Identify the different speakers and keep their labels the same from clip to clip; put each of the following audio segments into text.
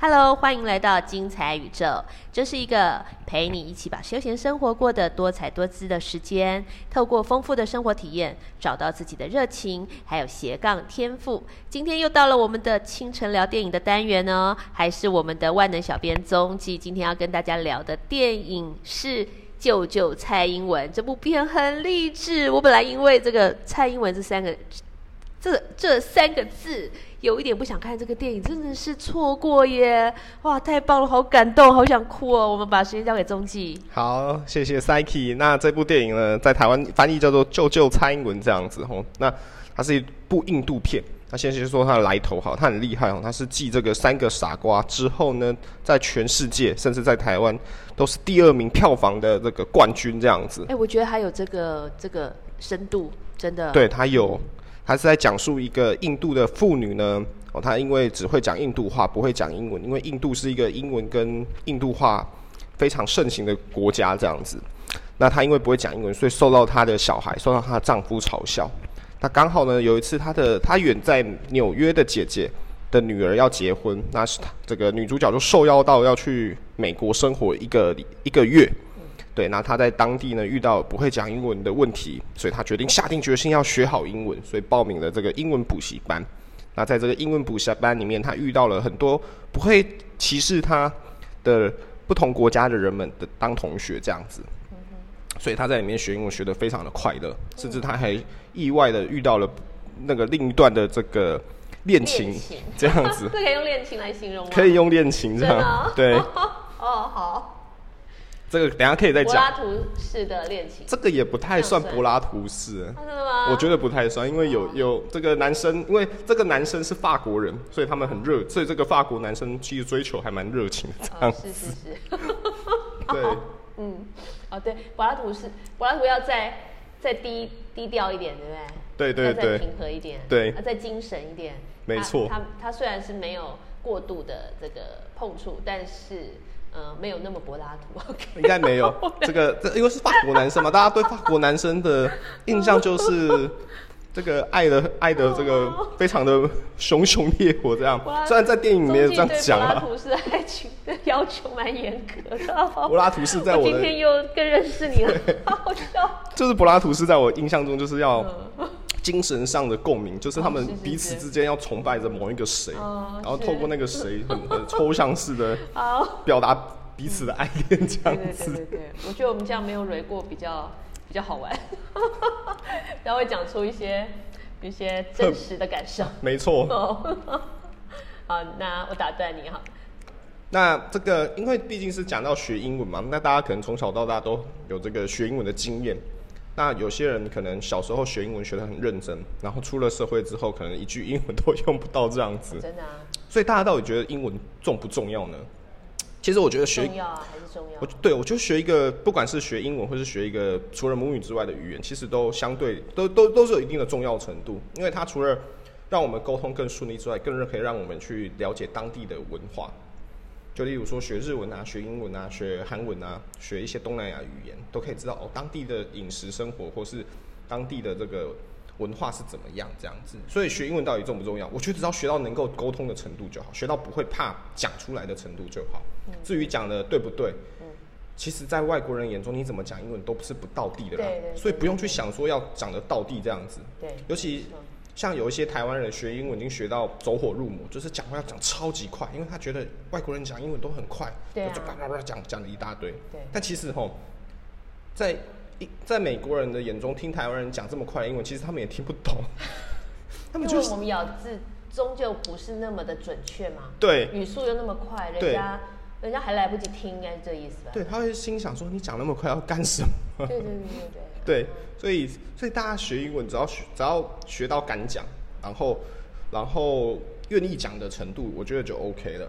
Speaker 1: Hello，欢迎来到精彩宇宙，这是一个陪你一起把休闲生活过得多彩多姿的时间。透过丰富的生活体验，找到自己的热情，还有斜杠天赋。今天又到了我们的清晨聊电影的单元呢、还是我们的万能小编踪迹。今天要跟大家聊的电影是。救救蔡英文！这部片很励志。我本来因为这个蔡英文这三个这这三个字，有一点不想看这个电影，真的是错过耶！哇，太棒了，好感动，好想哭哦。我们把时间交给中继。
Speaker 2: 好，谢谢 Psyche。那这部电影呢，在台湾翻译叫做《救救蔡英文》这样子吼。那它是一部印度片。那先先说它的来头哈，它很厉害哦，它是继这个三个傻瓜之后呢，在全世界甚至在台湾都是第二名票房的这个冠军这样子。
Speaker 1: 哎，我觉得还有这个这个深度，真的。
Speaker 2: 对，它有，它是在讲述一个印度的妇女呢。哦，她因为只会讲印度话，不会讲英文，因为印度是一个英文跟印度话非常盛行的国家，这样子。那她因为不会讲英文，所以受到她的小孩，受到她的丈夫嘲笑。那刚好呢，有一次她的她远在纽约的姐姐的女儿要结婚，那是她这个女主角就受邀到要去美国生活一个礼一个月。对，那她在当地呢遇到不会讲英文的问题，所以她决定下定决心要学好英文，所以报名了这个英文补习班。那在这个英文补习班里面，她遇到了很多不会歧视她的不同国家的人们的当同学这样子，所以她在里面学英文学得非常的快乐，甚至她还意外的遇到了那个另一段的这个恋情
Speaker 1: 恋情，
Speaker 2: 这样子
Speaker 1: 这可以用恋情来形容吗？
Speaker 2: 可以用恋情这
Speaker 1: 真的哦
Speaker 2: 样，对，
Speaker 1: 哦，好，
Speaker 2: 这个等一下可以再
Speaker 1: 柏
Speaker 2: 讲
Speaker 1: 拉。图式的恋情，
Speaker 2: 这个也不太算柏拉图式，
Speaker 1: 啊真的吗？
Speaker 2: 我觉得不太算，因为有有这个男生，因为这个男生是法国人，所以他们很热，所以这个法国男生其实追求还蛮热情的这
Speaker 1: 哦
Speaker 2: 样。
Speaker 1: 是是是。
Speaker 2: 对，
Speaker 1: 嗯，哦对，柏拉图是柏拉图要再再低低调一点，对不对？
Speaker 2: 对对
Speaker 1: 要再
Speaker 2: 对
Speaker 1: 平和一点，
Speaker 2: 对
Speaker 1: 要再精神一点。
Speaker 2: 没
Speaker 1: 他
Speaker 2: 错
Speaker 1: 他他虽然是没有过度的这个碰触，但是呃没有那么柏拉图。OK，
Speaker 2: 应该 没有
Speaker 1: 哦
Speaker 2: 这个，这因为是法国男生嘛，大家对法国男生的印 象就是这个爱的爱的这个
Speaker 1: 哦
Speaker 2: 非常的熊熊烈火这样
Speaker 1: 柏拉。
Speaker 2: 虽然在电影里面
Speaker 1: 中
Speaker 2: 这
Speaker 1: 继对
Speaker 2: 样讲
Speaker 1: 柏拉
Speaker 2: 啊，
Speaker 1: 图是爱情的要求蛮严格的。
Speaker 2: 柏拉图是 在
Speaker 1: 我
Speaker 2: 我
Speaker 1: 今
Speaker 2: 的，
Speaker 1: 天又更认识你 了，好笑。
Speaker 2: 就是柏拉图是在我印象中就是要。精神上的共鸣，就是
Speaker 1: 嗯
Speaker 2: 他
Speaker 1: 哦
Speaker 2: 们
Speaker 1: 是是
Speaker 2: 彼此
Speaker 1: 是
Speaker 2: 之间要崇拜着某一个谁，
Speaker 1: 哦
Speaker 2: 然后
Speaker 1: 是
Speaker 2: 透过那个谁很很抽象式的
Speaker 1: 好，
Speaker 2: 表达彼此的爱恋这
Speaker 1: 对
Speaker 2: 样
Speaker 1: 对对
Speaker 2: 子。
Speaker 1: 对对，我觉得我们这样没有蕊过比较比较好 玩，然后会讲出一些一些真实的感受。
Speaker 2: 没错，
Speaker 1: 哦， 好，那我打断你哈。
Speaker 2: 那这个因为毕竟是讲到学英文嘛，那大家可能从小到大都有这个学英文的经验。那有些人可能小时候学英文学得很认真，然后出了社会之后，可能一句英文都用不到这样子。
Speaker 1: 真的啊，
Speaker 2: 所以大家到底觉得英文重不重要呢？其实我觉得学
Speaker 1: 重要啊，还是重要
Speaker 2: 我。对我就学一个，不管是学英文或是学一个除了母语之外的语言，其实都相对都都都是有一定的重要程度，因为它除了让我们沟通更顺利之外，更可以让我们去了解当地的文化。就例如说学日文啊、学英文啊、学韩文啊、学一些东南亚语言，都可以知道哦当地的饮食生活或是当地的这个文化是怎么样这样子。所以学英文到底重不重要？我觉得只要学到能够沟通的程度就好，学到不会怕讲出来的程度就好。至于讲的对不对，其实，在外国人眼中，你怎么讲英文都不是不到地的啦，
Speaker 1: 对对对
Speaker 2: 所以不用去想说要讲的到地这样子。
Speaker 1: 对，
Speaker 2: 尤其
Speaker 1: 嗯
Speaker 2: 像有一些台湾人学英文已经学到走火入魔，就是讲话要讲超级快，因为他觉得外国人讲英文都很快，
Speaker 1: 对啊
Speaker 2: 就叭叭叭讲讲了一大堆。
Speaker 1: 对
Speaker 2: 但其实吼，在一在美国人的眼中，听台湾人讲这么快的英文，其实他们也听不懂， 他
Speaker 1: 因
Speaker 2: 们
Speaker 1: 为
Speaker 2: 就是
Speaker 1: 我们咬字终究不是那么的准确嘛，
Speaker 2: 对
Speaker 1: 语速又那么快，人
Speaker 2: 对
Speaker 1: 家人家还来不及听，应该是这意思吧？
Speaker 2: 对，他会心想说你讲那么快要干什
Speaker 1: 对
Speaker 2: 么？
Speaker 1: 对对对对。
Speaker 2: 对，所以所以大家学英文，只要学只要学到敢讲，然后然后愿意讲的程度，我觉得就 OK 了。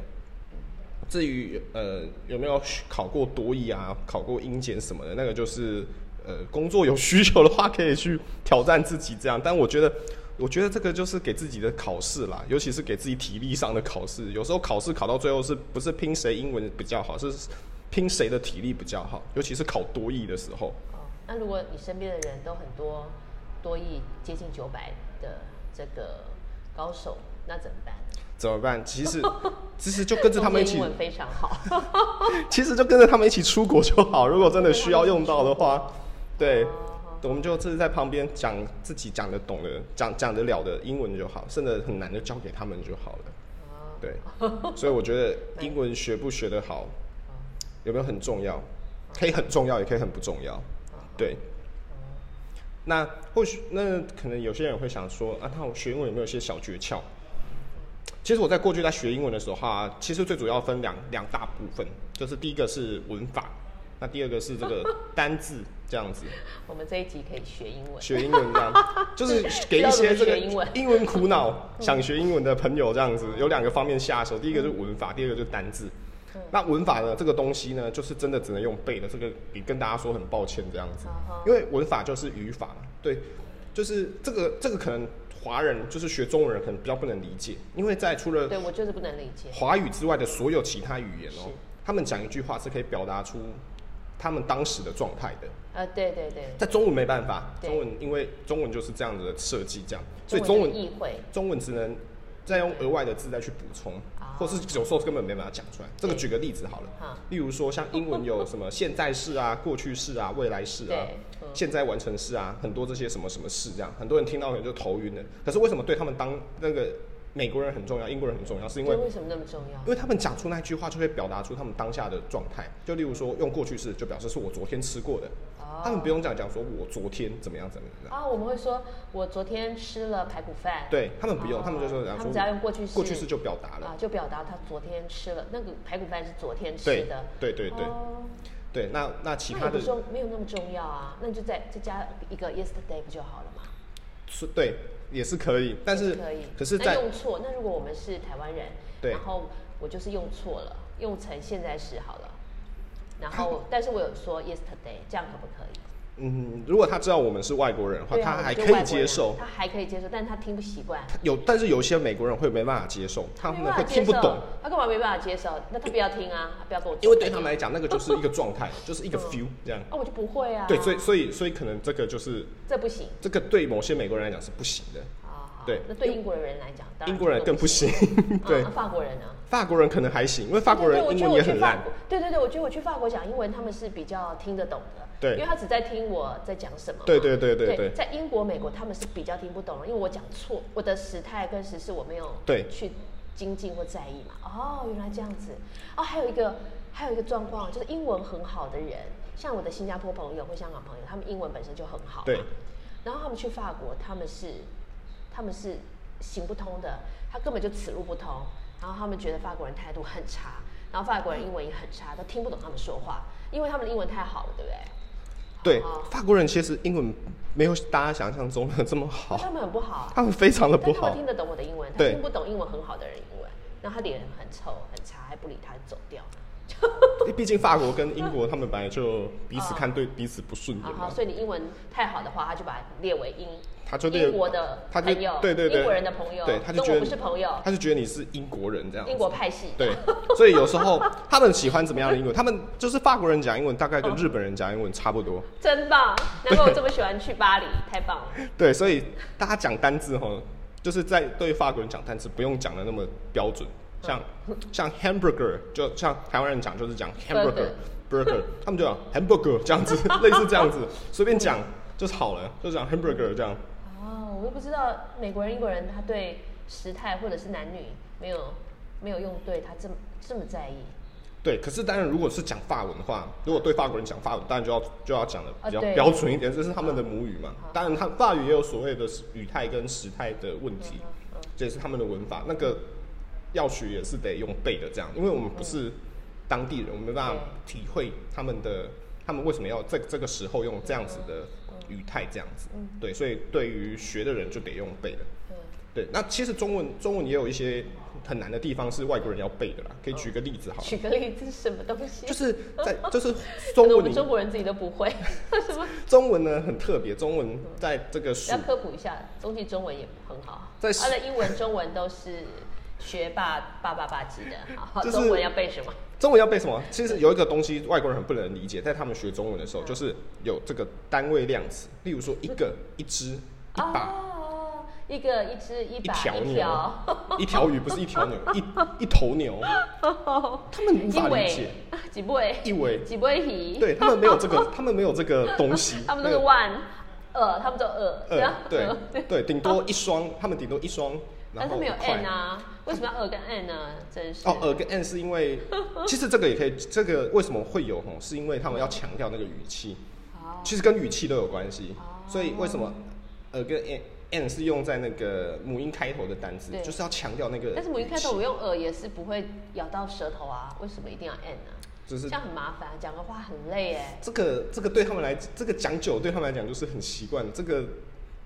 Speaker 2: 至于呃有没有学考过多译啊，考过英检什么的，那个就是呃工作有需求的话可以去挑战自己这样。但我觉得我觉得这个就是给自己的考试啦，尤其是给自己体力上的考试。有时候考试考到最后是不是拼谁英文比较好，是拼谁的体力比较好，尤其是考多译的时候。
Speaker 1: 哦，那如果你身边的人都很多多亿接近九百的这个高手，那怎么办？
Speaker 2: 怎么 办？其实其实就 跟着他们一
Speaker 1: 中间
Speaker 2: 起
Speaker 1: 英，文非常好，
Speaker 2: 其实就跟着他们一起出国就好。如果真的需要用到的
Speaker 1: 哦
Speaker 2: 话，对，我们就自己在旁边讲自己讲得懂的、讲讲得了的英文就好，甚至很难就交给他们就好了。
Speaker 1: 哦
Speaker 2: 对，所以我觉得英文学不学得
Speaker 1: 哦
Speaker 2: 好，有没有很重要？可以很重要，也可以很不重要。
Speaker 1: 哦
Speaker 2: 对。那或许那可能有些人会想说啊，那我学英文有没有一些小诀窍？其实我在过去在学英文的时候哈，其实最主要分两两大部分，就是第一个是文法，那第二个是这个单字这样 子。
Speaker 1: 我们这一集可以学英 文。
Speaker 2: 学英文这样，就是给一些这个英文苦恼、想学英文的朋友这样子，有两个方面下手，第一个就是文法，第二个就是单字。那文法呢，这个东西呢，就是真的只能用背的，这个也跟大家说很抱歉这样子
Speaker 1: 啊哈，
Speaker 2: 因为文法就是语法嘛，对，就是这个这个可能华人就是学中文人可能比较不能理解，因为在除了
Speaker 1: 对我就是不能理解。
Speaker 2: 华语之外的所有其他语言
Speaker 1: 是，
Speaker 2: 哦他们讲一句话是可以表达出他们当时的状态的，
Speaker 1: 啊，对对对，
Speaker 2: 在中文没办法，
Speaker 1: 对
Speaker 2: 中文因为中文就是这样子的设计，这样，所以中
Speaker 1: 中
Speaker 2: 文
Speaker 1: 文意会
Speaker 2: 中文只能再用额外的字再去补充，
Speaker 1: 啊
Speaker 2: 或是有时候根本没办法讲出来。这个
Speaker 1: 对
Speaker 2: 举个例子好
Speaker 1: 好
Speaker 2: 了，例如说像英文有什么现在式啊、过去式啊、未来式啊
Speaker 1: 对嗯、
Speaker 2: 现在完成式啊，很多这些什么什么式这样，很多人听到可能就头晕了。可是为什么对他们当那个美国人很重要，英国人很重要，是因为
Speaker 1: 对为什么那么重要
Speaker 2: 因？为他们讲出那句话，就会表达出他们当下的状态。就例如说，用过去式就表示是我昨天吃过的，
Speaker 1: 哦
Speaker 2: 他们不用讲讲说我昨天怎么样怎么样。
Speaker 1: 啊，我们会说，我昨天吃了排骨饭。
Speaker 2: 对他们不
Speaker 1: 哦
Speaker 2: 用，他们就说讲
Speaker 1: 他
Speaker 2: 说
Speaker 1: 们只要用过去式，
Speaker 2: 过去式就表达了。
Speaker 1: 啊，就表达他昨天吃了那个排骨饭是昨天
Speaker 2: 对
Speaker 1: 吃的。
Speaker 2: 对对对
Speaker 1: 哦
Speaker 2: 对，那那其
Speaker 1: 那
Speaker 2: 他
Speaker 1: 也
Speaker 2: 的
Speaker 1: 不重，没有那么重要啊。那你就再再加一个 yesterday 不就好了嘛？
Speaker 2: 是对也是可以，但是
Speaker 1: 可以。
Speaker 2: 可是
Speaker 1: 那
Speaker 2: 在
Speaker 1: 用错，那如果我们是台湾人，
Speaker 2: 对
Speaker 1: 然后我就是用错了，用成现在时好了。然后，但是我有说 yesterday，这样可不可以？
Speaker 2: 嗯，如果他知道我们是外国人的话，
Speaker 1: 对啊
Speaker 2: 他还
Speaker 1: 我就
Speaker 2: 可
Speaker 1: 外
Speaker 2: 以
Speaker 1: 国
Speaker 2: 接
Speaker 1: 人
Speaker 2: 受。
Speaker 1: 他还可以接受，但是他听不习惯，
Speaker 2: 有，但是有一些美国人会没办法接受，他
Speaker 1: 没
Speaker 2: 们
Speaker 1: 办
Speaker 2: 会
Speaker 1: 法
Speaker 2: 听
Speaker 1: 接
Speaker 2: 不
Speaker 1: 受。
Speaker 2: 懂，
Speaker 1: 他干嘛没办法接受？那他不要听啊，他不要跟我做朋友。
Speaker 2: 因为对他们来讲，那个就是一个状态，就是一个 feel 这样。
Speaker 1: 啊，我就不会啊。
Speaker 2: 对，所以所以所以可能这个就是
Speaker 1: 这不行
Speaker 2: 这个对某些美国人来讲是不行的，
Speaker 1: 啊。好
Speaker 2: 对
Speaker 1: 那对英国人来讲，当然
Speaker 2: 英国人
Speaker 1: 就
Speaker 2: 更不行。 对
Speaker 1: 啊，，法国人呢？
Speaker 2: 法国人可能还行，因为法国人
Speaker 1: 对对
Speaker 2: 英文也很烂。。
Speaker 1: 对我觉得我去法国对对对，我觉得我去法国讲英文，他们是比较听得懂的。
Speaker 2: 对
Speaker 1: 因为他只在听我在讲什么嘛。
Speaker 2: 对对对对
Speaker 1: 对
Speaker 2: 对
Speaker 1: 在英国、美国，他们是比较听不懂的，因为我讲错，我的时态跟时事我没有
Speaker 2: 对
Speaker 1: 去精进或在意嘛。哦，原来这样子。哦，还有一个还有一个状况就是英文很好的人，像我的新加坡朋友或香港朋友，他们英文本身就很好嘛。
Speaker 2: 对
Speaker 1: 然后他们去法国，他们是他们是行不通的，他根本就此路不通。然后他们觉得法国人态度很差，然后法国人英文也很差，都听不懂他们说话，因为他们的英文太好了，对不对？
Speaker 2: 对
Speaker 1: 哦，
Speaker 2: 法国人其实英文没有大家想象中的这么
Speaker 1: 那
Speaker 2: 好，
Speaker 1: 他们很不好啊，
Speaker 2: 他们非常的不
Speaker 1: 但他们
Speaker 2: 好
Speaker 1: 听。得懂我的英文，他
Speaker 2: 对
Speaker 1: 听不懂英文很好的人英文，然后他脸很臭很差，还不理他走掉。
Speaker 2: 毕竟法国跟英国他们本来就彼此 看对彼此不顺
Speaker 1: 啊
Speaker 2: 眼
Speaker 1: 哈，
Speaker 2: 嘛，
Speaker 1: 所以你英文太好的话，他就把你列为英，
Speaker 2: 他就列
Speaker 1: 英国的
Speaker 2: 他就
Speaker 1: 朋友，
Speaker 2: 对对对
Speaker 1: 英国人的朋友，
Speaker 2: 对他就觉
Speaker 1: 跟我
Speaker 2: 得
Speaker 1: 不是朋友，
Speaker 2: 他就觉得你是英国人这样子
Speaker 1: 英。国派系，
Speaker 2: 对，所以有时候他们喜欢怎么样的英文？他们就是法国人讲英文，大概跟日本人讲英文差不多。
Speaker 1: 真 棒！难怪我这么喜欢去巴黎，太棒了。
Speaker 2: 对，所以大家讲单字哈，就是在对法国人讲单字，不用讲的那么标准。像 像 hamburger，就像台湾人讲就是讲 hamburger burger，他们就讲 hamburger 这样子，类似这样子，随便讲就是好了，就讲 hamburger 这样。
Speaker 1: 哦，我都不知道美国人、英国人他对时态或者是男女没有没有用对，他这么这么在意。
Speaker 2: 对，可是当然，如果是讲法文的话，如果对法国人讲法文，当然就要就要讲的比较
Speaker 1: 啊对
Speaker 2: 标准一点，这是他们的母语嘛。当然，他法语也有所谓的语态跟时态的问题，这也是他们的文法。那个要学也是得用背的，这样，因为我们不是当地人，我们没办法
Speaker 1: 对
Speaker 2: 体会他们的他们为什么要在这个时候用这样子的语态，这样子。对，所以对于学的人就得用背的。
Speaker 1: 嗯，
Speaker 2: 对，那其实中文中文也有一些很难的地方是外国人要背的啦，可以举个例子好了。
Speaker 1: 举个例子，什么东西？
Speaker 2: 就是在就是
Speaker 1: 可
Speaker 2: 中
Speaker 1: 能我
Speaker 2: 文
Speaker 1: 们
Speaker 2: 里
Speaker 1: 中国人自己都不 会，什么？
Speaker 2: 中文呢很特别，中文在这个暑
Speaker 1: 要科普一下，中记中文也很好，
Speaker 2: 在
Speaker 1: 他的英文、中文都是学霸爸爸爸级的。好，
Speaker 2: 就是
Speaker 1: 中文要背什么？
Speaker 2: 中文要背什么？其实有一个东西外国人很不能理解，在他们学中文的时候，就是有这个单位量词，例如说一个、一只、一把，
Speaker 1: 哦，一个一只一把
Speaker 2: 条
Speaker 1: 一
Speaker 2: 牛
Speaker 1: 条，
Speaker 2: 一条鱼不是一条牛，
Speaker 1: 哦
Speaker 2: 一一头 牛，他们无
Speaker 1: 一
Speaker 2: 法理
Speaker 1: 尾
Speaker 2: 解，
Speaker 1: 几尾，
Speaker 2: 一尾，
Speaker 1: 几尾鱼，
Speaker 2: 对他们没有这 个，他们没有这个东西，
Speaker 1: 他们都
Speaker 2: 没
Speaker 1: 是
Speaker 2: 有
Speaker 1: one，呃，他们都二，这样
Speaker 2: 呃，对对，顶多一双，他们顶多一双，然
Speaker 1: 但是
Speaker 2: 后
Speaker 1: 没有
Speaker 2: 一块
Speaker 1: n 啊，为什么要二跟 n 呢？真是
Speaker 2: 哦，耳跟 n 是因 为，其实这个也可以，这个为什么会有吼？是因为他们要强调那个语气，
Speaker 1: 哦
Speaker 2: 其实跟语气都有关系
Speaker 1: 哦。
Speaker 2: 所以为什么耳跟 n n 是用在那个母音开头的单字
Speaker 1: 对，
Speaker 2: 就是要强调那个语气。
Speaker 1: 但是我一开头我用耳也是不会咬到舌头啊，为什么一定要 n 呢、
Speaker 2: 就是
Speaker 1: 这样很麻烦，讲个话很累哎。
Speaker 2: 这个这个对他们来，这个讲久对他们来讲就是很习惯，这个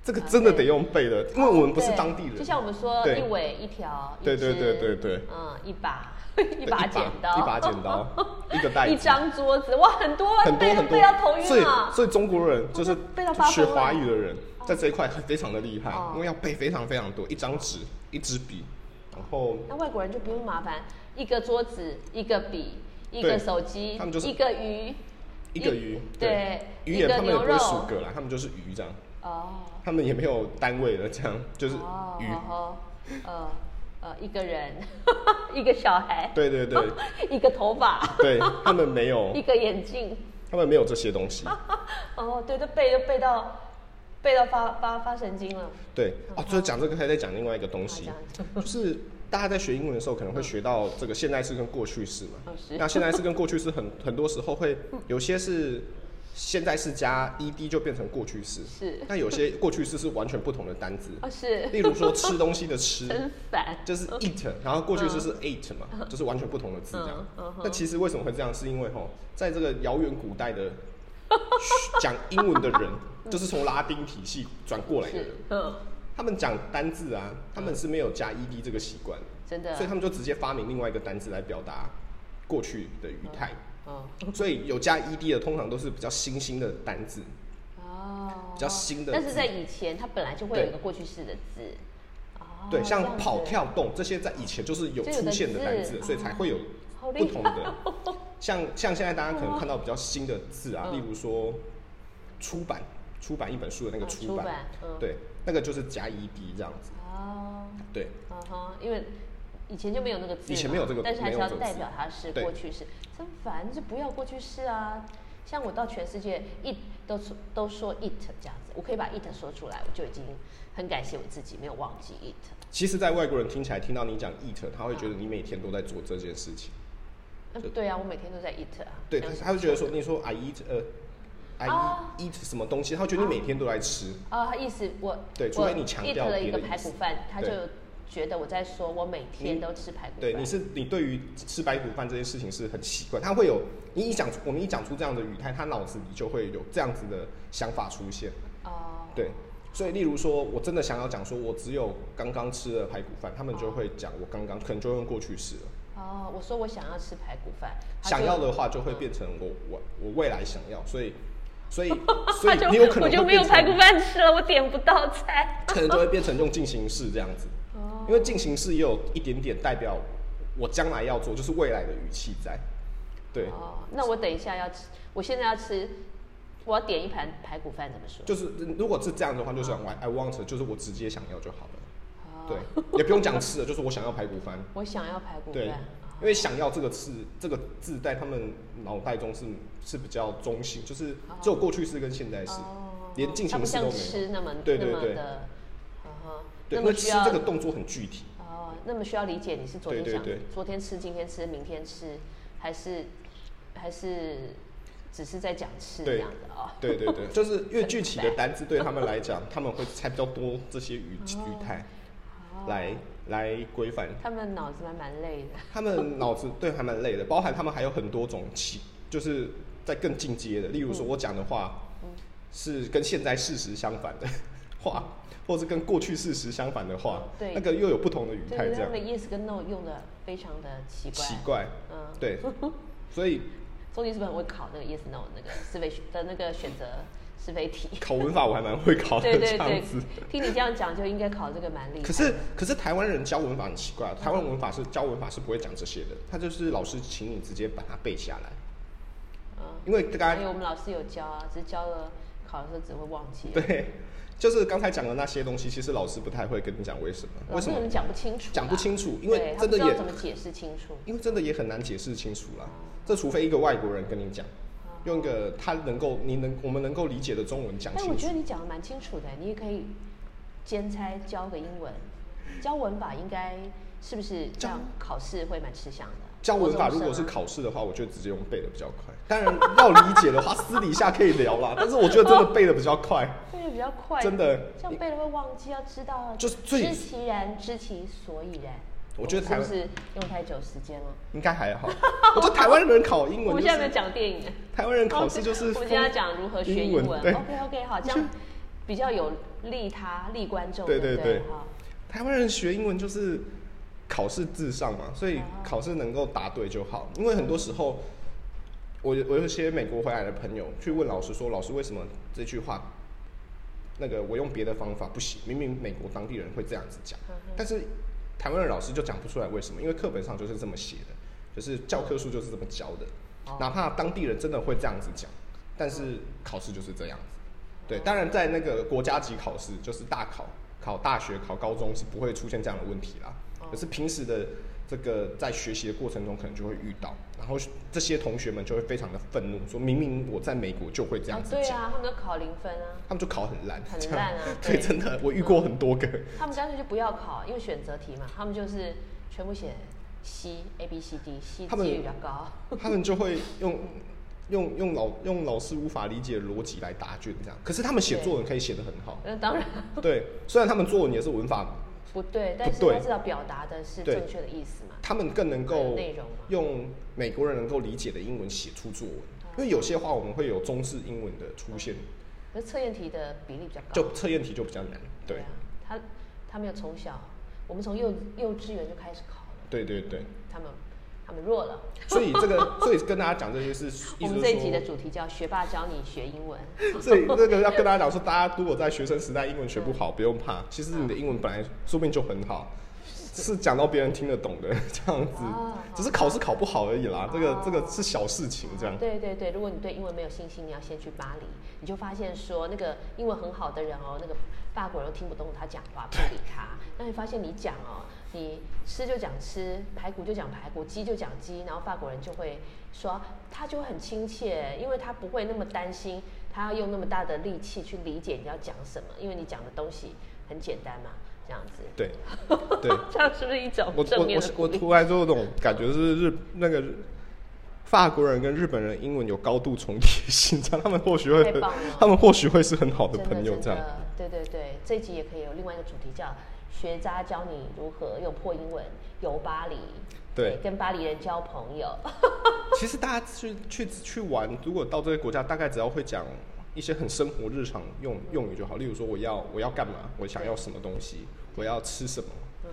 Speaker 2: 这个真的得用背的，因为我们不是
Speaker 1: 啊对
Speaker 2: 当地
Speaker 1: 就
Speaker 2: 人。
Speaker 1: 像我们说
Speaker 2: 对
Speaker 1: 一尾一条，一
Speaker 2: 对对
Speaker 1: 只
Speaker 2: 对对对
Speaker 1: 嗯，一把
Speaker 2: 对
Speaker 1: 一把剪刀，
Speaker 2: 一把剪刀， 一个袋子，
Speaker 1: 一张桌子，哇，很多
Speaker 2: 很多
Speaker 1: 背
Speaker 2: 很多
Speaker 1: 背到头，
Speaker 2: 所以
Speaker 1: 晕啊。
Speaker 2: 所以中国人就是
Speaker 1: 背到发
Speaker 2: 学
Speaker 1: 疯了
Speaker 2: 华语的人，在这一块非常的厉害
Speaker 1: 哦，
Speaker 2: 因为要背非常非常多，一张纸，一支笔，然后
Speaker 1: 那外国人就不用麻烦，一个桌子，一个笔，一个
Speaker 2: 对
Speaker 1: 手机
Speaker 2: 他们就，是
Speaker 1: 一个鱼，
Speaker 2: 一个鱼，
Speaker 1: 对，
Speaker 2: 鱼
Speaker 1: 一
Speaker 2: 也
Speaker 1: 个
Speaker 2: 他们也
Speaker 1: 牛
Speaker 2: 不
Speaker 1: 肉
Speaker 2: 会数个啦，他们就是鱼这样，
Speaker 1: 哦。
Speaker 2: 他们也没有单位的这样，就是
Speaker 1: 哦
Speaker 2: 鱼，
Speaker 1: 哦呃呃，一个人， 一个小孩，
Speaker 2: 对 对对哦
Speaker 1: 一个头发，
Speaker 2: 对，他们没有
Speaker 1: 一，个眼镜，
Speaker 2: 他们没有这些东西。
Speaker 1: 哦，对，都背都背到背到发发发神经了。
Speaker 2: 对，哦，就是讲这个，还在讲另外一个东
Speaker 1: 啊
Speaker 2: 西
Speaker 1: 这样，
Speaker 2: 就是大家在学英文的时候，可能会学到这个现代式跟过去式嘛
Speaker 1: 嗯是。
Speaker 2: 那现代式跟过去式很 很多时候会有些是现代式加 ed 就变成过去式，
Speaker 1: 是
Speaker 2: 那有些过去式是完全不同的 单字，
Speaker 1: 哦，是
Speaker 2: 例如说吃东西的吃，
Speaker 1: 真嗯烦。
Speaker 2: 就是 eat，然后过去式是 ate 嘛，就是完全不同的字这样
Speaker 1: 嗯嗯哼。
Speaker 2: 那其实为什么会这样？是因为吼，在这个遥远古代的 讲英文的人，就是从拉丁体系转过来的人
Speaker 1: 嗯是。，嗯，
Speaker 2: 他们讲单字啊，他们是没有加 ed 这个习惯，
Speaker 1: 真的
Speaker 2: 所以，他们就直接发明另外一个单字来表达过去的语态。
Speaker 1: 嗯，
Speaker 2: 所以有加 ed 的，通常都是比较新兴的单字，
Speaker 1: 哦，
Speaker 2: 比较新的字
Speaker 1: 但是在以前，它本来就会有
Speaker 2: 对
Speaker 1: 一个过去式的字。哦
Speaker 2: 对，
Speaker 1: 这样
Speaker 2: 像
Speaker 1: 子
Speaker 2: 跑、跳、动这些，在以前就是有
Speaker 1: 就有的
Speaker 2: 出现的单字，
Speaker 1: 字哦
Speaker 2: 所以才会有
Speaker 1: 好厉害
Speaker 2: 不同的。像像现在大家可能看到比较新的字啊，
Speaker 1: 哦嗯
Speaker 2: 例如说出版，出版一本书的那个
Speaker 1: 嗯
Speaker 2: 出
Speaker 1: 出
Speaker 2: 版，
Speaker 1: 版，嗯，，
Speaker 2: 对，那个就是加 ed 这样子，
Speaker 1: 哦，
Speaker 2: 对。
Speaker 1: 嗯哼，因为以前就没有那个字嘛，
Speaker 2: 以前没有这个
Speaker 1: 但是还是
Speaker 2: 没
Speaker 1: 要
Speaker 2: 有这个字
Speaker 1: 代表它是
Speaker 2: 对
Speaker 1: 过去式，真烦，就不要过去式啊。像我到全世界 it 都说都说 it 这样子，我可以把 it 说出来，我就已经很感谢我自己没有忘记 it。
Speaker 2: 其实，在外国人听起来听到你讲 eat，他会觉得你每天都在做这件事情。
Speaker 1: 嗯，对啊，我每天都在 it 啊。
Speaker 2: 对，
Speaker 1: 这
Speaker 2: 他
Speaker 1: 样子
Speaker 2: 他会觉得说，你说 I eat 呃，I
Speaker 1: 啊
Speaker 2: eat 什么东西，他会觉得你每天都在吃。
Speaker 1: 啊，他意思我
Speaker 2: 对除
Speaker 1: 我
Speaker 2: 非你强
Speaker 1: it
Speaker 2: 调
Speaker 1: 了一
Speaker 2: 别
Speaker 1: 个
Speaker 2: 的
Speaker 1: 排
Speaker 2: 意思
Speaker 1: 骨饭，他就
Speaker 2: 对
Speaker 1: 觉得我在说我每天都吃排骨饭。
Speaker 2: 对，你是你对于吃白骨饭这件事情是很习惯，他会有你一讲出我们一讲出这样的语态，他脑子里就会有这样子的想法出现。
Speaker 1: 哦，
Speaker 2: 对，所以例如说我真的想要讲说我只有刚刚吃了排骨饭，他们就会讲我刚刚，可能就会用过去式了。
Speaker 1: 哦，我说我想要吃排骨饭，他
Speaker 2: 想
Speaker 1: 就
Speaker 2: 要的话就会变成我我我未来想要，所以所以 所
Speaker 1: 他
Speaker 2: 以
Speaker 1: 就
Speaker 2: 你有可能
Speaker 1: 我就
Speaker 2: 会
Speaker 1: 没有
Speaker 2: 变成
Speaker 1: 排骨饭吃了，我点不到菜。
Speaker 2: 可能就会变成用进行式这样子，
Speaker 1: 哦
Speaker 2: 因为进行式也有一点点代表我将来要做，就是未来的语气在。对，
Speaker 1: 哦，那我等一下要吃，我现在要吃，我要点一盘排骨饭，怎么说？
Speaker 2: 就是如果是这样的话，就是 I I want，就是我直接想要就好了。
Speaker 1: 哦，
Speaker 2: 对，也不用讲吃的，就是我想要排骨饭。
Speaker 1: 我想要排骨
Speaker 2: 对
Speaker 1: 饭。，哦
Speaker 2: 因为想要这个字，这个字在他们脑袋中是是比较中性，就是只有过去式跟现在式，
Speaker 1: 哦
Speaker 2: 连进
Speaker 1: 它
Speaker 2: 行
Speaker 1: 不
Speaker 2: 式都
Speaker 1: 像
Speaker 2: 没有。
Speaker 1: 吃那么
Speaker 2: 对对
Speaker 1: 那么
Speaker 2: 对
Speaker 1: 的，嗯哼那
Speaker 2: 对，因为
Speaker 1: 么
Speaker 2: 吃
Speaker 1: 需要
Speaker 2: 这个动作很具体。
Speaker 1: 哦，那么需要理解你是昨天
Speaker 2: 对对
Speaker 1: 想
Speaker 2: 对
Speaker 1: 昨天吃，今天吃，明天吃，还是还是只是在讲吃这
Speaker 2: 对
Speaker 1: 样子哦。
Speaker 2: 对对对，就是越具体的单字对他们来讲，他们会猜比较多这些语语态。
Speaker 1: 哦
Speaker 2: 来来规范。
Speaker 1: 他们脑子蛮蛮累的。
Speaker 2: 他们脑子对还蛮累的，包含他们还有很多种其，就是在更进阶的，例如说我讲的话、是跟现在事实相反的话，或是跟过去事实相反的话，
Speaker 1: 对
Speaker 2: 那个又有不同的语
Speaker 1: 对
Speaker 2: 态，这
Speaker 1: 他
Speaker 2: 样
Speaker 1: 们的 yes 跟 no 用的非常的奇怪。
Speaker 2: 奇怪，
Speaker 1: 嗯，
Speaker 2: 对，所以
Speaker 1: 中间是不是很会考那个 yes no 那个是非的那个选择是非题？
Speaker 2: 考文法我还蛮会考的
Speaker 1: 对
Speaker 2: 这
Speaker 1: 对
Speaker 2: 样
Speaker 1: 对
Speaker 2: 子。，
Speaker 1: 听你这样讲就应该考这个蛮厉害。
Speaker 2: 可是，可是台湾人教文法很奇怪，台湾文法是教文法是不会讲这些的，他就是老师请你直接把它背下来，
Speaker 1: 嗯，
Speaker 2: 因为大家
Speaker 1: 哎还有我们老师有教啊，只是教了考的时候只会忘记。
Speaker 2: 对，就是刚才讲的那些东西，其实老师不太会跟你讲为什么，
Speaker 1: 老
Speaker 2: 为
Speaker 1: 师
Speaker 2: 什
Speaker 1: 可
Speaker 2: 么
Speaker 1: 能讲不清楚啦，
Speaker 2: 讲不清楚，因为
Speaker 1: 嗯对他
Speaker 2: 真
Speaker 1: 不
Speaker 2: 的
Speaker 1: 知道
Speaker 2: 也
Speaker 1: 怎么解释清楚。
Speaker 2: 因为真的也很难解释清楚啦。这除非一个外国人跟你讲，用一个他能够你能我们能够理解的中文讲
Speaker 1: 哎但我
Speaker 2: 清
Speaker 1: 觉
Speaker 2: 楚
Speaker 1: 得。你讲的蛮清楚的，你也可以兼差教个英文，教文法应该是不是这样考试会蛮吃香的？
Speaker 2: 教文法
Speaker 1: 国
Speaker 2: 如
Speaker 1: 中生
Speaker 2: 果是
Speaker 1: 啊
Speaker 2: 考试的话，我觉得直接用背的比较快。当然要理解的话，私底下可以聊啦。但是我 觉得真的背的比较快，
Speaker 1: 背的比较快，
Speaker 2: 真的
Speaker 1: 哦这样背了会忘记，要知道
Speaker 2: 就是最
Speaker 1: 知其然，知其所以然。
Speaker 2: 我觉得
Speaker 1: 是
Speaker 2: 台
Speaker 1: 不
Speaker 2: 湾
Speaker 1: 是用太久时间了？
Speaker 2: 应该还好。我觉得台湾人考英
Speaker 1: 我
Speaker 2: 文
Speaker 1: 们
Speaker 2: 就
Speaker 1: 现在没
Speaker 2: 是
Speaker 1: 有讲电影，
Speaker 2: 台湾人考试就是
Speaker 1: 我们今天要讲如何学英文。
Speaker 2: 对
Speaker 1: OK OK，好，这样比较有利他利观众，
Speaker 2: 对
Speaker 1: 对
Speaker 2: 对
Speaker 1: 不
Speaker 2: 对
Speaker 1: 好
Speaker 2: 台湾人学英文就是考试至上嘛，所以考试能够答对就好。因为很多时候，我有我有一些美国回来的朋友去问老师说：“老师，为什么这句话那个我用别的方法不行？明明美国当地人会这样子讲，
Speaker 1: 嗯
Speaker 2: 但是台湾的老师就讲不出来为什么，因为课本上就是这么写的，就是教科书就是这么教的。
Speaker 1: 哦
Speaker 2: 哪怕当地人真的会这样子讲，但是考试就是这样子。对，
Speaker 1: 哦
Speaker 2: 当然在那个国家级考试，就是大考、考大学、考高中是不会出现这样的问题啦。
Speaker 1: 哦
Speaker 2: 可是平时的这个在学习的过程中，可能就会遇到，然后这些同学们就会非常的愤怒，说明明我在美国就会这
Speaker 1: 啊
Speaker 2: 样，子
Speaker 1: 对
Speaker 2: 讲，
Speaker 1: 啊，他们都考零分啊，
Speaker 2: 他们就考很烂，
Speaker 1: 很
Speaker 2: 这样
Speaker 1: 烂啊
Speaker 2: 对，
Speaker 1: 对
Speaker 2: 真的，我遇过很多个。
Speaker 1: 他们干脆就不要考，因为选择题嘛，他们就是全部写 C A B C D，C
Speaker 2: 他们
Speaker 1: 几率比较高。
Speaker 2: 他们就会用用用老用老师无法理解的逻辑来答卷，这样。可是他们写作文可以写得很好，
Speaker 1: 那当然
Speaker 2: 对。虽然他们作文也是文法，
Speaker 1: 不对，但是
Speaker 2: 不对
Speaker 1: 他至少表达的是
Speaker 2: 对
Speaker 1: 正确的意思嘛。
Speaker 2: 他们更能够
Speaker 1: 内容嘛
Speaker 2: 用美国人能够理解的英文写出作文，因为有些话我们会有中式英文的出现，
Speaker 1: 可是测验题的比例比较高。
Speaker 2: 就测验题就比较难。对
Speaker 1: 啊，，他他们有从小，我们从幼幼稚园就开始考了，
Speaker 2: 对对对，
Speaker 1: 他们他们弱了。
Speaker 2: 所以这个，所以跟大家讲这些是，意
Speaker 1: 我
Speaker 2: 思
Speaker 1: 们
Speaker 2: 就
Speaker 1: 这
Speaker 2: 是
Speaker 1: 一集的
Speaker 2: 说，
Speaker 1: 主题叫“学霸教你学英文
Speaker 2: 所以这个要跟大家讲说，大家如果在学生时代英文学不好，不用怕，其实你的英文本来说不定就很好，是讲到别人听得懂的这样子
Speaker 1: 哦，
Speaker 2: 只是考试考不好而已啦，这个
Speaker 1: 哦
Speaker 2: 这个是小事情这样”。。
Speaker 1: 对对对，如果你对英文没有信心，你要先去巴黎，你就发现说那个英文很好的人哦，那个法国人都听不懂他讲话，不理他。那你发现你讲哦，你吃就讲吃，排骨就讲排骨，鸡就讲鸡，然后法国人就会说，他就会很亲切，因为他不会那么担心，他要用那么大的力气去理解你要讲什么，因为你讲的东西很简单嘛，这样子。
Speaker 2: 对，对，
Speaker 1: 这样是不是一种
Speaker 2: 我
Speaker 1: 正
Speaker 2: 我
Speaker 1: 面
Speaker 2: 我
Speaker 1: 的鼓
Speaker 2: 我
Speaker 1: 励？
Speaker 2: 突然就有种感觉，是日那个日法国人跟日本人英文有高度重叠性，这样他们或许会
Speaker 1: 太
Speaker 2: 很
Speaker 1: 棒了，
Speaker 2: 他们或许会是很好的
Speaker 1: 真的
Speaker 2: 朋友
Speaker 1: 真
Speaker 2: 这样。
Speaker 1: 的，对对对，这一集也可以有另外一个主题叫“学渣教你如何用破英文游巴黎”，
Speaker 2: 对
Speaker 1: 跟巴黎人交朋友。
Speaker 2: 其实大家去去去玩，如果到这个国家，大概只要会讲一些很生活日常用用语就好。例如说，我要我要干嘛，我想要什么东西，我要吃什么，
Speaker 1: 嗯，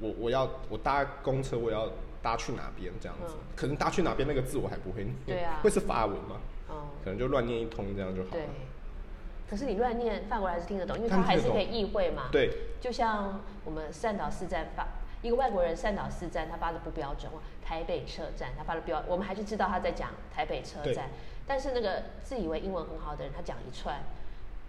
Speaker 2: 我我要我搭公车，我要搭去哪边这样
Speaker 1: 嗯
Speaker 2: 子。可能搭去哪边那个字我还不会念，
Speaker 1: 对啊
Speaker 2: 会是法文嘛，
Speaker 1: 哦，
Speaker 2: 可能就乱念一通这样就好
Speaker 1: 对
Speaker 2: 了。。
Speaker 1: 可是你乱念，法国人还是听得懂，因为
Speaker 2: 他
Speaker 1: 他
Speaker 2: 们
Speaker 1: 还
Speaker 2: 听
Speaker 1: 是
Speaker 2: 得
Speaker 1: 可以意会嘛。，
Speaker 2: 对
Speaker 1: 就像我们善导四站发。一个外国人善导四站，他发的不标准哇！台北车站，他发的标，我们还是知道他在讲台北车
Speaker 2: 对
Speaker 1: 站，但是那个自以为英文很好的人，他讲一串，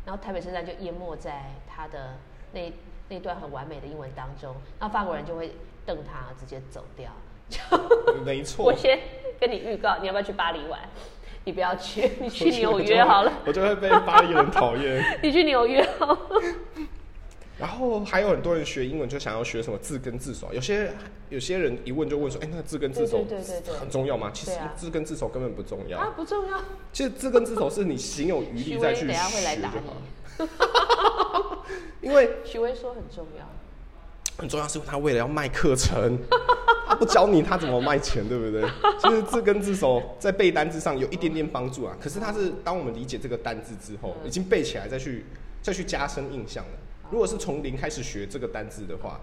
Speaker 1: 然后台北车站就淹没在他的那那段很完美的英文当中，那法国人就会瞪他，直接走掉。
Speaker 2: 没错。
Speaker 1: 我先跟你预告，你要不要去巴黎玩？你不要去，你去
Speaker 2: 我
Speaker 1: 纽
Speaker 2: 就
Speaker 1: 约好了，，
Speaker 2: 我就会被巴黎人讨厌。
Speaker 1: 你去纽约好了。
Speaker 2: 然后还有很多人学英文就想要学什么字根字首，有些有些人一问就问说，哎，那个字根字首
Speaker 1: 对对对对对
Speaker 2: 很重要吗？其实
Speaker 1: 对啊
Speaker 2: 字根字首根本不重要，
Speaker 1: 啊，不重要。
Speaker 2: 其实字根字首是你行有余
Speaker 1: 徐
Speaker 2: 力
Speaker 1: 威
Speaker 2: 再去
Speaker 1: 等
Speaker 2: 学
Speaker 1: 下会来
Speaker 2: 就
Speaker 1: 打
Speaker 2: 好了。
Speaker 1: 你。
Speaker 2: 因为
Speaker 1: 徐威说很重要，
Speaker 2: 很重要是因为他为了要卖课程，他不教你他怎么卖钱，对不对？其实字根字首在背单字上有一点点帮助啊，可是它是当我们理解这个单字之后，
Speaker 1: 嗯
Speaker 2: 已经背起来再去再去加深印象了。如果是从零开始学这个单字的话，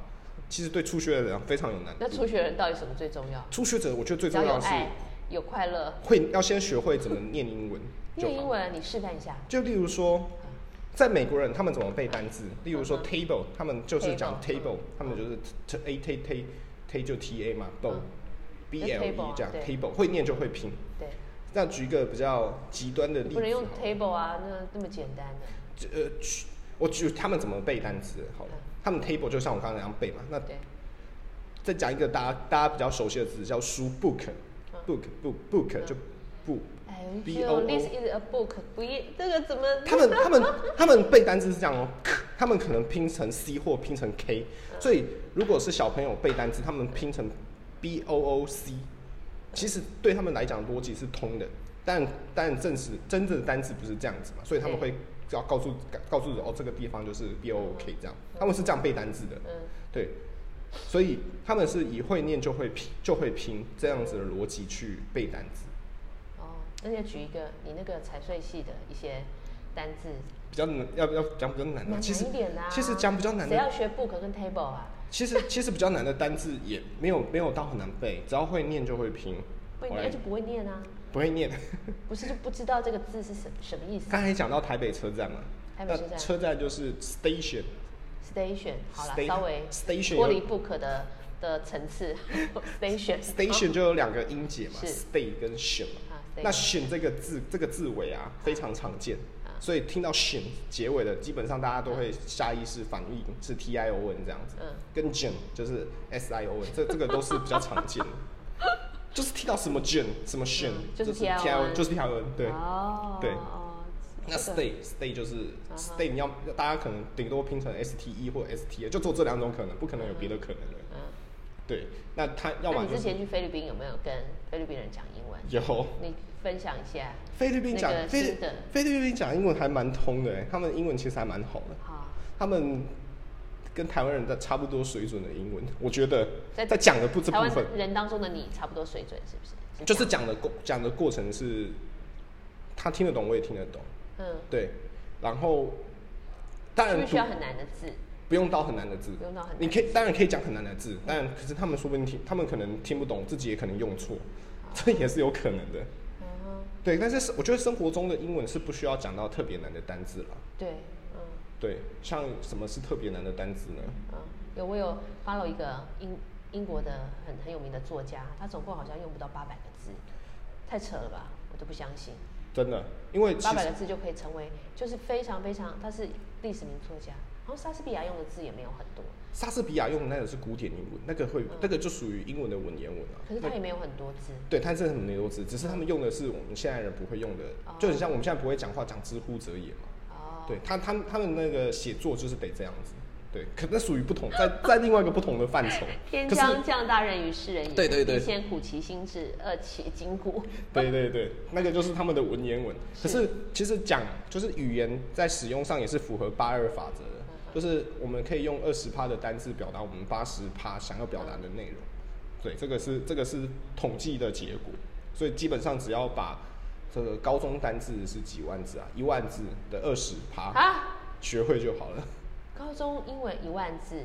Speaker 2: 其实对初学的人非常有难
Speaker 1: 那
Speaker 2: 度。
Speaker 1: 初学人到底什么最重要？
Speaker 2: 初学者，我觉得最
Speaker 1: 只
Speaker 2: 重
Speaker 1: 要
Speaker 2: 要
Speaker 1: 有
Speaker 2: 的是
Speaker 1: 爱，有快乐。
Speaker 2: 会要先学会怎么念英文就
Speaker 1: 念英
Speaker 2: 好。
Speaker 1: 文，啊你示范一下。
Speaker 2: 就例如说，在美国人他们怎么背单字？例如说 table，他们就是讲
Speaker 1: 嗯 Table，
Speaker 2: table，他们就是 t a t t t 就 t a 嘛，b
Speaker 1: 嗯
Speaker 2: b
Speaker 1: 那
Speaker 2: l e
Speaker 1: table 啊
Speaker 2: 这样
Speaker 1: 对
Speaker 2: table 会念就会拼。
Speaker 1: 对，
Speaker 2: 那举一个比较极端的例
Speaker 1: 不
Speaker 2: 子哦好了，
Speaker 1: 能用 table 啊，那那么简单的。
Speaker 2: 这呃，举我举他们怎么背单词好了，
Speaker 1: 嗯
Speaker 2: 他们 table 就像我刚刚那样背嘛。那
Speaker 1: 对，
Speaker 2: 再讲一个大家大家比较熟悉的词叫书 book
Speaker 1: 嗯
Speaker 2: book book book
Speaker 1: 嗯
Speaker 2: 就 book。
Speaker 1: 哎
Speaker 2: B
Speaker 1: 呦
Speaker 2: O O
Speaker 1: ，this is a book，不一这个怎么？
Speaker 2: 哦他们他们他们背单词是这样哦， 他们可能拼成 C 或拼成 K，所以如果是小朋友背单词，他们拼成 B O O C，其实对他们来讲逻辑是通的，但但正是真正的单词不是这样子嘛，所以他们
Speaker 1: 对
Speaker 2: 会要告诉告诉人哦，这个地方就是 B O O K 这样，他们是这样背单词的，
Speaker 1: 嗯，
Speaker 2: 对，所以他们是以会念就会拼就会拼这样子的逻辑去背单词，
Speaker 1: 哦，那就举一个你那个财税系的一些单字，
Speaker 2: 比较难要不要讲比较难啊？
Speaker 1: 难
Speaker 2: 其实
Speaker 1: 一点啊。
Speaker 2: 其实讲比较难
Speaker 1: 谁
Speaker 2: 的
Speaker 1: 要学 book 跟 table 啊？
Speaker 2: 其实 其实比较难的单字也没有没有到很难背，只要会念就会拼。
Speaker 1: 不一
Speaker 2: 我
Speaker 1: 定，
Speaker 2: 来
Speaker 1: 而且不会念啊，
Speaker 2: 不会念。
Speaker 1: 不是就不知道这个字是什什么意思
Speaker 2: 刚才讲到台北车站嘛，
Speaker 1: 台北车站
Speaker 2: 那呃车站就是 station，
Speaker 1: ？station 好了，
Speaker 2: Sta-
Speaker 1: 稍微
Speaker 2: station
Speaker 1: 脱离
Speaker 2: 有
Speaker 1: book 的的层 次，station
Speaker 2: station 就有两个音节嘛
Speaker 1: 是
Speaker 2: ，stay 跟 shin 嘛。
Speaker 1: 啊
Speaker 2: 那
Speaker 1: ，station
Speaker 2: shin 这个字这个字尾啊非常常见，
Speaker 1: 啊
Speaker 2: 所以听到 shin 结尾的，基本上大家都会下意识反应是 t i o n 这样子，
Speaker 1: 嗯
Speaker 2: 跟 j i n 就是 s i o n，这这个都是比较常见的。 就是听到什么 j i n 什么 shin，、
Speaker 1: 嗯就是
Speaker 2: t i o
Speaker 1: TION
Speaker 2: n 就是 t i o n 对。
Speaker 1: 哦，
Speaker 2: 对
Speaker 1: 哦
Speaker 2: 那
Speaker 1: 这个
Speaker 2: stay stay 就是
Speaker 1: 啊哈
Speaker 2: stay，你要大家可能顶多拼成 S T E 或 S T A，就做这两种可能，不可能有别的可能了。
Speaker 1: 嗯，
Speaker 2: 对，那他
Speaker 1: 那
Speaker 2: 要么
Speaker 1: 你之
Speaker 2: 就是
Speaker 1: 前去菲律宾有没有跟菲律宾人讲英文？
Speaker 2: 有
Speaker 1: 你分享一下。
Speaker 2: 菲律宾讲
Speaker 1: 那个
Speaker 2: 菲律
Speaker 1: 新的
Speaker 2: 菲律宾讲英文还蛮通的欸，他们英文其实还蛮好的，
Speaker 1: 好，
Speaker 2: 他们跟台湾人的差不多水准的英文，我觉得
Speaker 1: 在
Speaker 2: 在讲的不这
Speaker 1: 台
Speaker 2: 部
Speaker 1: 湾
Speaker 2: 分，
Speaker 1: 人当中的你差不多水准是不是？
Speaker 2: 就是
Speaker 1: 这样
Speaker 2: 讲的过讲的过程是，他听得懂我也听得懂，
Speaker 1: 嗯，
Speaker 2: 对，然后当
Speaker 1: 需
Speaker 2: 然
Speaker 1: 不需要
Speaker 2: 读
Speaker 1: 很难的字？
Speaker 2: 不用到很难的字，
Speaker 1: 不用到很难
Speaker 2: 你可以当然可以讲很难的字，但可是他们说不定听，他们可能听不懂，自己也可能用错，这也是有可能的。
Speaker 1: 嗯哼，
Speaker 2: 对，但是是我觉得生活中的英文是不需要讲到特别难的单字了。
Speaker 1: 对，嗯。
Speaker 2: 对，像什么是特别难的单字呢？
Speaker 1: 嗯，有我有 follow 一个英英国的很很有名的作家，他总共好像用不到八百个字，太扯了吧？我都不相信，
Speaker 2: 真的，因为其
Speaker 1: 八百
Speaker 2: 实
Speaker 1: 个字就可以成为就是非常非常，他是历史名作家，然后莎士比亚用的字也没有很多，
Speaker 2: 莎士比亚用的那个是古典英文，那个会、那个就属于英文的文言文啊。
Speaker 1: 可是他也没有很多字。
Speaker 2: 对，它是很多字，只是他们用的是我们现在人不会用的，
Speaker 1: 哦
Speaker 2: 就很像我们现在不会讲话讲之乎者也嘛。
Speaker 1: 哦，。
Speaker 2: 对他，他们他们那个写作就是得这样子，对，可那属于不同，在在另外一个不同的范畴
Speaker 1: 天
Speaker 2: 可是，
Speaker 1: 将降大任于斯人也，
Speaker 2: 对对对
Speaker 1: 必先苦其心志，饿其筋骨。
Speaker 2: 对对对，那个就是他们的文言文。可是其实讲就是语言在使用上也是符合八二法则的，就是我们可以用二十趴的单字表达我们八十趴想要表达的内容。对，这个是这个是统计的结果，所以基本上只要把这个高中单字是几万字啊，一万字的二十趴
Speaker 1: 啊，
Speaker 2: 学会就好了。
Speaker 1: 高中英文一万字，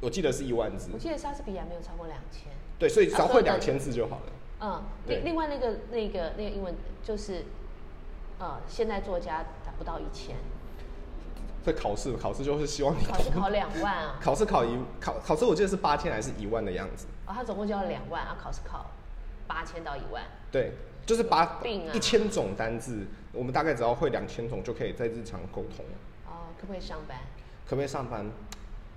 Speaker 2: 我记得是一万字
Speaker 1: 我，记得莎士比亚没有超过两千。
Speaker 2: 对，所以只要会
Speaker 1: 啊
Speaker 2: 两
Speaker 1: 对
Speaker 2: 千字就好了。
Speaker 1: 嗯，
Speaker 2: 对
Speaker 1: 另另外那个那个那个英文就是，呃，现代作家达不到一千，
Speaker 2: 这考试考试就是希望你
Speaker 1: 考试考两万啊，
Speaker 2: 考试考一考考试，我记得是八千还是一万的样子。
Speaker 1: 哦，他总共就要两万啊，考试考八千到一万，
Speaker 2: 对，就是把
Speaker 1: 病啊
Speaker 2: 一千种单字，我们大概只要会两千种就可以在日常沟通。
Speaker 1: 哦，可不可以上班？
Speaker 2: 可不可以上班？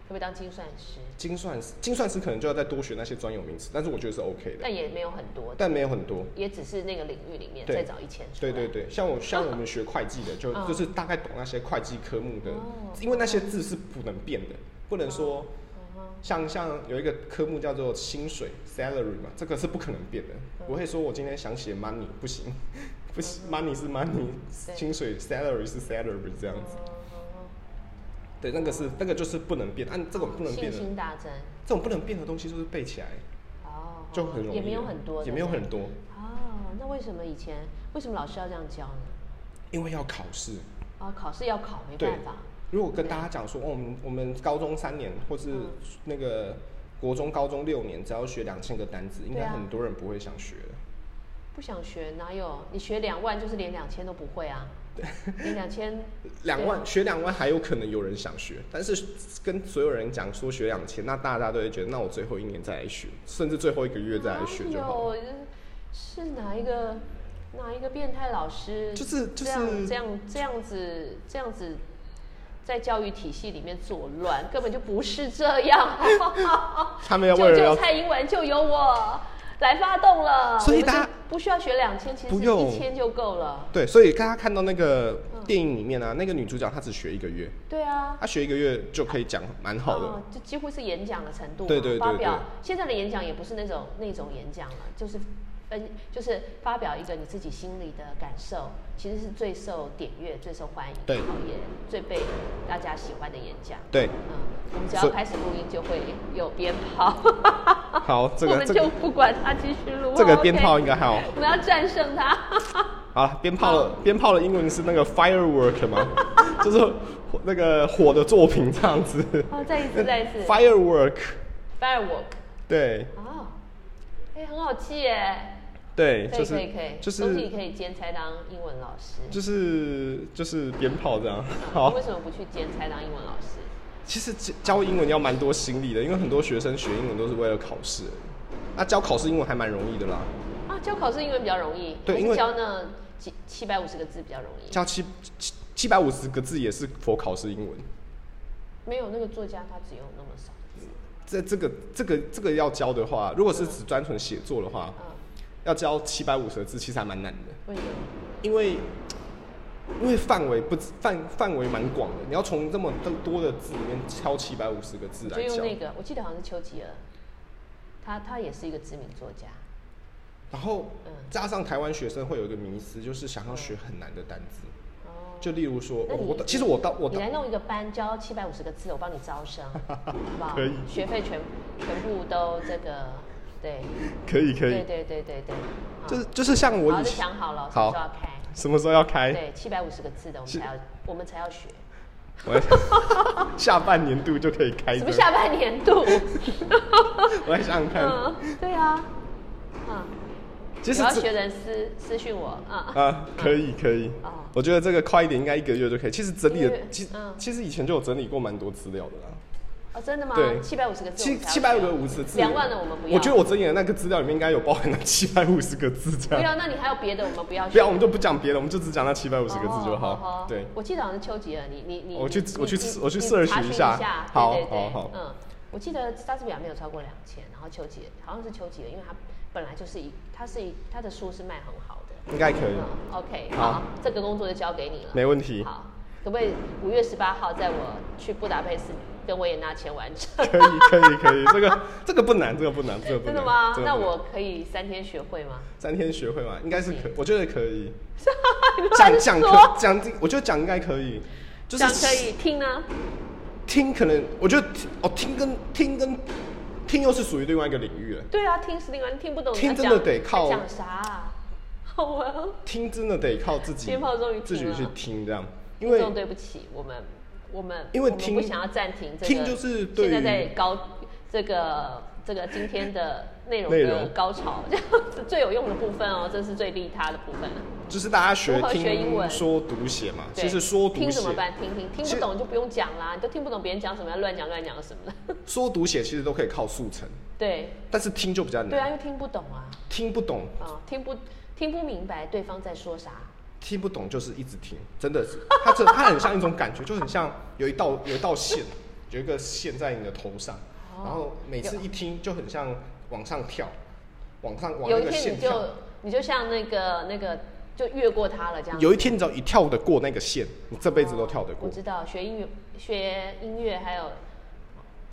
Speaker 1: 可不可以当精算师？
Speaker 2: 精算师精算师可能就要再多学那些专有名词，但是我觉得是 OK 的，
Speaker 1: 但也没有很多，
Speaker 2: 但没有很多。
Speaker 1: 也只是那个领域里面
Speaker 2: 对
Speaker 1: 再找一千出
Speaker 2: 对
Speaker 1: 来。
Speaker 2: 对对，像我像我们学会计的，就
Speaker 1: 嗯
Speaker 2: 就是大概懂那些会计科目的
Speaker 1: 哦，
Speaker 2: 因为那些字是不能变的，不能说
Speaker 1: 嗯哼，
Speaker 2: 像像有一个科目叫做薪水 salary 嘛，这个是不可能变的。
Speaker 1: 嗯
Speaker 2: 不会说我今天想写 money 不行， 不行、money 是 money，
Speaker 1: 对
Speaker 2: 薪水 salary 是 salary 这样子。
Speaker 1: 嗯哼
Speaker 2: 对，那个是那个就是不能变，啊按这种不能
Speaker 1: 信
Speaker 2: 变的，
Speaker 1: 心大增，
Speaker 2: 这种不能变的东西就是背起来
Speaker 1: 哦，
Speaker 2: 就很容易，
Speaker 1: 也没有很多，
Speaker 2: 也没有
Speaker 1: 对不对。
Speaker 2: 很多，
Speaker 1: 哦，那为什么以前为什么老师要这样教呢？
Speaker 2: 因为要考试。
Speaker 1: 啊，考试要考，没
Speaker 2: 对
Speaker 1: 办法。
Speaker 2: 如果跟大家讲说，哦，我们我们高中三年或是
Speaker 1: 嗯
Speaker 2: 那个国中、高中六年，只要学两千个单词，应
Speaker 1: 对
Speaker 2: 该
Speaker 1: 啊
Speaker 2: 很多人不会想学了。
Speaker 1: 不想学哪有？你学两万就是连两千都不会啊！连两 千
Speaker 2: 两万学两万还有可能有人想学，但是跟所有人讲说学两千，那大家都会觉得，那我最后
Speaker 1: 哦
Speaker 2: 一年再来学，甚至最后一个月再来学就好了。
Speaker 1: 哪有是哪一个哪一个变态老师
Speaker 2: 就是就
Speaker 1: 这样
Speaker 2: 是
Speaker 1: 这样这样子这样子在教育体系里面作乱，根本就不是这样。
Speaker 2: 他们要为
Speaker 1: 救
Speaker 2: 了
Speaker 1: 救
Speaker 2: 要
Speaker 1: 蔡英文，就由我来发动了。
Speaker 2: 所以
Speaker 1: 我们
Speaker 2: 大家
Speaker 1: 就不需要学两千，其实
Speaker 2: 不用
Speaker 1: 一千就够了。
Speaker 2: 对，所以大家看到那个电影里面啊，那个女主角她只学一个月，
Speaker 1: 对啊，
Speaker 2: 她学一个月就可以讲蛮好的。
Speaker 1: 哦，就几乎是演讲的程度嘛，
Speaker 2: 对对对
Speaker 1: 发表
Speaker 2: 对
Speaker 1: 现在的演讲也不是那种那种演讲了，就是分就是发表一个你自己心里的感受，其实是最受点阅、最受欢迎，
Speaker 2: 对
Speaker 1: 然后也最被大家喜欢的演讲。
Speaker 2: 对，
Speaker 1: 嗯，我们只要
Speaker 2: 所以
Speaker 1: 开始录音就会有鞭炮，
Speaker 2: 好，这
Speaker 1: 我
Speaker 2: 个
Speaker 1: 们
Speaker 2: 这
Speaker 1: 就
Speaker 2: 个
Speaker 1: 不管它继续录。
Speaker 2: 这个
Speaker 1: OK
Speaker 2: 鞭炮应该还好。
Speaker 1: 我们要战胜它。
Speaker 2: 好了，鞭炮的鞭炮的英文是那个 firework 吗？ 就是火那个火的作品这样子。
Speaker 1: 哦，再一次，再一次
Speaker 2: firework，
Speaker 1: ，firework
Speaker 2: 对
Speaker 1: 啊，哎、很好记耶。
Speaker 2: 对，
Speaker 1: 可
Speaker 2: 就
Speaker 1: 以可
Speaker 2: 是
Speaker 1: 以可以，恭
Speaker 2: 就
Speaker 1: 喜你
Speaker 2: 是
Speaker 1: 可以兼差当英文老师。
Speaker 2: 就是哦就是鞭炮这样。好
Speaker 1: 为，什么不去兼差当英文老师？
Speaker 2: 其实教教英文要蛮多心力的，因为很多学生学英文都是为了考试而已。那教考试英文还蛮容易的啦，
Speaker 1: 啊，教考试英文比较容易，
Speaker 2: 对
Speaker 1: 还是
Speaker 2: 因为
Speaker 1: 教那几七百五十个字比较容易。
Speaker 2: 教七七七百五十个字也是佛考试英文。
Speaker 1: 没有那个作家他只用那么少字，
Speaker 2: 这这个这个这个要教的话，如果是只专纯写作的话，
Speaker 1: 啊，
Speaker 2: 要教七百五十个字其实还蛮难的。
Speaker 1: 为什么？
Speaker 2: 因为因为范围不止范范围蛮广的，你要从这么多的字里面挑七百五十个字
Speaker 1: 就
Speaker 2: 来
Speaker 1: 用
Speaker 2: 教。
Speaker 1: 那个，我记得好像是丘吉尔，他他也是一个知名作家，
Speaker 2: 然后
Speaker 1: 嗯
Speaker 2: 加上台湾学生会有一个迷思，就是想要学很难的单字，
Speaker 1: 哦，
Speaker 2: 就例如说，
Speaker 1: 那
Speaker 2: 哦
Speaker 1: 你
Speaker 2: 我到其实我到我
Speaker 1: 你
Speaker 2: 到
Speaker 1: 来弄一个班教七百五十个字，我帮你招生，好不好？
Speaker 2: 可以
Speaker 1: 学费全全部都这个，对，
Speaker 2: 可以可
Speaker 1: 对
Speaker 2: 以，
Speaker 1: 对对对对，好
Speaker 2: 就是就是像我
Speaker 1: 好，
Speaker 2: 以
Speaker 1: 就
Speaker 2: 前
Speaker 1: 想好了，什么
Speaker 2: 好
Speaker 1: 时候要开？
Speaker 2: 什么时候要开，
Speaker 1: 对，七百五十个字的，我们
Speaker 2: 是
Speaker 1: 才要，我们才要学。
Speaker 2: 我 下半年度就可以开
Speaker 1: 什么
Speaker 2: 的。
Speaker 1: 下半年 度？
Speaker 2: 我来想想看，
Speaker 1: 嗯，对啊，嗯，
Speaker 2: 其实
Speaker 1: 有要
Speaker 2: 这
Speaker 1: 学的人私私讯我，嗯，
Speaker 2: 啊可以可以
Speaker 1: 哦，
Speaker 2: 我觉得这个快一点，应该一个月就可以。其实整理
Speaker 1: 一个
Speaker 2: 的
Speaker 1: 月，
Speaker 2: 其
Speaker 1: 嗯
Speaker 2: 其实以前就有整理过蛮多资料的啦。
Speaker 1: 哦，真的吗？
Speaker 2: 对
Speaker 1: 七百五十个字，
Speaker 2: 七七百五十个字，
Speaker 1: 两万的我们不要，
Speaker 2: 我觉得我整理的那个资料里面应该有包含那七百五十个字这
Speaker 1: 不
Speaker 2: 样。
Speaker 1: 要，啊那你还有别的我们不要学，
Speaker 2: 不要，我们就不讲别的，我们就只讲那七百五十个字就
Speaker 1: 哦
Speaker 2: 好。对，
Speaker 1: 我记得好像是丘吉尔，你你你，
Speaker 2: 我去
Speaker 1: 你
Speaker 2: 我去
Speaker 1: 你
Speaker 2: 我去
Speaker 1: 你
Speaker 2: search
Speaker 1: 查询一
Speaker 2: 一下好
Speaker 1: 对对对，
Speaker 2: 好好
Speaker 1: 嗯。我记得莎士比亚没有超过两千，然后丘吉尔好像是丘吉尔，因为他本来就是一，他是一他的书是卖很好的。
Speaker 2: 应该可以
Speaker 1: 嗯，，OK，
Speaker 2: 好
Speaker 1: 好，这个工作就交给你了。
Speaker 2: 没问题，
Speaker 1: 好，可不可以五月十八号在我去布达佩斯跟维也纳前完 成？
Speaker 2: 可以可以可以，这个这个不难，这个不难，这个不难。
Speaker 1: 真的吗？
Speaker 2: 这个
Speaker 1: 那
Speaker 2: 不难
Speaker 1: 我可以三天学会吗？
Speaker 2: 三天学会嘛，应该是可
Speaker 1: 行，
Speaker 2: 我觉得可以。
Speaker 1: 嗯 乱
Speaker 2: 讲讲
Speaker 1: 说
Speaker 2: 可讲，我觉得讲应该可以，就是
Speaker 1: 这样可以听呢？
Speaker 2: 听可能，我觉得听哦听跟听跟听又是属于另外一个领域了，
Speaker 1: 对啊，听是另外听不懂你
Speaker 2: 听
Speaker 1: 要
Speaker 2: 真
Speaker 1: 讲，
Speaker 2: 的得靠
Speaker 1: 在讲啥啊？ 好啊玩。
Speaker 2: 听真的得靠自己，
Speaker 1: 鞭炮终于停
Speaker 2: 自己去
Speaker 1: 了
Speaker 2: 听这样，因
Speaker 1: 听
Speaker 2: 为
Speaker 1: 众，对不起，我们我们
Speaker 2: 因为
Speaker 1: 我们
Speaker 2: 听
Speaker 1: 不想要暂停这个，
Speaker 2: 听就是对于
Speaker 1: 现在在高这个这个今天的内容
Speaker 2: 内
Speaker 1: 的
Speaker 2: 容
Speaker 1: 高潮， 这样子最有用的部分哦，这是最利他的部分。
Speaker 2: 就是大家学
Speaker 1: 如何
Speaker 2: 听
Speaker 1: 学英文
Speaker 2: 说读写嘛，
Speaker 1: 对
Speaker 2: 其实说读
Speaker 1: 听怎
Speaker 2: 写
Speaker 1: 么办？听听听
Speaker 2: 其
Speaker 1: 不
Speaker 2: 实
Speaker 1: 懂就不用讲啦，你都听不懂别人讲什么，要乱讲乱讲什么的。
Speaker 2: 说读写其实都可以靠速成，
Speaker 1: 对
Speaker 2: 但是听就比较难，
Speaker 1: 对啊，又听不懂啊，
Speaker 2: 听不懂
Speaker 1: 啊、听不听不明白对方在说啥。
Speaker 2: 听不懂就是一直听，真的是，它这它很像一种感觉，就很像有一道有一道线， 有一个线在你的头上，
Speaker 1: 哦
Speaker 2: 然后每次一听就很像往上跳，往上往
Speaker 1: 有
Speaker 2: 那
Speaker 1: 一
Speaker 2: 个
Speaker 1: 天
Speaker 2: 线
Speaker 1: 你就
Speaker 2: 跳。
Speaker 1: 你就像那个那个就越过他了这样。
Speaker 2: 有一天你只要一跳得过那个线，你这辈子都跳得
Speaker 1: 我
Speaker 2: 过。
Speaker 1: 知道，学音乐学音乐还有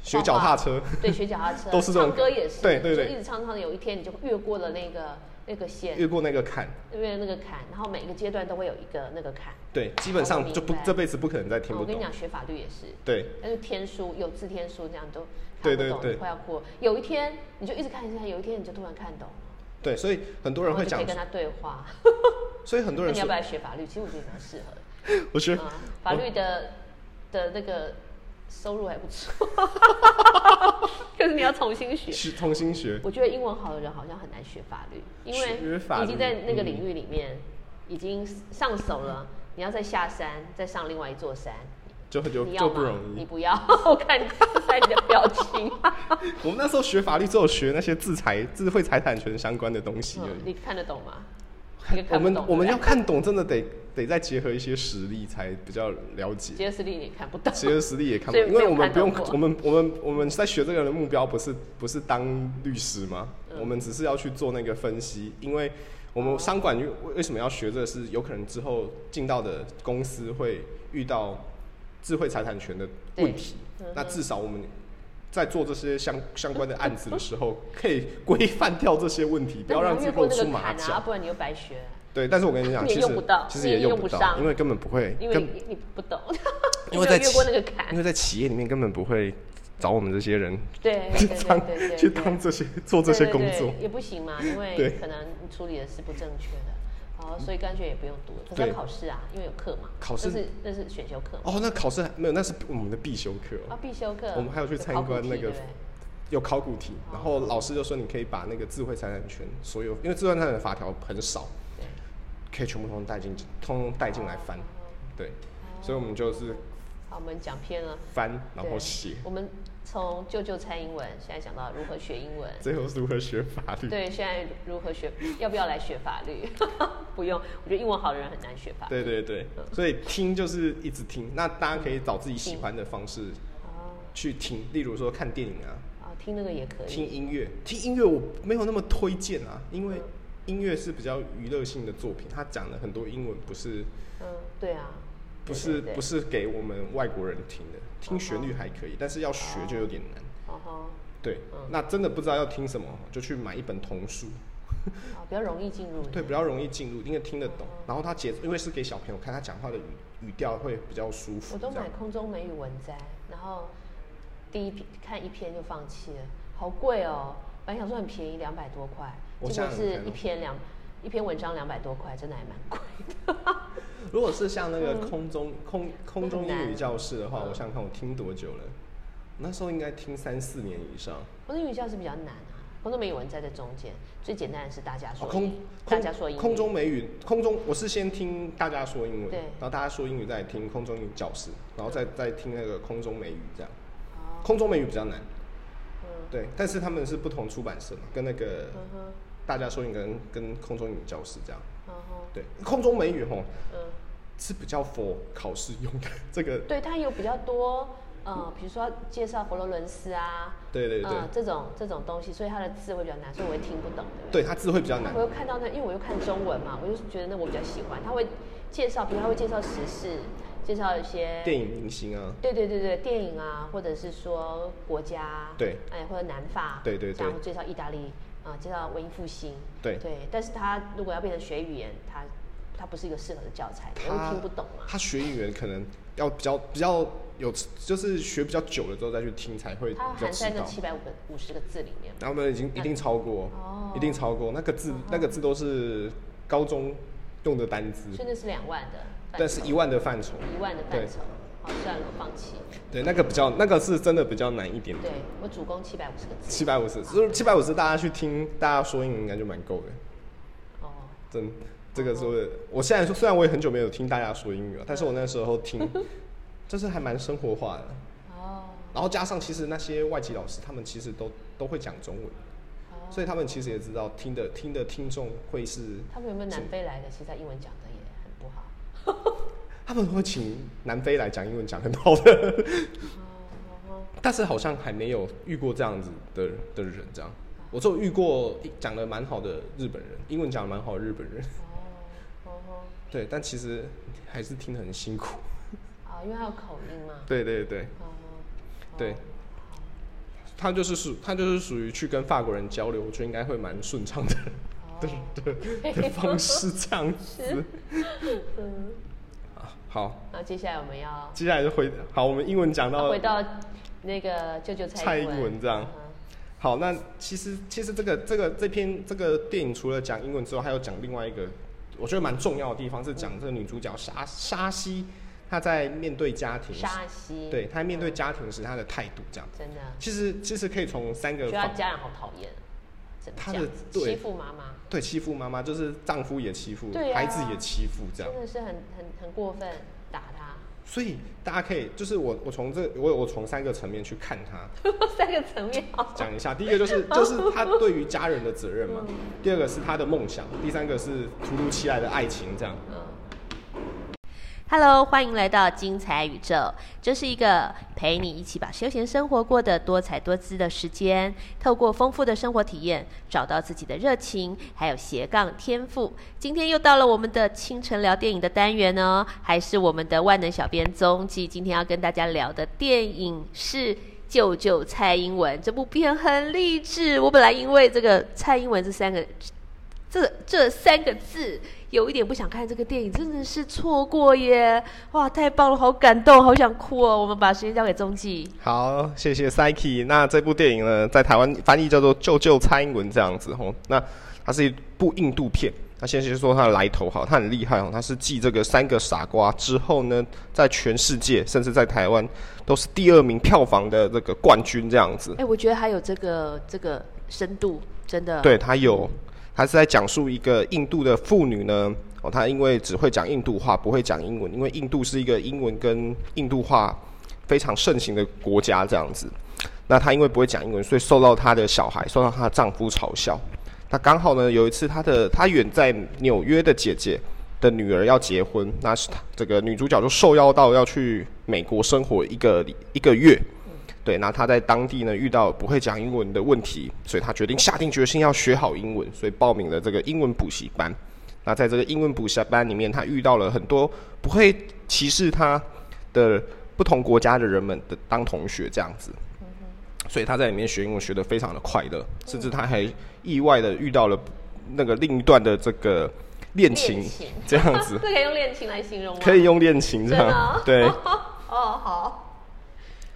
Speaker 2: 学脚踏车，
Speaker 1: 对，学脚踏车
Speaker 2: 都是这种
Speaker 1: 唱歌也是，
Speaker 2: 对对对
Speaker 1: 就一直唱唱的，有一天你就越过了那个那个线，
Speaker 2: 越过那个坎，
Speaker 1: 越那个坎，然后每个阶段都会有一个那个坎。
Speaker 2: 对，基本上就不
Speaker 1: 我明白
Speaker 2: 这辈子不可能再听
Speaker 1: 啊
Speaker 2: 不
Speaker 1: 我跟你
Speaker 2: 懂。
Speaker 1: 讲，学法律也是，
Speaker 2: 对，
Speaker 1: 但是天书有字天书这样都
Speaker 2: 对
Speaker 1: 看不懂，
Speaker 2: 对对
Speaker 1: 你快要过。有一天你就一直看一直看，有一天你就突然看懂了，
Speaker 2: 对，所以很多
Speaker 1: 然
Speaker 2: 人
Speaker 1: 后
Speaker 2: 会
Speaker 1: 就可
Speaker 2: 讲
Speaker 1: 以，跟他对话。
Speaker 2: 所以很多
Speaker 1: 那
Speaker 2: 人
Speaker 1: 你要
Speaker 2: 说
Speaker 1: 不，要来学法律？其实我觉得蛮适合的。
Speaker 2: 我学
Speaker 1: 啊，法律的的那个收入还不错， 可是你要重新学。
Speaker 2: 是重新学，
Speaker 1: 我觉得英文好的人好像很难学法律，因为
Speaker 2: 学法律
Speaker 1: 已经在那个领域里面已经上手了，你要再下山，再上另外一座山，
Speaker 2: 就就
Speaker 1: 你要
Speaker 2: 就不
Speaker 1: 吗
Speaker 2: 容？
Speaker 1: 你
Speaker 2: 易。
Speaker 1: 不要， 我看你在你的表情，
Speaker 2: 我们 那时候学法律只有学那些制裁、智慧财产权相关的东西而
Speaker 1: 嗯
Speaker 2: 已。
Speaker 1: 你看得懂吗？一个
Speaker 2: 我
Speaker 1: 看不
Speaker 2: 们
Speaker 1: 懂。
Speaker 2: 我们
Speaker 1: 对
Speaker 2: 要
Speaker 1: 不对
Speaker 2: 看懂，真的得得再结合一些实力才比较了解。
Speaker 1: 杰斯利你也看不懂，
Speaker 2: 其实实力也看不
Speaker 1: 所以
Speaker 2: 懂，因
Speaker 1: 没
Speaker 2: 为
Speaker 1: 有
Speaker 2: 我们
Speaker 1: 看
Speaker 2: 不用
Speaker 1: 到过，
Speaker 2: 我们我们我们在学这个的目标不是不是当律师吗？
Speaker 1: 嗯
Speaker 2: 我们只是要去做那个分析，因为我们商管为为什么要学这个是有可能之后进到的公司会遇到智慧财产权的问题，
Speaker 1: 嗯
Speaker 2: 那至少我们。在做这些相相关的案子的 时候，可以规范掉这些问题，不要让自己
Speaker 1: 越过
Speaker 2: 露
Speaker 1: 那
Speaker 2: 出
Speaker 1: 个
Speaker 2: 马
Speaker 1: 坎啊，
Speaker 2: 脚。
Speaker 1: 不然你又白学，
Speaker 2: 对，但是我跟你讲，
Speaker 1: 你也
Speaker 2: 其
Speaker 1: 用
Speaker 2: 实
Speaker 1: 不到
Speaker 2: 其
Speaker 1: 你
Speaker 2: 实
Speaker 1: 也
Speaker 2: 也
Speaker 1: 用
Speaker 2: 用不
Speaker 1: 不
Speaker 2: 到，
Speaker 1: 上
Speaker 2: 因为根本不会，
Speaker 1: 因为
Speaker 2: 根
Speaker 1: 你你不懂，
Speaker 2: 因为
Speaker 1: 你没
Speaker 2: 在
Speaker 1: 有越过
Speaker 2: 企
Speaker 1: 那个坎
Speaker 2: 因。 为在企业里面根本不会找我们这些人
Speaker 1: 对，
Speaker 2: 去
Speaker 1: 对对
Speaker 2: 当
Speaker 1: 对对
Speaker 2: 去
Speaker 1: 对
Speaker 2: 当这些做这些
Speaker 1: 对对
Speaker 2: 工
Speaker 1: 对
Speaker 2: 作。
Speaker 1: 也不行 嘛，因为
Speaker 2: 对
Speaker 1: 可能你处理的是不正确的，哦，所以干脆也不用读了。可是
Speaker 2: 对
Speaker 1: 要考试啊，因为有课嘛，
Speaker 2: 考试
Speaker 1: 那是那是选修课嘛，
Speaker 2: 哦，那考试还没有，那是我们的必修课哦、
Speaker 1: 啊，必修课。
Speaker 2: 我们还有去参
Speaker 1: 考古
Speaker 2: 观
Speaker 1: 题
Speaker 2: 那个
Speaker 1: 对不对
Speaker 2: 有考古题，然后老师就说你可以把那个智慧财产权所有，因为智慧财产权法条很少，
Speaker 1: 对哦
Speaker 2: 可以全部通通带进，通通带进来翻。对，所以我们就是
Speaker 1: 好，我们讲偏了。
Speaker 2: 翻，然后
Speaker 1: 对
Speaker 2: 写，
Speaker 1: 我们从舅舅猜英文，现在讲到如何学英文。
Speaker 2: 最后是如何学法律。
Speaker 1: 对，现在如何学？要不要来学法律？ 不用，我觉得英文好的人很难学法律。
Speaker 2: 对对对，
Speaker 1: 嗯
Speaker 2: 所以听就是一直听，那大家可以找自己喜欢的方式
Speaker 1: 哦，
Speaker 2: 去听，例如说看电影啊，
Speaker 1: 啊，听那个也可以。
Speaker 2: 听音乐，听音乐我没有那么推荐啊，因为音乐是比较娱乐性的作品，它讲了很多英文，不是
Speaker 1: 嗯，对啊。
Speaker 2: 不是
Speaker 1: 对对对嗯
Speaker 2: 不是给我们外国人听的，听旋律还可以，但是要学就有点难。
Speaker 1: 哦吼。
Speaker 2: 对，
Speaker 1: 嗯
Speaker 2: 那真的不知道要听什么，就去买一本童书，
Speaker 1: 啊，比较容易进入。
Speaker 2: 对，比较容易进入，因为听得懂。然后他节，因为是给小朋友看，他讲话的语语调会比较舒服。
Speaker 1: 我都
Speaker 2: 这样
Speaker 1: 买空中美语文摘，然后第一篇看一篇就放弃了，好贵哦！本来想说很便宜，两百多块，
Speaker 2: 我
Speaker 1: 结果
Speaker 2: 想想
Speaker 1: 是
Speaker 2: 看
Speaker 1: 一篇两一篇文章两百多块，真的还蛮贵的。
Speaker 2: 如果是像那个
Speaker 1: 嗯
Speaker 2: 空中、空空中英语教室的
Speaker 1: 很
Speaker 2: 话，
Speaker 1: 难
Speaker 2: 我想想看，我听多久了？那时候应该听三四年以上。
Speaker 1: 我的英语教室比较难啊，空中美语文摘在中间，最简单的是大家
Speaker 2: 哦
Speaker 1: 说英
Speaker 2: 空
Speaker 1: 语，大
Speaker 2: 空
Speaker 1: 家说英语，
Speaker 2: 空中美语，空中我是先听大家说英文，
Speaker 1: 对
Speaker 2: 然后大家说英语，再听空中英语教室，然后再再听那个空中美语这样。空中美语比较难，对，但是他们是不同出版社嘛，跟那个
Speaker 1: 嗯哼，
Speaker 2: 大家说英语跟跟空中英语教室这样。
Speaker 1: 嗯哼，
Speaker 2: 对，空中美语吼
Speaker 1: 嗯，
Speaker 2: 是比较 for 考试用的，这个
Speaker 1: 对，它有比较多。呃，比如说介绍佛罗伦斯啊，
Speaker 2: 对对对
Speaker 1: 呃，这种这种东西，所以它的字会比较难，所以我会听不懂，对不对？
Speaker 2: 对它字会比较难
Speaker 1: 我。又看到那，因为我又看中文嘛，我就觉得那我比较喜欢。他会介绍，比如他会介绍时事，介绍一些
Speaker 2: 电影明星啊，
Speaker 1: 对对对对，电影啊，或者是说国家，
Speaker 2: 对，
Speaker 1: 哎，或者南法，
Speaker 2: 对对对
Speaker 1: 这样介绍意大利啊、介绍文艺复兴，
Speaker 2: 对
Speaker 1: 对。但是他如果要变成学语言，他他不是一个适合的教材，因为
Speaker 2: 他
Speaker 1: 听不懂啊嘛。
Speaker 2: 他学语言可能要比较比较有，就是学比较久了之后再去听才会
Speaker 1: 它
Speaker 2: 比较
Speaker 1: 含
Speaker 2: 知
Speaker 1: 在那
Speaker 2: 道。
Speaker 1: 七百五个五十个字里面，
Speaker 2: 然后我们已经一定超过，
Speaker 1: 哦
Speaker 2: 一定超过那个字，那个字都是高中用的单字，
Speaker 1: 所以那是两万的范畴，
Speaker 2: 嗯但是一万的范畴，
Speaker 1: 一万的范畴。好，算了，我放弃。
Speaker 2: 对，那个比较那个是真的比较难一点
Speaker 1: 对我主攻七百五十个字，
Speaker 2: 七百五十，就是七百五十，大家去听，大家说英文应该就蛮够的。
Speaker 1: 哦。
Speaker 2: 真，这个是我现在说，虽然我也很久没有听大家说英语了，但是我那时候听， 就是还蛮生活化的。
Speaker 1: 哦，
Speaker 2: 然后加上其实那些外籍老师，他们其实都都会讲中文，
Speaker 1: 哦
Speaker 2: 所以他们其实也知道听的听的听众会是，
Speaker 1: 他们有没有南非来的？其实他英文讲的也很不好。
Speaker 2: 他们会请南非来讲英文讲很好的， 哦但是好像还没有遇过这样子的的人这样。我只有遇过讲的蛮好的日本人，英文讲的蛮好的日本人，
Speaker 1: 哦吼，
Speaker 2: 对，但其实还是听得很辛苦。
Speaker 1: 啊，因为他有口音嘛。
Speaker 2: 对对对。
Speaker 1: 哦，
Speaker 2: 对，他就是属他就是属于去跟法国人交流，我觉得应该会蛮顺畅的
Speaker 1: 哦
Speaker 2: 的 的的方式这样子。啊好，
Speaker 1: 然后接下来我们要
Speaker 2: 接下来就回好，我们英文讲到
Speaker 1: 回到那个舅舅
Speaker 2: 蔡
Speaker 1: 蔡嗯
Speaker 2: 英文这样。好，那其实其实这个这个这篇这个电影除了讲英文之后，还有讲另外一个我觉得蛮重要的地方是讲这个女主角沙沙西，她在面对家庭时，
Speaker 1: 沙西，
Speaker 2: 对，她面对家庭时她的态度这样。
Speaker 1: 真的，
Speaker 2: 其实其实可以从三个
Speaker 1: 觉得他
Speaker 2: 方
Speaker 1: 家人好讨厌，怎么
Speaker 2: 他
Speaker 1: 这
Speaker 2: 的
Speaker 1: 样子
Speaker 2: 对
Speaker 1: 欺负妈妈，
Speaker 2: 对，欺负妈妈就是丈夫也欺负，
Speaker 1: 对啊
Speaker 2: 孩子也欺负，这样
Speaker 1: 真的是很很很过分，打他。
Speaker 2: 所以大家可以，就是我我从这我我从三个层面去看它，
Speaker 1: 三个层面好
Speaker 2: 讲一下。第一个就是就是他对于家人的责任
Speaker 1: 嗯
Speaker 2: 嘛，第二个是他的梦想，第三个是突如其来的爱情这样。
Speaker 1: Hello，欢迎来到精彩宇宙，这是一个陪你一起把休闲生活过得多彩多姿的时间，透过丰富的生活体验，找到自己的热情，还有斜杠天赋。今天又到了我们的清晨聊电影的单元呢，还是我们的万能小编踪迹。今天要跟大家聊的电影是。救救蔡英文！这部片很励志。我本来因为这个“蔡英文”这三个这这三个字，有一点不想看这个电影，真的是错过耶！哇，太棒了，好感动，好想哭哦。我们把时间交给中继。
Speaker 2: 好，谢谢 Psyche。那这部电影呢，在台湾翻译叫做《救救蔡英文》这样子吼。那它是一部印度片。那先先说它的来头哈，它很厉害哦，它是继这个《三个傻瓜》之后呢，在全世界甚至在台湾都是第二名票房的这个冠军这样子。
Speaker 1: 哎，我觉得还有这个这个深度，真的。
Speaker 2: 对，它有，它是在讲述一个印度的妇女呢，哦，她因为只会讲印度话，不会讲英文，因为印度是一个英文跟印度话非常盛行的国家这样子。那她因为不会讲英文，所以受到她的小孩、受到她的丈夫嘲笑。那刚好呢，有一次她的她远在纽约的姐姐的女儿要结婚，那是她这个女主角就受邀到要去美国生活一个礼一个月。对，那她在当地呢遇到不会讲英文的问题，所以她决定下定决心要学好英文，所以报名了这个英文补习班。那在这个英文补习班里面，她遇到了很多不会歧视她的不同国家的人们的当同学这样子。
Speaker 1: 嗯
Speaker 2: 所以他在里面学英文学得非常的快乐，
Speaker 1: 嗯
Speaker 2: 甚至他还意外的遇到了那个另一段的这个恋情
Speaker 1: 恋情，
Speaker 2: 这样子
Speaker 1: 这可以用恋情来形容吗？
Speaker 2: 可以用恋情这
Speaker 1: 真的哦
Speaker 2: 样，对，
Speaker 1: 哦，好，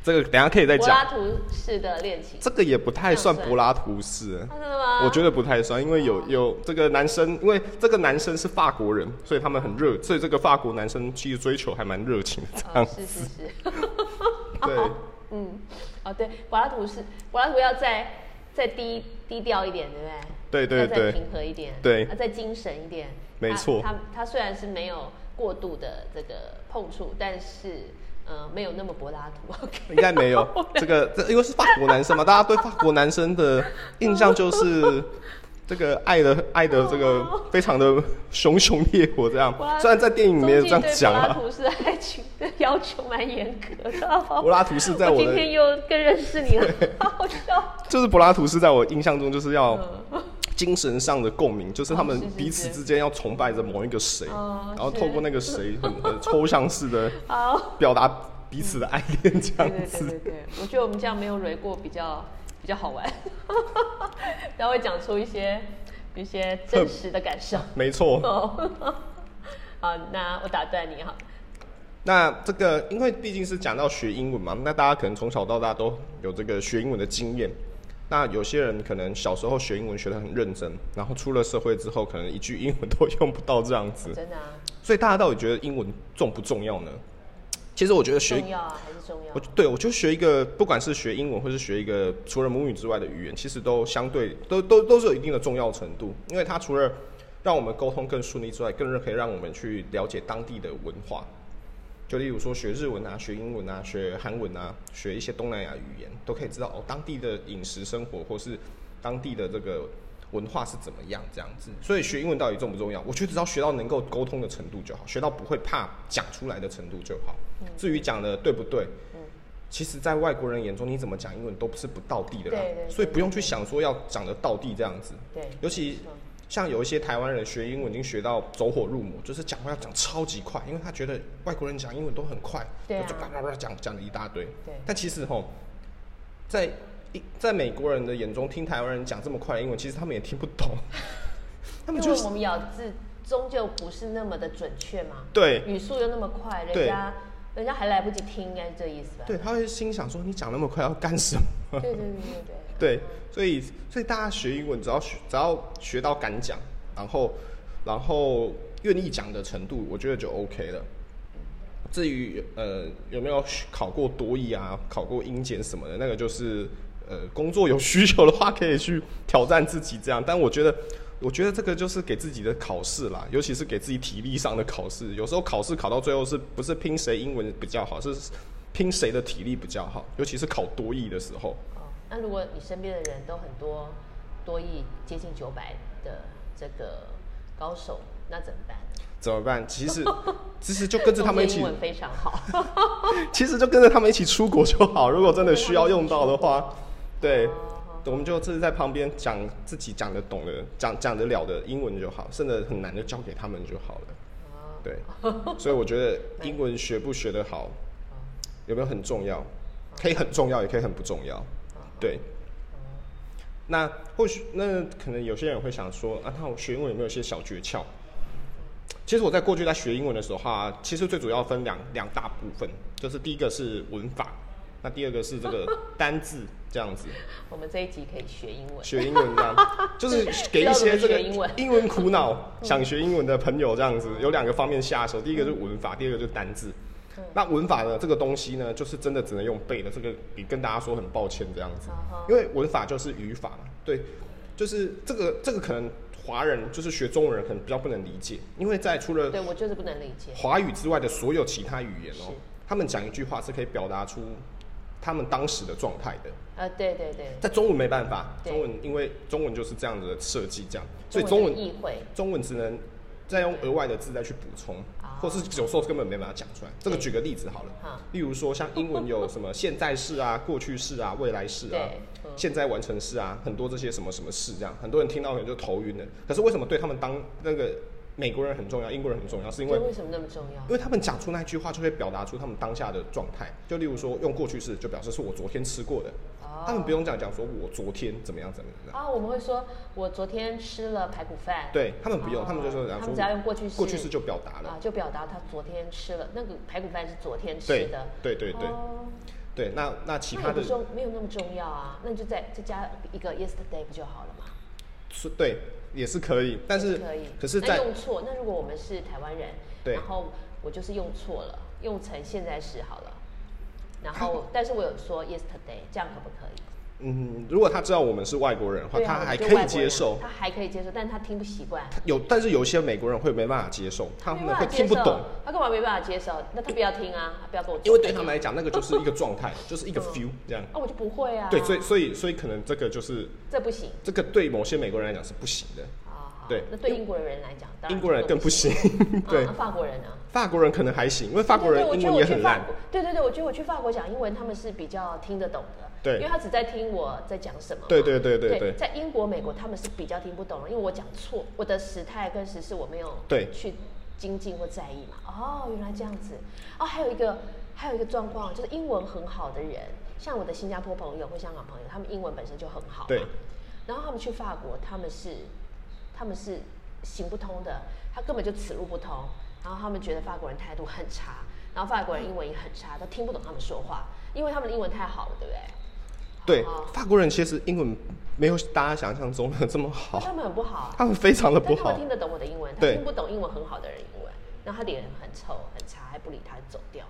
Speaker 2: 这个等一下可以再
Speaker 1: 柏
Speaker 2: 讲
Speaker 1: 拉。图嗯式的恋情，
Speaker 2: 这个也不太算柏拉图式，
Speaker 1: 啊真的吗？
Speaker 2: 我觉得不太算，因为有有这个男生，因为这个男生是法国人，所以他们很热，所以这个法国男生其实追求还蛮热情的这
Speaker 1: 哦
Speaker 2: 样。
Speaker 1: 是是是。
Speaker 2: 对，
Speaker 1: 嗯，哦对，柏拉图是柏拉图要再再低低调一点，对不对？
Speaker 2: 对对
Speaker 1: 要再
Speaker 2: 对
Speaker 1: 平和一点，
Speaker 2: 对
Speaker 1: 要再精神一点。
Speaker 2: 没
Speaker 1: 他
Speaker 2: 错
Speaker 1: 他他虽然是没有过度的这个碰触，但是呃没有那么柏拉图。OK，
Speaker 2: 应该没有这个，这因为是法国男生嘛，大家对法国男生的印象就是这个爱的爱的这个非常的熊熊烈火这样
Speaker 1: 柏拉。图
Speaker 2: 虽然在电影里面
Speaker 1: 中
Speaker 2: 这
Speaker 1: 继
Speaker 2: 样
Speaker 1: 对柏
Speaker 2: 讲
Speaker 1: 拉
Speaker 2: 啊，
Speaker 1: 图是爱情的要求蛮严格的。
Speaker 2: 柏拉图是在我
Speaker 1: 今
Speaker 2: 的
Speaker 1: 天又更认识你 了，好笑。
Speaker 2: 就是柏拉图是在我印象中就是要
Speaker 1: 嗯
Speaker 2: 精神上的共鸣，就是他们
Speaker 1: 是是是
Speaker 2: 彼此之间要崇拜着某一个谁，
Speaker 1: 哦
Speaker 2: 然后
Speaker 1: 是
Speaker 2: 透过那个谁很 很抽象式的
Speaker 1: 好，
Speaker 2: 表达彼此的爱恋这
Speaker 1: 嗯对
Speaker 2: 样
Speaker 1: 对对
Speaker 2: 子。
Speaker 1: 对对，我觉得我们这样没有蕊过比较比较好玩， 然后会讲出一些一些真实的感受。
Speaker 2: 没错，
Speaker 1: 哦，好，那我打断你哈。
Speaker 2: 那这个，因为毕竟是讲到学英文嘛，那大家可能从小到大都有这个学英文的经验。那有些人可能小时候学英文学得很认真，然后出了社会之后，可能一句英文都用不到这样子。
Speaker 1: 真的啊，
Speaker 2: 所以大家到底觉得英文重不重要呢？其实我觉得学
Speaker 1: 重要啊，还是重要
Speaker 2: 我？对我就学一个，不管是学英文或是学一个除了母语之外的语言，其实都相对都都都是有一定的重要程度，因为它除了让我们沟通更顺利之外，更可以让我们去了解当地的文化。就例如说学日文啊、学英文啊、学韩文啊、学一些东南亚语言，都可以知道哦当地的饮食生活或是当地的这个文化是怎么样这样子。所以学英文到底重不重要？我觉得只要学到能够沟通的程度就好，学到不会怕讲出来的程度就好。至于讲的对不对，
Speaker 1: 嗯
Speaker 2: 其实，在外国人眼中，你怎么讲英文都不是不到地的啦，
Speaker 1: 对对对嗯
Speaker 2: 所以不用去想说要讲的到地这样子。
Speaker 1: 对，
Speaker 2: 尤其像有一些台湾人学英文已经学到走火入魔，就是讲话要讲超级快，因为他觉得外国人讲英文都很快，
Speaker 1: 对啊
Speaker 2: 就叭叭叭讲讲了一大堆。
Speaker 1: 对
Speaker 2: 但其实吼，在一在美国人的眼中，听台湾人讲这么快的英文，其实他们也听不懂， 他们
Speaker 1: 因
Speaker 2: 就
Speaker 1: 为
Speaker 2: 是
Speaker 1: 我们咬字终究不是那么的准确嘛，
Speaker 2: 对
Speaker 1: 语速又那么快，人
Speaker 2: 对
Speaker 1: 家人家还来不及听，应该是这意思吧？
Speaker 2: 对，他会心想说你讲那么快要干什么？
Speaker 1: 对对对对对。
Speaker 2: 对，所以所以大家学英文，只要学只要学到敢讲，然后然后愿意讲的程度，我觉得就 OK 了。至于呃有没有考过多译啊，考过英检什么的，那个就是呃工作有需求的话可以去挑战自己这样。但我觉得我觉得这个就是给自己的考试啦，尤其是给自己体力上的考试。有时候考试考到最后是不是拼谁英文比较好，是拼谁的体力比较好，尤其是考多译的时候。
Speaker 1: 哦，那如果你身边的人都很多多亿接近九百的这个高手，那怎么办呢？
Speaker 2: 怎么 办？其实其实就跟着他们一
Speaker 1: 中间
Speaker 2: 起
Speaker 1: 英，文非常好，
Speaker 2: 其实就跟着他们一起出国就 好。如果真的需要用到的
Speaker 1: 哦
Speaker 2: 话，对，我们就只是在旁边讲自己讲得懂的、讲讲得了的英文就好，甚至很难的交给他们就好了。
Speaker 1: 哦
Speaker 2: 对， 所以我觉得英文学不学得
Speaker 1: 哦
Speaker 2: 好，有没有很重要？可以很重要，也可以很不重要。
Speaker 1: 哦
Speaker 2: 对。那或许那可能有些人会想说啊，那我学英文有没有一些小诀窍？其实我在过去在学英文的时候哈，其实最主要分两两大部分，就是第一个是文法，那第二个是这个单字这 样子。
Speaker 1: 我们这一集可以学英文。
Speaker 2: 学英文这样，就是给一些这个英文苦恼、想学英文的朋友这样子，有两个方面下手，第一个就是文法，第二个就是单字。那文法呢，这个东西呢，就是真的只能用背的，这个也跟大家说很抱歉这样子
Speaker 1: 啊哈，
Speaker 2: 因为文法就是语法嘛，对，就是这个这个可能华人就是学中文人可能比较不能理解，因为在除了
Speaker 1: 对我就是不能理解。
Speaker 2: 华语之外的所有其他语言
Speaker 1: 是
Speaker 2: 哦、他们讲一句话是可以表达出他们当时的状态的，
Speaker 1: 啊，对对对，
Speaker 2: 在中文没办法，
Speaker 1: 对
Speaker 2: 中文因为中文就是这样子的设计，这样，所以中
Speaker 1: 中
Speaker 2: 文
Speaker 1: 文的意会
Speaker 2: 中文只能再用额外的字再去补充
Speaker 1: 啊，
Speaker 2: 或是有时候根本没办法讲出来。这个举个例子好
Speaker 1: 好
Speaker 2: 了，例如说像英文有什么现在式啊、过去式啊、未来式啊
Speaker 1: 对嗯、
Speaker 2: 现在完成式啊，很多这些什么什么式这样，很多人听到可能就头晕了。可是为什么对他们当那个美国人很重要，英国人很重要，是因为
Speaker 1: 对为什么那么重要
Speaker 2: 因？为他们讲出那句话，就会表达出他们当下的状态。就例如说，用过去式就表示是我昨天吃过的，
Speaker 1: 哦
Speaker 2: 他们不用讲讲说我昨天怎么样怎么样。
Speaker 1: 啊，我们会说，我昨天吃了排骨饭。
Speaker 2: 对他们不用，
Speaker 1: 哦
Speaker 2: 他们就说讲
Speaker 1: 他
Speaker 2: 说
Speaker 1: 们只要用过去式，
Speaker 2: 过去式就表达了。
Speaker 1: 啊，就表达他昨天吃了那个排骨饭是昨天
Speaker 2: 对
Speaker 1: 吃的。
Speaker 2: 对对对
Speaker 1: 哦
Speaker 2: 对，那那其
Speaker 1: 那
Speaker 2: 他
Speaker 1: 也
Speaker 2: 的
Speaker 1: 不重，没有那么重要啊，那你就再再加一个 yesterday 不就好了嘛？
Speaker 2: 是对也是可以，但是
Speaker 1: 可以。
Speaker 2: 可是
Speaker 1: 那
Speaker 2: 在
Speaker 1: 用错，那如果我们是台湾人，
Speaker 2: 对
Speaker 1: 然后我就是用错了，用成现在时好了，然 后但是我有说 yesterday，这样可不可以？
Speaker 2: 嗯，如果他知道我们是外国人的话，
Speaker 1: 对啊
Speaker 2: 他还
Speaker 1: 我就
Speaker 2: 可
Speaker 1: 外
Speaker 2: 以
Speaker 1: 国
Speaker 2: 接
Speaker 1: 人
Speaker 2: 受。
Speaker 1: 他还可以接受，但是他听不习惯，
Speaker 2: 有，但是有一些美国人会没办法接受，他
Speaker 1: 没
Speaker 2: 们
Speaker 1: 办
Speaker 2: 会
Speaker 1: 法
Speaker 2: 听
Speaker 1: 啊接
Speaker 2: 不
Speaker 1: 受
Speaker 2: 懂，，
Speaker 1: 他干嘛没办法接受？那他不要听啊，他不要跟我讲，
Speaker 2: 因为对他们来讲，那个就是一个状态，就是一个 feel 这样。
Speaker 1: 啊，我就不会啊，
Speaker 2: 对，所以所以所以可能这个就是
Speaker 1: 这不行
Speaker 2: 这个对某些美国人来讲是不行的，
Speaker 1: 啊，好
Speaker 2: 对
Speaker 1: 那对英国人来讲，当然
Speaker 2: 英国人
Speaker 1: 就
Speaker 2: 更不行。 对
Speaker 1: 啊，啊，法国人呢？
Speaker 2: 法国人可能还行，因为法国人
Speaker 1: 对
Speaker 2: 英
Speaker 1: 对
Speaker 2: 文
Speaker 1: 我
Speaker 2: 也
Speaker 1: 觉得我
Speaker 2: 很
Speaker 1: 去法
Speaker 2: 烂。
Speaker 1: 国对对对，我觉得我去法国讲英文，他们是比较听得懂的。
Speaker 2: 对
Speaker 1: 因为他只在听我在讲什么嘛。
Speaker 2: 对对对对
Speaker 1: 对
Speaker 2: 对
Speaker 1: 在英国、美国他们是比较听不懂的，因为我讲错，我的时态跟时事我没有
Speaker 2: 对
Speaker 1: 去精进或在意嘛。哦，原来这样子。哦，还有一个还有一个状况就是英文很好的人，像我的新加坡朋友或香港朋友，他们英文本身就很好嘛。
Speaker 2: 对
Speaker 1: 然后他们去法国，他们是他们是行不通的，他根本就此路不通。然后他们觉得法国人态度很差，然后法国人英文也很差，都听不懂他们说话，因为他们的英文太好了，对不对？
Speaker 2: 对
Speaker 1: 哦，
Speaker 2: 法国人其实英文没有大家想象中的这么
Speaker 1: 那
Speaker 2: 好，
Speaker 1: 他们很不好啊，
Speaker 2: 他们非常的不
Speaker 1: 但他们
Speaker 2: 好。
Speaker 1: 听得懂我的英文，他
Speaker 2: 对
Speaker 1: 听不懂英文很好的人英文，然后他脸很臭很差，还不理他走掉。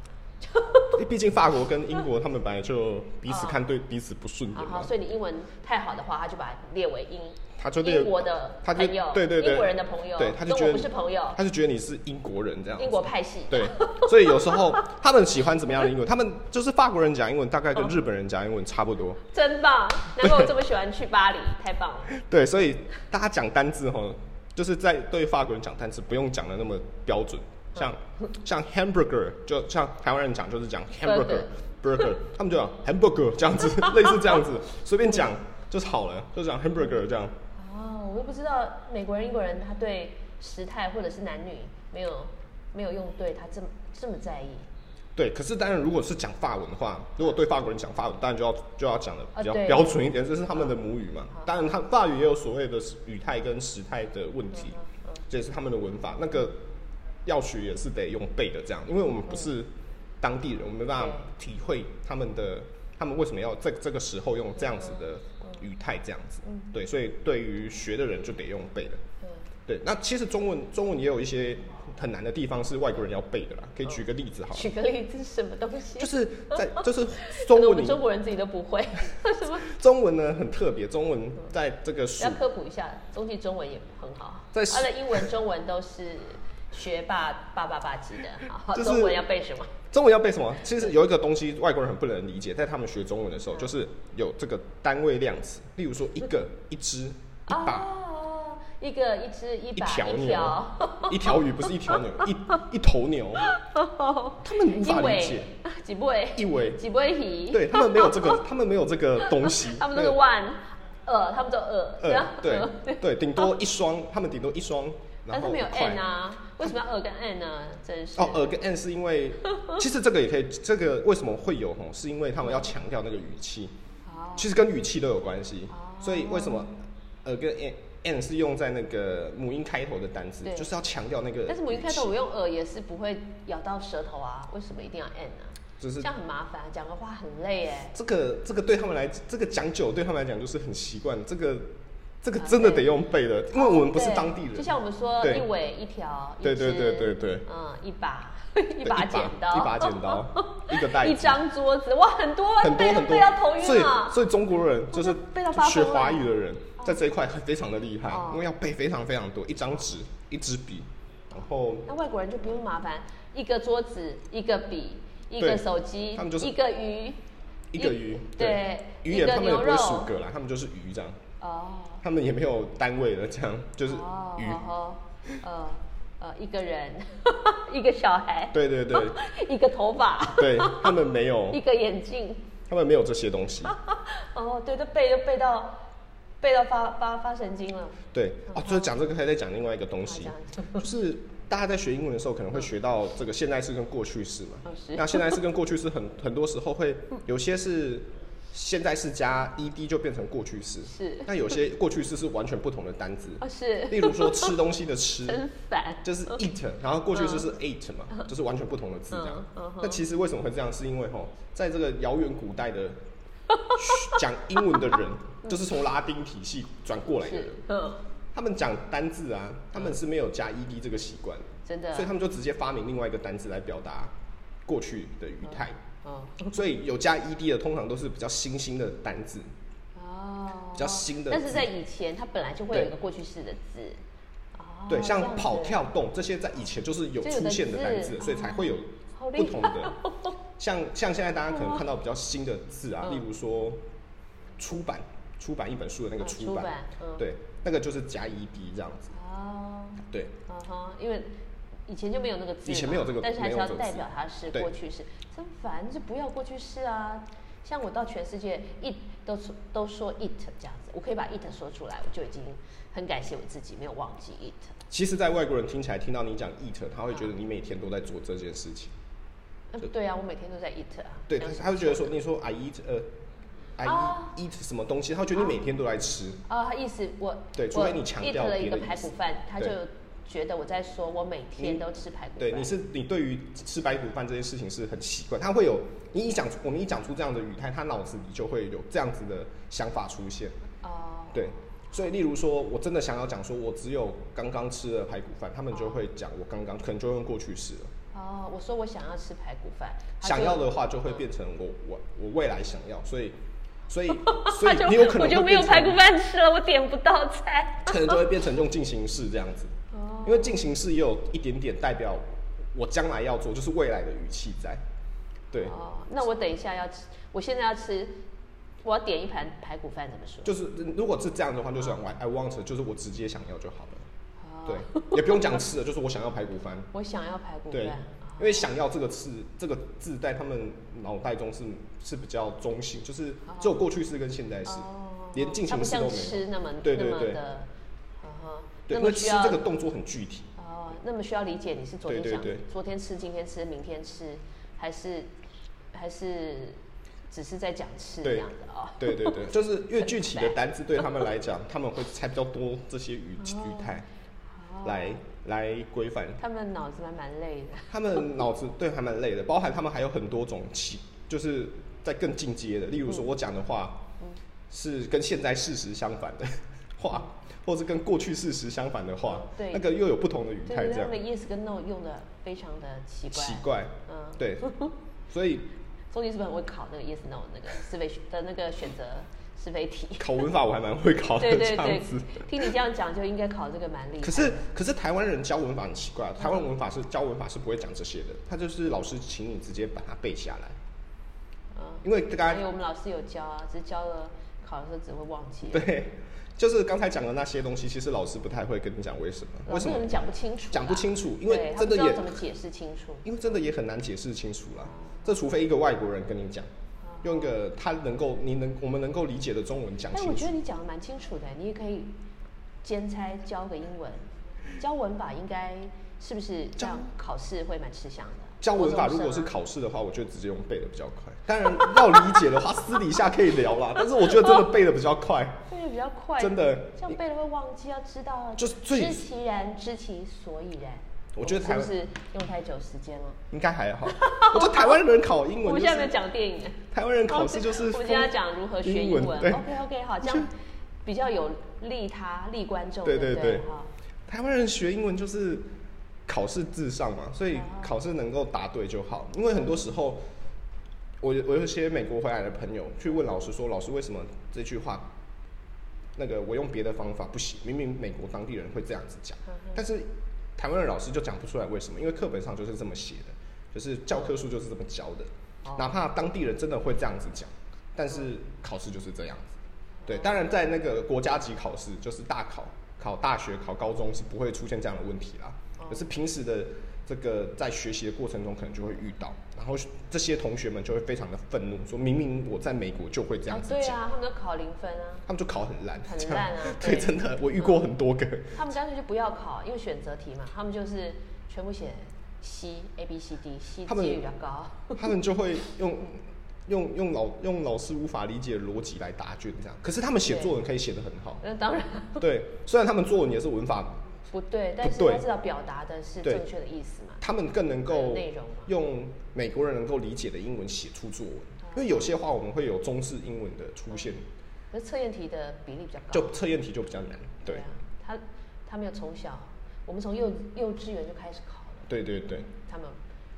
Speaker 2: 毕竟法国跟英国他们本来就彼此看对彼此不顺
Speaker 1: 啊
Speaker 2: 眼
Speaker 1: 哈，
Speaker 2: 嘛，
Speaker 1: 所以你英文太好的话，他就把你列为英，
Speaker 2: 他就列
Speaker 1: 英国的
Speaker 2: 他就
Speaker 1: 朋友，
Speaker 2: 对对对
Speaker 1: 英国人的朋友，
Speaker 2: 对他就觉
Speaker 1: 跟
Speaker 2: 得
Speaker 1: 我不是朋友，
Speaker 2: 他就觉得你是英国人这样子
Speaker 1: 英。国派系，
Speaker 2: 对， 所以有时候他们喜欢怎么样的英文？他们就是法国人讲英文，大概跟日本人讲英文差不多。
Speaker 1: 真棒！难怪我这么喜欢去巴黎，太棒了。
Speaker 2: 对，所以大家讲单字哈，就是在对法国人讲单字，不用讲的那么标准。像像 hamburger，就像台湾人讲就是讲 hamburger burger，他们就讲 hamburger 这样子，类似这样子，随便讲就是好了，就讲 hamburger 这样。
Speaker 1: 哦，我都不知道美国人、英国人他对时态或者是男女没有没有用对他这么这么在意。
Speaker 2: 对，可是当然，如果是讲法文的话，如果对法国人讲法文，当然就要就要讲的比较
Speaker 1: 啊对
Speaker 2: 标准一点，这是他们的母语嘛。当然，他法语也有所谓的语态跟时态的问题，这也是他们的文法。那个要学也是得用背的，这样，因为我们不是当地人，我们没办法体会他们的他们为什么要在这个时候用这样子的语态，这样子。对，所以对于学的人就得用背的。
Speaker 1: 嗯，
Speaker 2: 对，那其实中文中文也有一些很难的地方是外国人要背的啦。可以举个例子好了，
Speaker 1: 举个例子，什么东西？
Speaker 2: 就是在就是
Speaker 1: 可
Speaker 2: 中
Speaker 1: 能我
Speaker 2: 文
Speaker 1: 们
Speaker 2: 里
Speaker 1: 中国人自己都不会，什么？
Speaker 2: 中文呢很特别，中文在这个暑
Speaker 1: 要科普一下，中记中文也很好，
Speaker 2: 在
Speaker 1: 他的英文、中文都是学霸爸爸爸级 的。好，
Speaker 2: 就是
Speaker 1: 中文要背什么？
Speaker 2: 中文要背什么？其实有一个东西外国人很不能理解，在他们学中文的时候，就是有这个单位量词，例如说一
Speaker 1: 嗯
Speaker 2: 个、一只、一把、
Speaker 1: 哦，一个一只一
Speaker 2: 一
Speaker 1: 把
Speaker 2: 条
Speaker 1: 一
Speaker 2: 牛
Speaker 1: 条，、
Speaker 2: 一条鱼，不是一条牛，一一头牛，
Speaker 1: 哦
Speaker 2: 他们无
Speaker 1: 一
Speaker 2: 法理解
Speaker 1: 尾， 几尾
Speaker 2: 一尾，
Speaker 1: 几尾鱼，
Speaker 2: 对他们没有这个，他们没有这个东西，
Speaker 1: 他们都是
Speaker 2: 对
Speaker 1: one 二，他们都二，这样
Speaker 2: 呃， 对对，顶多一双，他们顶多一双，然
Speaker 1: 但是
Speaker 2: 后
Speaker 1: 没有
Speaker 2: 一块
Speaker 1: n 啊，为什么要二跟 n 呢？真是
Speaker 2: 哦，耳跟 n 是 因为，其实这个也可以，这个为什么会有吼？是因为他们要强调那个语气，
Speaker 1: 哦
Speaker 2: 其实跟语气都有关系
Speaker 1: 哦。
Speaker 2: 所以为什么耳跟 n n 是用在那个母音开头的单词
Speaker 1: 对，
Speaker 2: 就是要强调那个语气。
Speaker 1: 但是母音开头我用耳也是不会咬到舌头啊，为什么一定要 n 呢？
Speaker 2: 就是
Speaker 1: 这样很麻烦，讲个话很累哎。
Speaker 2: 这个这个对他们来，这个讲久对他们来讲就是很习惯，这个这个真的得用背的，因为我们不是
Speaker 1: 啊对
Speaker 2: 当地
Speaker 1: 就
Speaker 2: 人。
Speaker 1: 像我们说
Speaker 2: 对
Speaker 1: 一尾一条，一
Speaker 2: 对对
Speaker 1: 只
Speaker 2: 对对对
Speaker 1: 嗯，一把
Speaker 2: 对
Speaker 1: 一把剪刀，
Speaker 2: 一把剪 刀，一个袋
Speaker 1: 一
Speaker 2: 子，
Speaker 1: 张桌子，哇，很多
Speaker 2: 很多
Speaker 1: 背
Speaker 2: 很
Speaker 1: 背到头
Speaker 2: 多，所
Speaker 1: 晕啊
Speaker 2: 以
Speaker 1: 了。
Speaker 2: 所以中国人就是
Speaker 1: 我都背到发
Speaker 2: 学
Speaker 1: 疯了
Speaker 2: 华语的人，在这一块非常的厉害
Speaker 1: 哦，
Speaker 2: 因为要背非常非常多，一张纸、一支笔，然后
Speaker 1: 那外国人就不用麻烦，一个桌子，一个笔，一个
Speaker 2: 对
Speaker 1: 手机
Speaker 2: 他们就，是
Speaker 1: 一个鱼，
Speaker 2: 一个鱼，
Speaker 1: 对，
Speaker 2: 鱼
Speaker 1: 一
Speaker 2: 也
Speaker 1: 个
Speaker 2: 他们也
Speaker 1: 牛
Speaker 2: 不
Speaker 1: 肉
Speaker 2: 会数个啦，他们就是鱼这样，
Speaker 1: 哦，
Speaker 2: 他们也没有单位的这样，就是
Speaker 1: 哦
Speaker 2: 鱼，
Speaker 1: 哦呃呃，一个人， 一个小孩，
Speaker 2: 对对对
Speaker 1: 一个头 发，
Speaker 2: 对，他们没 有
Speaker 1: 一，个眼镜。
Speaker 2: 他们没有这些东西，
Speaker 1: 哦，对，都背都背到背到发发发神经了。
Speaker 2: 对，哦，就是讲这个还在讲另外一个东
Speaker 1: 啊
Speaker 2: 西
Speaker 1: 这样，
Speaker 2: 就是大家在学英文的时候可能会学到这个现代式跟过去式嘛
Speaker 1: 嗯是，
Speaker 2: 那现代式跟过去式很 很多时候会有些是现代式加 ed 就变成过去式，
Speaker 1: 是
Speaker 2: 那有些过去式是完全不同的 单字，
Speaker 1: 哦，是
Speaker 2: 例如说吃东西 的吃，
Speaker 1: 真烦。
Speaker 2: 就是 eat，然后过去式是 ate 嘛，就是完全不同的字这样
Speaker 1: 嗯嗯哼。
Speaker 2: 那其实为什么会这样？是因为吼，在这个遥远古 代的讲英文的人，就是从拉丁体系转过来的人
Speaker 1: 嗯是。，嗯，
Speaker 2: 他们讲单字啊，他们是没有加 ed 这个习惯，
Speaker 1: 真的
Speaker 2: 所以。他们就直接发明另外一个单字来表达过去的语态。
Speaker 1: 嗯，
Speaker 2: 所以有加 ed 的，通常都是比较新兴的单字，
Speaker 1: 哦，
Speaker 2: 比较新的字
Speaker 1: 但是在以前，它本来就会有
Speaker 2: 对
Speaker 1: 一个过去式的字。哦
Speaker 2: 对，
Speaker 1: 这样
Speaker 2: 像
Speaker 1: 子
Speaker 2: 跑、跳、动这些，在以前就是有
Speaker 1: 就有的
Speaker 2: 出现的单字，
Speaker 1: 字
Speaker 2: 所以才会有
Speaker 1: 好厉害
Speaker 2: 不 同的。像像现在大家可能看到比较新的字啊，
Speaker 1: 哦嗯
Speaker 2: 例如说出版，出版一本书的那个
Speaker 1: 嗯
Speaker 2: 出
Speaker 1: 出版
Speaker 2: 版
Speaker 1: 嗯，
Speaker 2: 对，那个就是加 ed 这样子，
Speaker 1: 哦，
Speaker 2: 对。
Speaker 1: 嗯哼，因为以前就没有那个字嘛，
Speaker 2: 以前没有这个
Speaker 1: 但是还是
Speaker 2: 没
Speaker 1: 要
Speaker 2: 有这个字
Speaker 1: 代表它是
Speaker 2: 对
Speaker 1: 过去式，真烦，就不要过去式啊。像我到全世界 it 都说都说 it 这样子，我可以把 it 说出来，我就已经很感谢我自己没有忘记 it。
Speaker 2: 其实，在外国人听起来听到你讲 eat，他会觉得你每天都在做这件事情。
Speaker 1: 嗯，对啊，我每天都在 it 啊。
Speaker 2: 对，
Speaker 1: 这
Speaker 2: 他
Speaker 1: 样子
Speaker 2: 他会觉得说，你说 I eat 呃，I
Speaker 1: 啊
Speaker 2: eat 什么东西，他会觉得你每天都在吃。
Speaker 1: 啊，他意思我
Speaker 2: 对除
Speaker 1: 我
Speaker 2: 非你强
Speaker 1: it
Speaker 2: 调
Speaker 1: 了
Speaker 2: 别
Speaker 1: 一个
Speaker 2: 的意
Speaker 1: 排
Speaker 2: 思
Speaker 1: 骨饭，他就
Speaker 2: 对
Speaker 1: 觉得我在说我每天
Speaker 2: 你
Speaker 1: 都吃排骨饭。
Speaker 2: 对，你是你对于吃白骨饭这件事情是很习惯，他会有你一讲出我们一讲出这样的语态，他脑子里就会有这样子的想法出现。
Speaker 1: 哦，
Speaker 2: 对，所以例如说我真的想要讲说我只有刚刚吃了排骨饭，他们就会讲我刚刚，可能就用过去式了。
Speaker 1: 哦，我说我想要吃排骨饭，他
Speaker 2: 想
Speaker 1: 就
Speaker 2: 要的话就会变成我我我未来想要，所以所以 所
Speaker 1: 他
Speaker 2: 以
Speaker 1: 就
Speaker 2: 你有可能
Speaker 1: 我就
Speaker 2: 会
Speaker 1: 没有
Speaker 2: 变成
Speaker 1: 排骨饭吃了，我点不到菜。
Speaker 2: 可能就会变成用进行式这样子，
Speaker 1: 哦
Speaker 2: 因为进行式也有一点点代表我将来要做，就是未来的语气在。对，
Speaker 1: 哦，那我等一下要吃，我现在要吃，我要点一盘排骨饭，怎么说？
Speaker 2: 就是如果是这样的话，就是 I I want，就是我直接想要就好了。
Speaker 1: 哦，
Speaker 2: 对，也不用讲吃的，就是我想要排骨饭。
Speaker 1: 我想要排骨
Speaker 2: 对
Speaker 1: 饭。，
Speaker 2: 因为想要这个字这个字在他们脑袋中是是比较中性，就是
Speaker 1: 哦
Speaker 2: 只有过去式跟现在式，连进
Speaker 1: 它
Speaker 2: 行
Speaker 1: 不
Speaker 2: 式都
Speaker 1: 哦像
Speaker 2: 没有。
Speaker 1: 吃那么
Speaker 2: 对对
Speaker 1: 那么
Speaker 2: 对
Speaker 1: 的，嗯哼，
Speaker 2: 对，
Speaker 1: 那
Speaker 2: 因为
Speaker 1: 么
Speaker 2: 吃
Speaker 1: 需要
Speaker 2: 这个动作很具体。
Speaker 1: 哦，那么需要理解你是昨天
Speaker 2: 对对
Speaker 1: 想
Speaker 2: 对
Speaker 1: 昨天吃，今天吃，明天吃，还是还是只是在讲吃这
Speaker 2: 对
Speaker 1: 样子哦。
Speaker 2: 对对对， 就是越具体的单字对他们来讲，他们会猜比较多这些语语态。
Speaker 1: 哦
Speaker 2: 来来规范。
Speaker 1: 他们脑子还蛮累的。
Speaker 2: 他们脑子对还蛮累的，包含他们还有很多种其，就是在更进阶的，例如说我讲的话、是跟现在事实相反的， 话，或是跟过去事实相反的话，
Speaker 1: 对
Speaker 2: 那个又有不同的语态，
Speaker 1: 对，
Speaker 2: 这
Speaker 1: 他
Speaker 2: 样
Speaker 1: 们的 yes 跟 no 用的非常的奇怪，
Speaker 2: 奇怪，
Speaker 1: 嗯，
Speaker 2: 对，所以
Speaker 1: 中间是不是很会考那个 yes no 那个是非的那个选择是非题？
Speaker 2: 考文法我还蛮会考的
Speaker 1: 对
Speaker 2: 哦这
Speaker 1: 对
Speaker 2: 样
Speaker 1: 对
Speaker 2: 子。，
Speaker 1: 听你这样讲就应该考这个蛮厉害。
Speaker 2: 可是，可是台湾人教文法很奇怪啊，台湾文法是教文法是不会讲这些的，他就是老师请你直接把它背下来，
Speaker 1: 嗯，
Speaker 2: 因为大
Speaker 1: 因为
Speaker 2: 家
Speaker 1: 我们老师有教啊，只是教了考的时候只会忘记。，
Speaker 2: 对，就是刚才讲的那些东西，其实老师不太会跟你讲为什么，
Speaker 1: 老
Speaker 2: 为
Speaker 1: 师
Speaker 2: 什
Speaker 1: 可
Speaker 2: 么
Speaker 1: 能讲不清楚啦，
Speaker 2: 讲不清楚，因为
Speaker 1: 对他
Speaker 2: 真
Speaker 1: 不
Speaker 2: 的
Speaker 1: 知道
Speaker 2: 也
Speaker 1: 怎么解释清楚。
Speaker 2: 因为真的也很难解释清楚啦。这除非一个外国人跟你讲，
Speaker 1: 啊
Speaker 2: 用一个他能够你能我们能够理解的中文讲
Speaker 1: 但我
Speaker 2: 清
Speaker 1: 觉
Speaker 2: 楚
Speaker 1: 得。你讲的蛮清楚的，你也可以兼差教个英文，教文法应该是不是这样考试会蛮吃香的？
Speaker 2: 教文法
Speaker 1: 国
Speaker 2: 如
Speaker 1: 中生啊
Speaker 2: 果是考试的话，我觉得直接用背的比较快。 当然要理解的话，私底下可以聊啦。但是我觉得真的背的比较快。
Speaker 1: 背的比较快，
Speaker 2: 真的
Speaker 1: 这样背了会忘记，要知道啊，
Speaker 2: 就是最
Speaker 1: 知其然，知其所以然。
Speaker 2: 我觉得
Speaker 1: 是不
Speaker 2: 台湾
Speaker 1: 是用太久时间了？
Speaker 2: 应该还好。我觉得台湾人考英
Speaker 1: 我
Speaker 2: 文、
Speaker 1: 们
Speaker 2: 就
Speaker 1: 现在没
Speaker 2: 是
Speaker 1: 有，讲电影，
Speaker 2: 台湾人考试就是
Speaker 1: 我们今天要讲如何学英文。
Speaker 2: 对，
Speaker 1: OK OK，好，这样比较有利他利观众，
Speaker 2: 对
Speaker 1: 对
Speaker 2: 对
Speaker 1: 不
Speaker 2: 对
Speaker 1: 哈，
Speaker 2: 台湾人学英文就是考试至上嘛，所以考试能够答对就好。因为很多时候，我有我有一些美国回来的朋友去问老师说，老师为什么这句话，那个我用别的方法不行？明明美国当地人会这样子讲，
Speaker 1: 嗯
Speaker 2: 但是台湾的老师就讲不出来为什么，因为课本上就是这么写的，就是教科书就是这么教的。
Speaker 1: 哦
Speaker 2: 哪怕当地人真的会这样子讲，但是考试就是这样子。
Speaker 1: 哦
Speaker 2: 对，当然在那个国家级考试，就是大考、考大学、考高中是不会出现这样的问题啦
Speaker 1: 哦。
Speaker 2: 可是平时的这个在学习的过程中，可能就会遇到，然后这些同学们就会非常的愤怒，说明明我在美国就会这
Speaker 1: 啊
Speaker 2: 样子
Speaker 1: 对
Speaker 2: 讲，
Speaker 1: 啊，他们都考零分啊，
Speaker 2: 他们就考很烂，
Speaker 1: 很
Speaker 2: 这样
Speaker 1: 烂啊
Speaker 2: 对，
Speaker 1: 对
Speaker 2: 真的，我遇过很多个。
Speaker 1: 他们干脆就不要考，因为选择题嘛，他们就是全部写 C A B C D，C
Speaker 2: 他们
Speaker 1: 几率比较高。
Speaker 2: 他们就会用用用老用老师无法理解的逻辑来答卷这样。可是他们写作文可以写得很好，
Speaker 1: 那当然
Speaker 2: 对，虽然他们作文也是文法，
Speaker 1: 不对，但是
Speaker 2: 对
Speaker 1: 他至少表达的是
Speaker 2: 对
Speaker 1: 正确的意思嘛。
Speaker 2: 他们更能够
Speaker 1: 内容嘛
Speaker 2: 用美国人能够理解的英文写出作文，因为有些话我们会有中式英文的出现，
Speaker 1: 哦可是测验题的比例比较高。
Speaker 2: 就测验题就比较难，对
Speaker 1: 啊，，他他们有从小，我们从幼幼稚园就开始考了，
Speaker 2: 对对对，
Speaker 1: 他们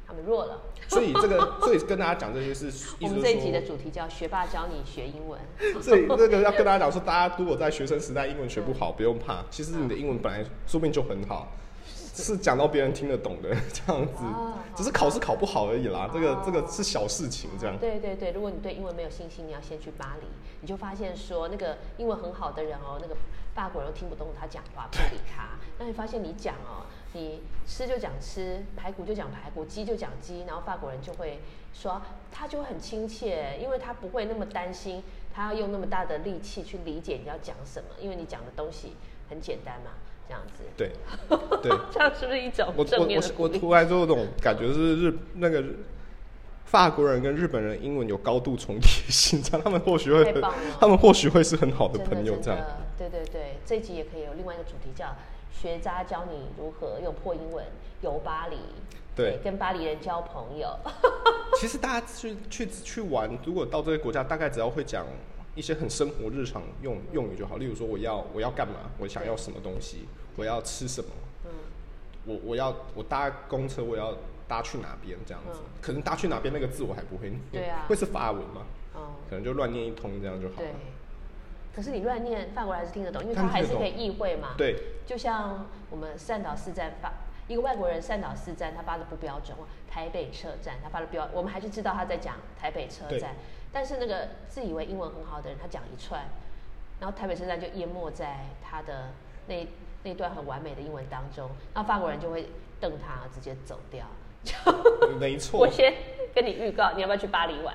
Speaker 1: 他们弱了。
Speaker 2: 所以这个所以跟大家讲这些是，意
Speaker 1: 我
Speaker 2: 思
Speaker 1: 们
Speaker 2: 就
Speaker 1: 这
Speaker 2: 是
Speaker 1: 一集的
Speaker 2: 说。
Speaker 1: 主题叫“学霸教你学英文
Speaker 2: 所以这个要跟大家讲说，大家如果在学生时代英文学不好，不用怕，其实你的英文本来说不定就很好，是讲到别人听得懂的这样子
Speaker 1: 哦，
Speaker 2: 只是考试考不好而已啦。这个
Speaker 1: 哦
Speaker 2: 这个是小事情，这样”。
Speaker 1: 对对对，如果你对英文没有信心，你要先去巴黎，你就发现说那个英文很好的人哦，那个法国人都听不懂他讲话，不理他。那你发现你讲哦，你吃就讲吃，排骨就讲排骨，鸡就讲鸡，然后法国人就会说，他就很亲切，因为他不会那么担心，他要用那么大的力气去理解你要讲什么，因为你讲的东西很简单嘛，这样子。
Speaker 2: 对，对，
Speaker 1: 这样是不是一种
Speaker 2: 我
Speaker 1: 正
Speaker 2: 我
Speaker 1: 面
Speaker 2: 我
Speaker 1: 的鼓
Speaker 2: 我
Speaker 1: 励？
Speaker 2: 突然就有种感觉，是日那个日法国人跟日本人英文有高度重叠性，这样他们或许会
Speaker 1: 太
Speaker 2: 很
Speaker 1: 棒了，
Speaker 2: 他们或许会是很好的
Speaker 1: 真
Speaker 2: 朋友，这
Speaker 1: 真
Speaker 2: 样。
Speaker 1: 的，对对对，这一集也可以有另外一个主题叫“学渣教你如何用破英文游巴黎”，
Speaker 2: 对
Speaker 1: 跟巴黎人交朋友。
Speaker 2: 其实大家去去去玩，如果到这个国家，大概只要会讲一些很生活日常用用语就好。例如说，我要我要干嘛，我想要什么东西，我要吃什么，
Speaker 1: 嗯，
Speaker 2: 我我要我搭公车，我要搭去哪边这样子。
Speaker 1: 嗯
Speaker 2: 可能搭去哪边那个字我还不会念，
Speaker 1: 对啊
Speaker 2: 会是法文嘛，
Speaker 1: 哦，
Speaker 2: 可能就乱念一通这样就好
Speaker 1: 对
Speaker 2: 了。。
Speaker 1: 可是你乱念，法国人还是听得懂，因为
Speaker 2: 他
Speaker 1: 他
Speaker 2: 们
Speaker 1: 还
Speaker 2: 听
Speaker 1: 是
Speaker 2: 得
Speaker 1: 可以意会嘛。，
Speaker 2: 对
Speaker 1: 就像我们善导四站发。一个外国人善导四站，他发的不标准。哇台北车站，他发的标，我们还是知道他在讲台北车
Speaker 2: 对
Speaker 1: 站。但是那个自以为英文很好的人，他讲一串，然后台北车站就淹没在他的那那段很完美的英文当中。那法国人就会瞪他，直接走掉。 哦
Speaker 2: 没
Speaker 1: 我
Speaker 2: 错。
Speaker 1: 先跟你预告，你要不要去巴黎玩？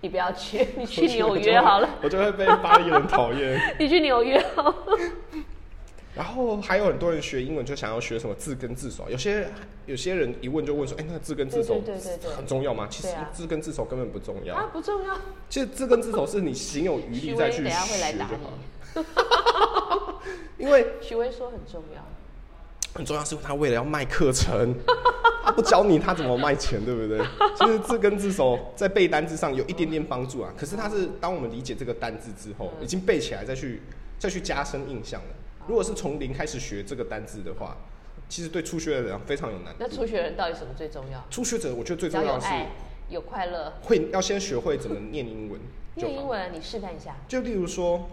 Speaker 1: 你不要去，你去
Speaker 2: 我觉得
Speaker 1: 纽
Speaker 2: 我就
Speaker 1: 约
Speaker 2: 会
Speaker 1: 好了。，
Speaker 2: 我就会被巴黎人讨厌。
Speaker 1: 你去纽约好了。
Speaker 2: 然后还有很多人学英文就想要学什么字根字首，有些有些人一问就问说，哎，那个字根字首
Speaker 1: 对对对对对
Speaker 2: 很重要吗？其实
Speaker 1: 对啊
Speaker 2: 字根字首根本不重 要，
Speaker 1: 啊，不重要。
Speaker 2: 其实字根字首是你行有余
Speaker 1: 徐
Speaker 2: 力
Speaker 1: 威
Speaker 2: 再去
Speaker 1: 等
Speaker 2: 学
Speaker 1: 下会来
Speaker 2: 就
Speaker 1: 打
Speaker 2: 好了。
Speaker 1: 你。
Speaker 2: 因为
Speaker 1: 徐威说很重要，
Speaker 2: 很重要是因为他为了要卖课程，他不教你他怎么卖钱，对不对？其实字根字首在背单字上有一点点帮助啊，可是它是当我们理解这个单字之后，已经背起来再去再去加深印象的。如果是从零开始学这个单字的话，其实对初学的人非常有难
Speaker 1: 那
Speaker 2: 度。
Speaker 1: 初学人到底什么最重要？
Speaker 2: 初学者，我觉得最
Speaker 1: 只
Speaker 2: 重
Speaker 1: 要有
Speaker 2: 要的是
Speaker 1: 爱，有快乐。
Speaker 2: 会要先学会怎么念英文就
Speaker 1: 念英
Speaker 2: 好。
Speaker 1: 文，啊你示范一下。
Speaker 2: 就例如说，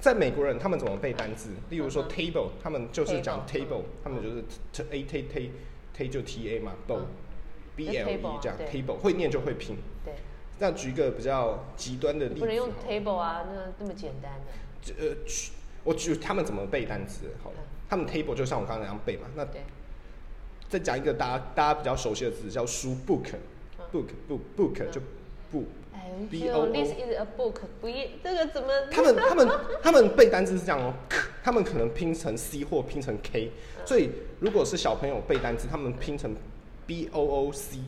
Speaker 2: 在美国人他们怎么背单字？例如说 table，他们就是讲
Speaker 1: 嗯 Table，
Speaker 2: table，他们就是 t a t t t 就 t a 嘛，b
Speaker 1: 嗯
Speaker 2: b
Speaker 1: 那
Speaker 2: l e
Speaker 1: table 啊
Speaker 2: 这样
Speaker 1: 对
Speaker 2: table 会念就会拼。
Speaker 1: 对，
Speaker 2: 那举一个比较极端的例
Speaker 1: 不
Speaker 2: 子好
Speaker 1: 能用
Speaker 2: 了，
Speaker 1: table 啊，那那么简单的。
Speaker 2: 就呃，举我举他们怎么背单词好了
Speaker 1: 嗯。
Speaker 2: 他们 table 就像我刚才那样背嘛。那
Speaker 1: 对，
Speaker 2: 再讲一个大家大家比较熟悉的字叫书 book
Speaker 1: 嗯
Speaker 2: book book book
Speaker 1: 嗯
Speaker 2: 就 book。
Speaker 1: 哎
Speaker 2: B
Speaker 1: 呦
Speaker 2: O O
Speaker 1: ，this is a book，不一这个怎么？
Speaker 2: 他们他们他们背单词是这样哦，他们可能拼成 C 或拼成 K，所以如果是小朋友背单词，他们拼成 B O O C，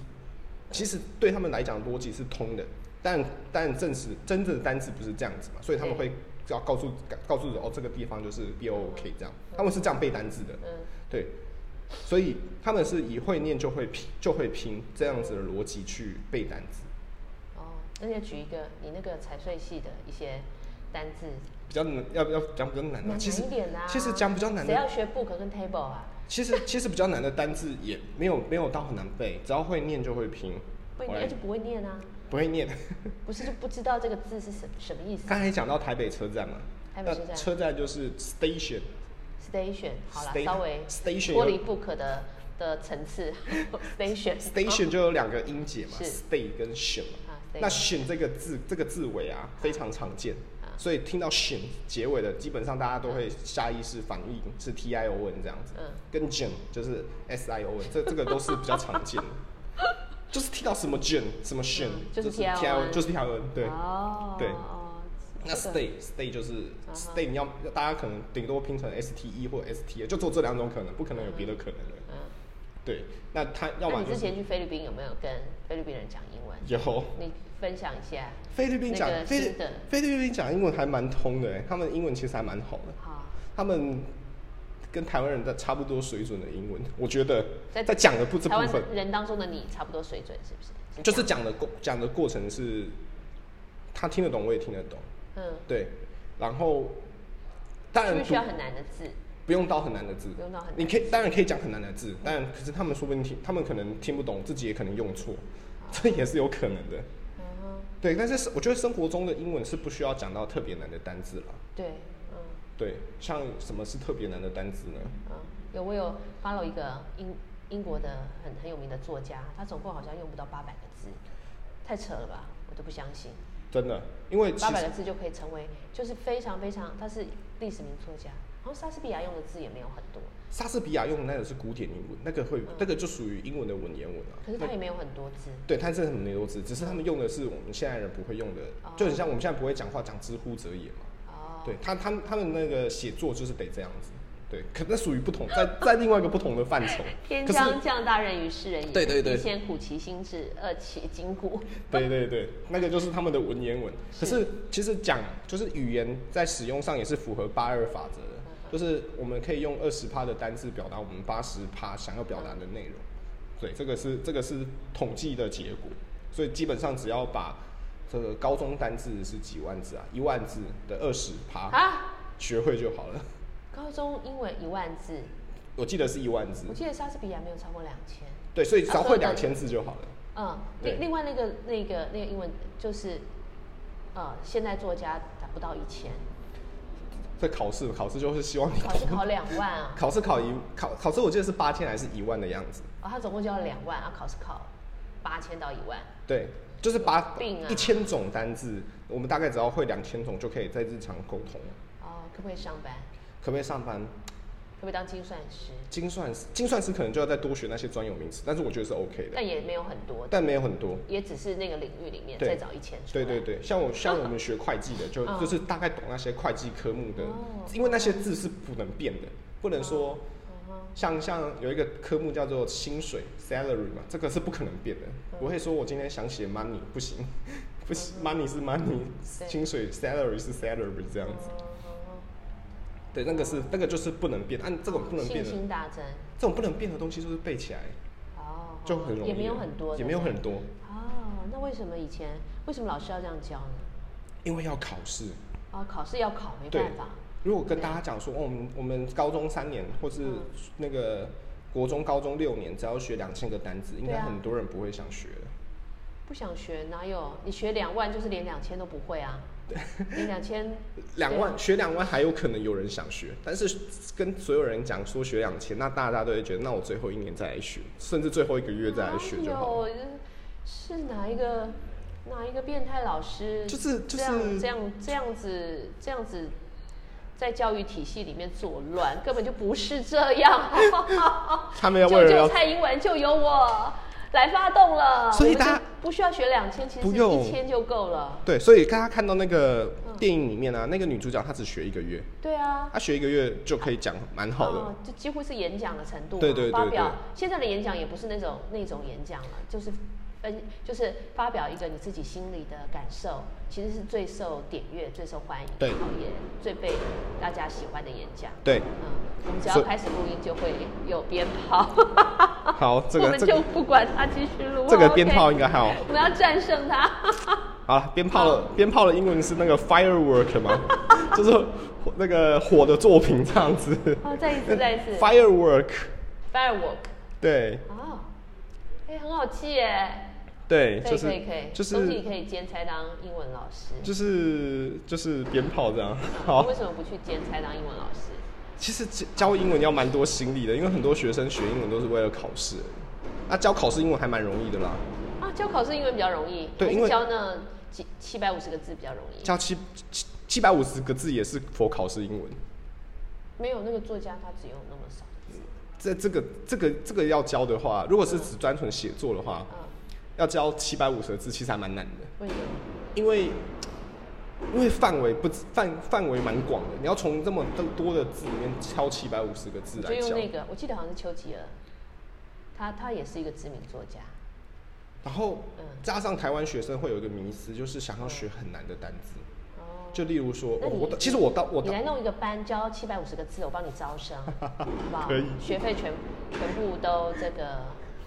Speaker 2: 其实对他们来讲逻辑是通的，但但正是真正的单词不是这样子嘛，所以他们
Speaker 1: 对
Speaker 2: 会要告诉告诉人哦，这个地方就是 B O O K 这样，他们是这样背单词的，
Speaker 1: 嗯，
Speaker 2: 对，所以他们是以会念就会拼就会拼这样子的逻辑去背单词，
Speaker 1: 哦，那就举一个你那个财税系的一些单字，
Speaker 2: 比较难要不要讲比较难啊？
Speaker 1: 难
Speaker 2: 其实
Speaker 1: 一点啊。
Speaker 2: 其实讲比较难
Speaker 1: 谁
Speaker 2: 的
Speaker 1: 要学 book 跟 table 啊？
Speaker 2: 其实 其实比较难的单字也没有没有到很难背，只要会念就会拼。
Speaker 1: 不，
Speaker 2: 我
Speaker 1: 那
Speaker 2: 来
Speaker 1: 就不会念啊，
Speaker 2: 不会念。
Speaker 1: 不是就不知道这个字是什什么意思
Speaker 2: 刚才讲到台北车站嘛，
Speaker 1: 台北
Speaker 2: 那
Speaker 1: 车站
Speaker 2: 呃车站就是 station，
Speaker 1: ？station，好了，
Speaker 2: State-
Speaker 1: 稍微
Speaker 2: station
Speaker 1: 脱离
Speaker 2: 有
Speaker 1: book 的的层次 ，station
Speaker 2: station 就有两个音节嘛
Speaker 1: 是
Speaker 2: ，stay 跟 shin 嘛。
Speaker 1: 啊
Speaker 2: 那
Speaker 1: ，station
Speaker 2: shin 这个字这个字尾
Speaker 1: 嗯
Speaker 2: 啊非常常见，所以听到 shin 结尾的，基本上大家都会下意识反应是 t i o n 这样子，
Speaker 1: 嗯
Speaker 2: 跟 jin 就是 s i o n，这这个都是比较常见的。 就是听到什么 jin 什么 shin，、
Speaker 1: 嗯就是
Speaker 2: t i o
Speaker 1: TION
Speaker 2: n 就是 t i o n 对。
Speaker 1: 哦，
Speaker 2: 对
Speaker 1: 哦
Speaker 2: 那 stay stay 就是
Speaker 1: 啊哈
Speaker 2: stay，你要大家可能顶多拼成 S T E 或 S T A，就只有这两种可能，不可能有别的可能了。
Speaker 1: 嗯，
Speaker 2: 对，那他
Speaker 1: 那
Speaker 2: 要么
Speaker 1: 你
Speaker 2: 就
Speaker 1: 之
Speaker 2: 是
Speaker 1: 前去菲律宾有没有跟菲律宾人讲英文？
Speaker 2: 有
Speaker 1: 你分享一下。
Speaker 2: 菲律宾讲
Speaker 1: 那个
Speaker 2: 菲律
Speaker 1: 新的
Speaker 2: 菲律宾讲英文还蛮通的欸，他们英文其实还蛮好的，
Speaker 1: 好，
Speaker 2: 他们跟台湾人的差不多水准的英文，我觉得
Speaker 1: 在
Speaker 2: 在讲的不这
Speaker 1: 台
Speaker 2: 部
Speaker 1: 湾
Speaker 2: 分，
Speaker 1: 人当中的你差不多水准是不是？这
Speaker 2: 就
Speaker 1: 样
Speaker 2: 是讲的过讲的过程是，他听得懂我也听得懂，
Speaker 1: 嗯，
Speaker 2: 对，然后当
Speaker 1: 需
Speaker 2: 然
Speaker 1: 不需要很难的字？
Speaker 2: 不用到很难的字，
Speaker 1: 不用到很难
Speaker 2: 你可以当然可以讲很难的字，但可是他们说不定听，他们可能听不懂，自己也可能用错，这也是有可能的。
Speaker 1: 啊嗯哼，
Speaker 2: 对，但是是我觉得生活中的英文是不需要讲到特别难的单字了。
Speaker 1: 对，嗯
Speaker 2: 对，像什么是特别难的单字呢？
Speaker 1: 嗯，有我有 follow 一个英英国的很很有名的作家，他总共好像用不到八百个字，太扯了吧？我都不相信，
Speaker 2: 真的，因为其
Speaker 1: 八百
Speaker 2: 实
Speaker 1: 个字就可以成为就是非常非常，他是历史名作家，然后莎士比亚用的字也没有很多，
Speaker 2: 莎士比亚用的那个是古典英文，那个会、那个就属于英文的文言文啊。
Speaker 1: 可是他也没有很多字。
Speaker 2: 对，它是很多字，只是他们用的是我们现在人不会用的，
Speaker 1: 哦
Speaker 2: 就很像我们现在不会讲话讲“之乎者也”嘛。
Speaker 1: 哦，。
Speaker 2: 对他，他们他们那个写作就是得这样子，对，可那属于不同，在在另外一个不同的范畴
Speaker 1: 天
Speaker 2: 可是，
Speaker 1: 将降大任于斯人也，
Speaker 2: 对对对
Speaker 1: 一先苦其心志，饿其筋骨。
Speaker 2: 对对对，那个就是他们的文言文。可是其实讲就是语言在使用上也是符合八二法则的，就是我们可以用二十趴的单字表达我们八十趴想要表达的内容。对，这个是这个是统计的结果，所以基本上只要把这个高中单字是几万字啊，一万字的二十趴
Speaker 1: 啊，
Speaker 2: 学会就好了。
Speaker 1: 高中英文一万字，
Speaker 2: 我记得是一万字
Speaker 1: 我，记得莎士比亚没有超过两千。
Speaker 2: 对，所以只要会
Speaker 1: 啊
Speaker 2: 两
Speaker 1: 对
Speaker 2: 千字就好了。
Speaker 1: 嗯，
Speaker 2: 对
Speaker 1: 另另外那个那个那个英文就是，呃，现代作家达不到一千，
Speaker 2: 这考试考试就是希望你
Speaker 1: 考试考两万啊，
Speaker 2: 考试考一考考试，我记得是八千还是一万的样子。
Speaker 1: 哦，他总共就要两万啊，考试考八千到一万，
Speaker 2: 对，就是把
Speaker 1: 有病啊
Speaker 2: 一千种单字，我们大概只要会两千种就可以在日常沟通。
Speaker 1: 哦，可不可以上班？
Speaker 2: 可不可以上班？
Speaker 1: 可不可以当精算师？
Speaker 2: 精算师精算师可能就要再多学那些专有名词，但是我觉得是 OK 的，
Speaker 1: 但也没有很多，
Speaker 2: 但没有很多。
Speaker 1: 也只是那个领域里面
Speaker 2: 对
Speaker 1: 再找一千出
Speaker 2: 对
Speaker 1: 来。
Speaker 2: 对对， 像我像我们学会计的，就
Speaker 1: 嗯
Speaker 2: 就是大概懂那些会计科目的
Speaker 1: 哦，
Speaker 2: 因为那些字是不能变的，不能说
Speaker 1: 嗯哼，
Speaker 2: 像像有一个科目叫做薪水 salary 嘛，这个是不可能变的，
Speaker 1: 嗯
Speaker 2: 不会说我今天想写 money 不行， 不行 money 是 money，
Speaker 1: 对
Speaker 2: 薪水 salary 是 salary 这样子。对，那个是那个就是不能变，按这种不能变
Speaker 1: 嗯哦信
Speaker 2: 的，
Speaker 1: 心大增，
Speaker 2: 这种不能变的东西就是背起来
Speaker 1: 哦，
Speaker 2: 就很容易，
Speaker 1: 也没有很多，
Speaker 2: 也没有
Speaker 1: 对不对。
Speaker 2: 很多，
Speaker 1: 哦，那为什么以前为什么老师要这样教呢？
Speaker 2: 因为要考试。
Speaker 1: 啊，考试要考，没
Speaker 2: 对
Speaker 1: 办法，
Speaker 2: 如果跟大家讲说，哦，我们我们高中三年或是
Speaker 1: 嗯
Speaker 2: 那个国中、高中六年，只要学两千个单词，应
Speaker 1: 对
Speaker 2: 该
Speaker 1: 啊
Speaker 2: 很多人不会想学。
Speaker 1: 不想学哪有？你学两万就是连两千都不会啊，连两千
Speaker 2: 两万学两万还有可能有人想学，但是跟所有人讲说学两千，那大家都会觉得，那我最后一年再来学，甚至最后一个月再来学 就好了。
Speaker 1: 哪有是哪一个哪一个变态老师？
Speaker 2: 就是就
Speaker 1: 这样
Speaker 2: 是
Speaker 1: 这样这样子这样子，在教育体系里面作乱，根本就不是这 样。
Speaker 2: 他们要啊为
Speaker 1: 救
Speaker 2: 了
Speaker 1: 救
Speaker 2: 要
Speaker 1: 蔡英文，就由我来发动了。
Speaker 2: 所以
Speaker 1: 我们
Speaker 2: 大家
Speaker 1: 就不需要学两千，其实
Speaker 2: 不
Speaker 1: 是
Speaker 2: 用
Speaker 1: 一千就够了。
Speaker 2: 对，所以大家看到那个电影里面啊，那个女主角她只学一个月，
Speaker 1: 对啊。
Speaker 2: 她学一个月就可以讲蛮好的。
Speaker 1: 哦，就几乎是演讲的程度嘛，
Speaker 2: 对对对
Speaker 1: 发表
Speaker 2: 对
Speaker 1: 现在的演讲也不是那种那种演讲了，就是分就是发表一个你自己心里的感受，其实是最受点阅、最受欢迎，
Speaker 2: 对
Speaker 1: 然后也最被大家喜欢的演讲。
Speaker 2: 对，
Speaker 1: 嗯，我们只要
Speaker 2: 所以
Speaker 1: 开始录音就会有鞭炮，
Speaker 2: 好，这
Speaker 1: 我
Speaker 2: 个
Speaker 1: 们
Speaker 2: 这
Speaker 1: 就
Speaker 2: 个
Speaker 1: 不管它继续录。
Speaker 2: 这个
Speaker 1: OK
Speaker 2: 鞭炮应该还好。
Speaker 1: 我们要战胜它。
Speaker 2: 好了，鞭炮的鞭炮的英文是那个 firework 吗？ 就是火那个火的作品这样子。
Speaker 1: 好，再一次，再一 次
Speaker 2: firework，
Speaker 1: ，firework
Speaker 2: 对
Speaker 1: 啊，哎，很好记耶。
Speaker 2: 对，
Speaker 1: 可
Speaker 2: 就
Speaker 1: 以可
Speaker 2: 是
Speaker 1: 以可以，
Speaker 2: 就
Speaker 1: 恭喜你
Speaker 2: 是
Speaker 1: 可以兼差当英文老师。
Speaker 2: 就是就是鞭炮 这样。好
Speaker 1: 你为，什么不去兼差当英文老师？
Speaker 2: 其实教教英文要蛮多心力的，因为很多学生学英文都是为了考试而已。那、教考试英文还蛮容易的啦，
Speaker 1: 啊，教考试英文比较容易，
Speaker 2: 对
Speaker 1: 还是
Speaker 2: 因为
Speaker 1: 教那几七百五十个字比较容易。
Speaker 2: 教七七七百五十个字也是佛考试英文。
Speaker 1: 没有那个作家他只用那么少的字，
Speaker 2: 这这个这个这个要教的话，如果是只单纯写作的话，
Speaker 1: 啊，
Speaker 2: 要教七百五十个字其实还蛮难的，
Speaker 1: 为什么？
Speaker 2: 因为因为范围不止范范围蛮广的，你要从这么多的字里面挑七百五十个字
Speaker 1: 你就
Speaker 2: 来
Speaker 1: 用
Speaker 2: 教。
Speaker 1: 那个，我记得好像是丘吉尔，他他也是一个知名作家，
Speaker 2: 然后
Speaker 1: 嗯
Speaker 2: 加上台湾学生会有一个迷思，就是想要学很难的单字，
Speaker 1: 哦，
Speaker 2: 就例如说，
Speaker 1: 那
Speaker 2: 哦
Speaker 1: 你
Speaker 2: 我到其实我到我
Speaker 1: 你
Speaker 2: 到
Speaker 1: 来弄一个班教七百五十个字，我帮你招 生，好不好？
Speaker 2: 可以
Speaker 1: 学费全全部都这个，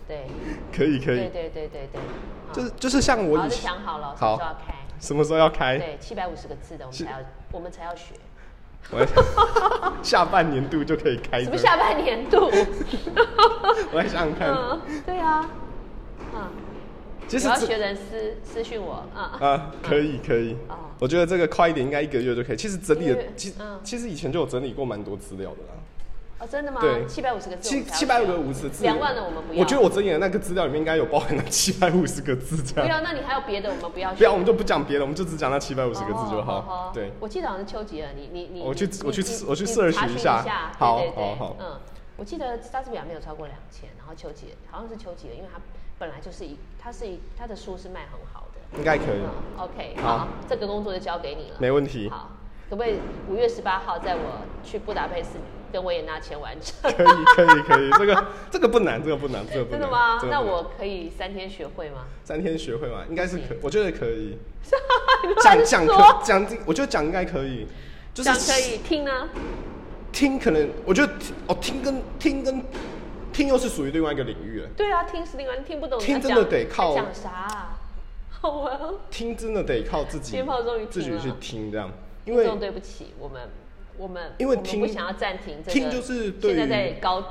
Speaker 1: 对，
Speaker 2: 可以可
Speaker 1: 对
Speaker 2: 以，
Speaker 1: 对对对对，好
Speaker 2: 就是就是像我
Speaker 1: 好，
Speaker 2: 以
Speaker 1: 就
Speaker 2: 前
Speaker 1: 想好了，什么
Speaker 2: 好
Speaker 1: 时候要开？
Speaker 2: 什么时候要开，
Speaker 1: 对，七百五十个字的，我们
Speaker 2: 哎是
Speaker 1: 才要，我们才要学。
Speaker 2: 我 下半年度就可以开
Speaker 1: 什么
Speaker 2: 的，
Speaker 1: 下半年 度？
Speaker 2: 我来想想看，
Speaker 1: 嗯，对啊，嗯，
Speaker 2: 其实
Speaker 1: 有要
Speaker 2: 这
Speaker 1: 学的人私私讯我，嗯，
Speaker 2: 啊，可以可以
Speaker 1: 哦，
Speaker 2: 我觉得这个快一点，应该一个月就可以。其实整理
Speaker 1: 一个
Speaker 2: 的
Speaker 1: 月，
Speaker 2: 其
Speaker 1: 嗯
Speaker 2: 其实以前就有整理过蛮多资料的啦，
Speaker 1: 哦，真的吗？
Speaker 2: 对
Speaker 1: 七百五十个字，
Speaker 2: 七七百五十个字，
Speaker 1: 啊两万的我们不要，
Speaker 2: 我觉得我整理的那个资料里面应该有包含了七百五十个字这
Speaker 1: 不要，
Speaker 2: 样。
Speaker 1: 那你还有别的我们不要学，
Speaker 2: 啊不要，我们就不讲别的，我们就只讲那七百五十个字就
Speaker 1: 哦
Speaker 2: 好。对，
Speaker 1: 我记得好像是丘吉尔，你你你，
Speaker 2: 我去
Speaker 1: 你
Speaker 2: 我去
Speaker 1: 你
Speaker 2: 我去
Speaker 1: 你
Speaker 2: search
Speaker 1: 查询
Speaker 2: 一
Speaker 1: 一
Speaker 2: 下好
Speaker 1: 对对对，
Speaker 2: 好好
Speaker 1: 嗯，我记得莎士比亚没有超过两千，然后丘吉尔好像是丘吉尔，因为他本来就是一，他是一他的书是卖很好的，
Speaker 2: 应该可以，
Speaker 1: 嗯，OK，
Speaker 2: 好
Speaker 1: 好，这个工作就交给你了。
Speaker 2: 没问题，
Speaker 1: 好，可不可以五月十八号在我去布达佩斯跟维也纳前完 成？
Speaker 2: 可以可以可以，这个 这个不难，这个不难，这个不难。
Speaker 1: 真的吗？
Speaker 2: 这个
Speaker 1: 那
Speaker 2: 不难
Speaker 1: 我可以三天学会 吗？
Speaker 2: 三天学会嘛，应该是可
Speaker 1: 行，
Speaker 2: 我觉得可以。
Speaker 1: 乱
Speaker 2: 讲讲
Speaker 1: 说
Speaker 2: 可讲，我觉得讲应该可以，就是
Speaker 1: 这样可以听呢？
Speaker 2: 听可能我觉得听哦，听跟听跟听又是属于另外一个领域了。
Speaker 1: 对啊，听是另外，听不懂
Speaker 2: 听
Speaker 1: 他
Speaker 2: 真
Speaker 1: 讲
Speaker 2: 的得
Speaker 1: 他
Speaker 2: 靠
Speaker 1: 讲啥啊？好玩，哦
Speaker 2: 听真的得靠自己，
Speaker 1: 鞭炮终于停了
Speaker 2: 自己去听这样，因
Speaker 1: 听
Speaker 2: 为
Speaker 1: 众对不起，我们我们
Speaker 2: 因为
Speaker 1: 我们
Speaker 2: 听
Speaker 1: 不想要暂停这个，
Speaker 2: 听就是对于
Speaker 1: 现在在高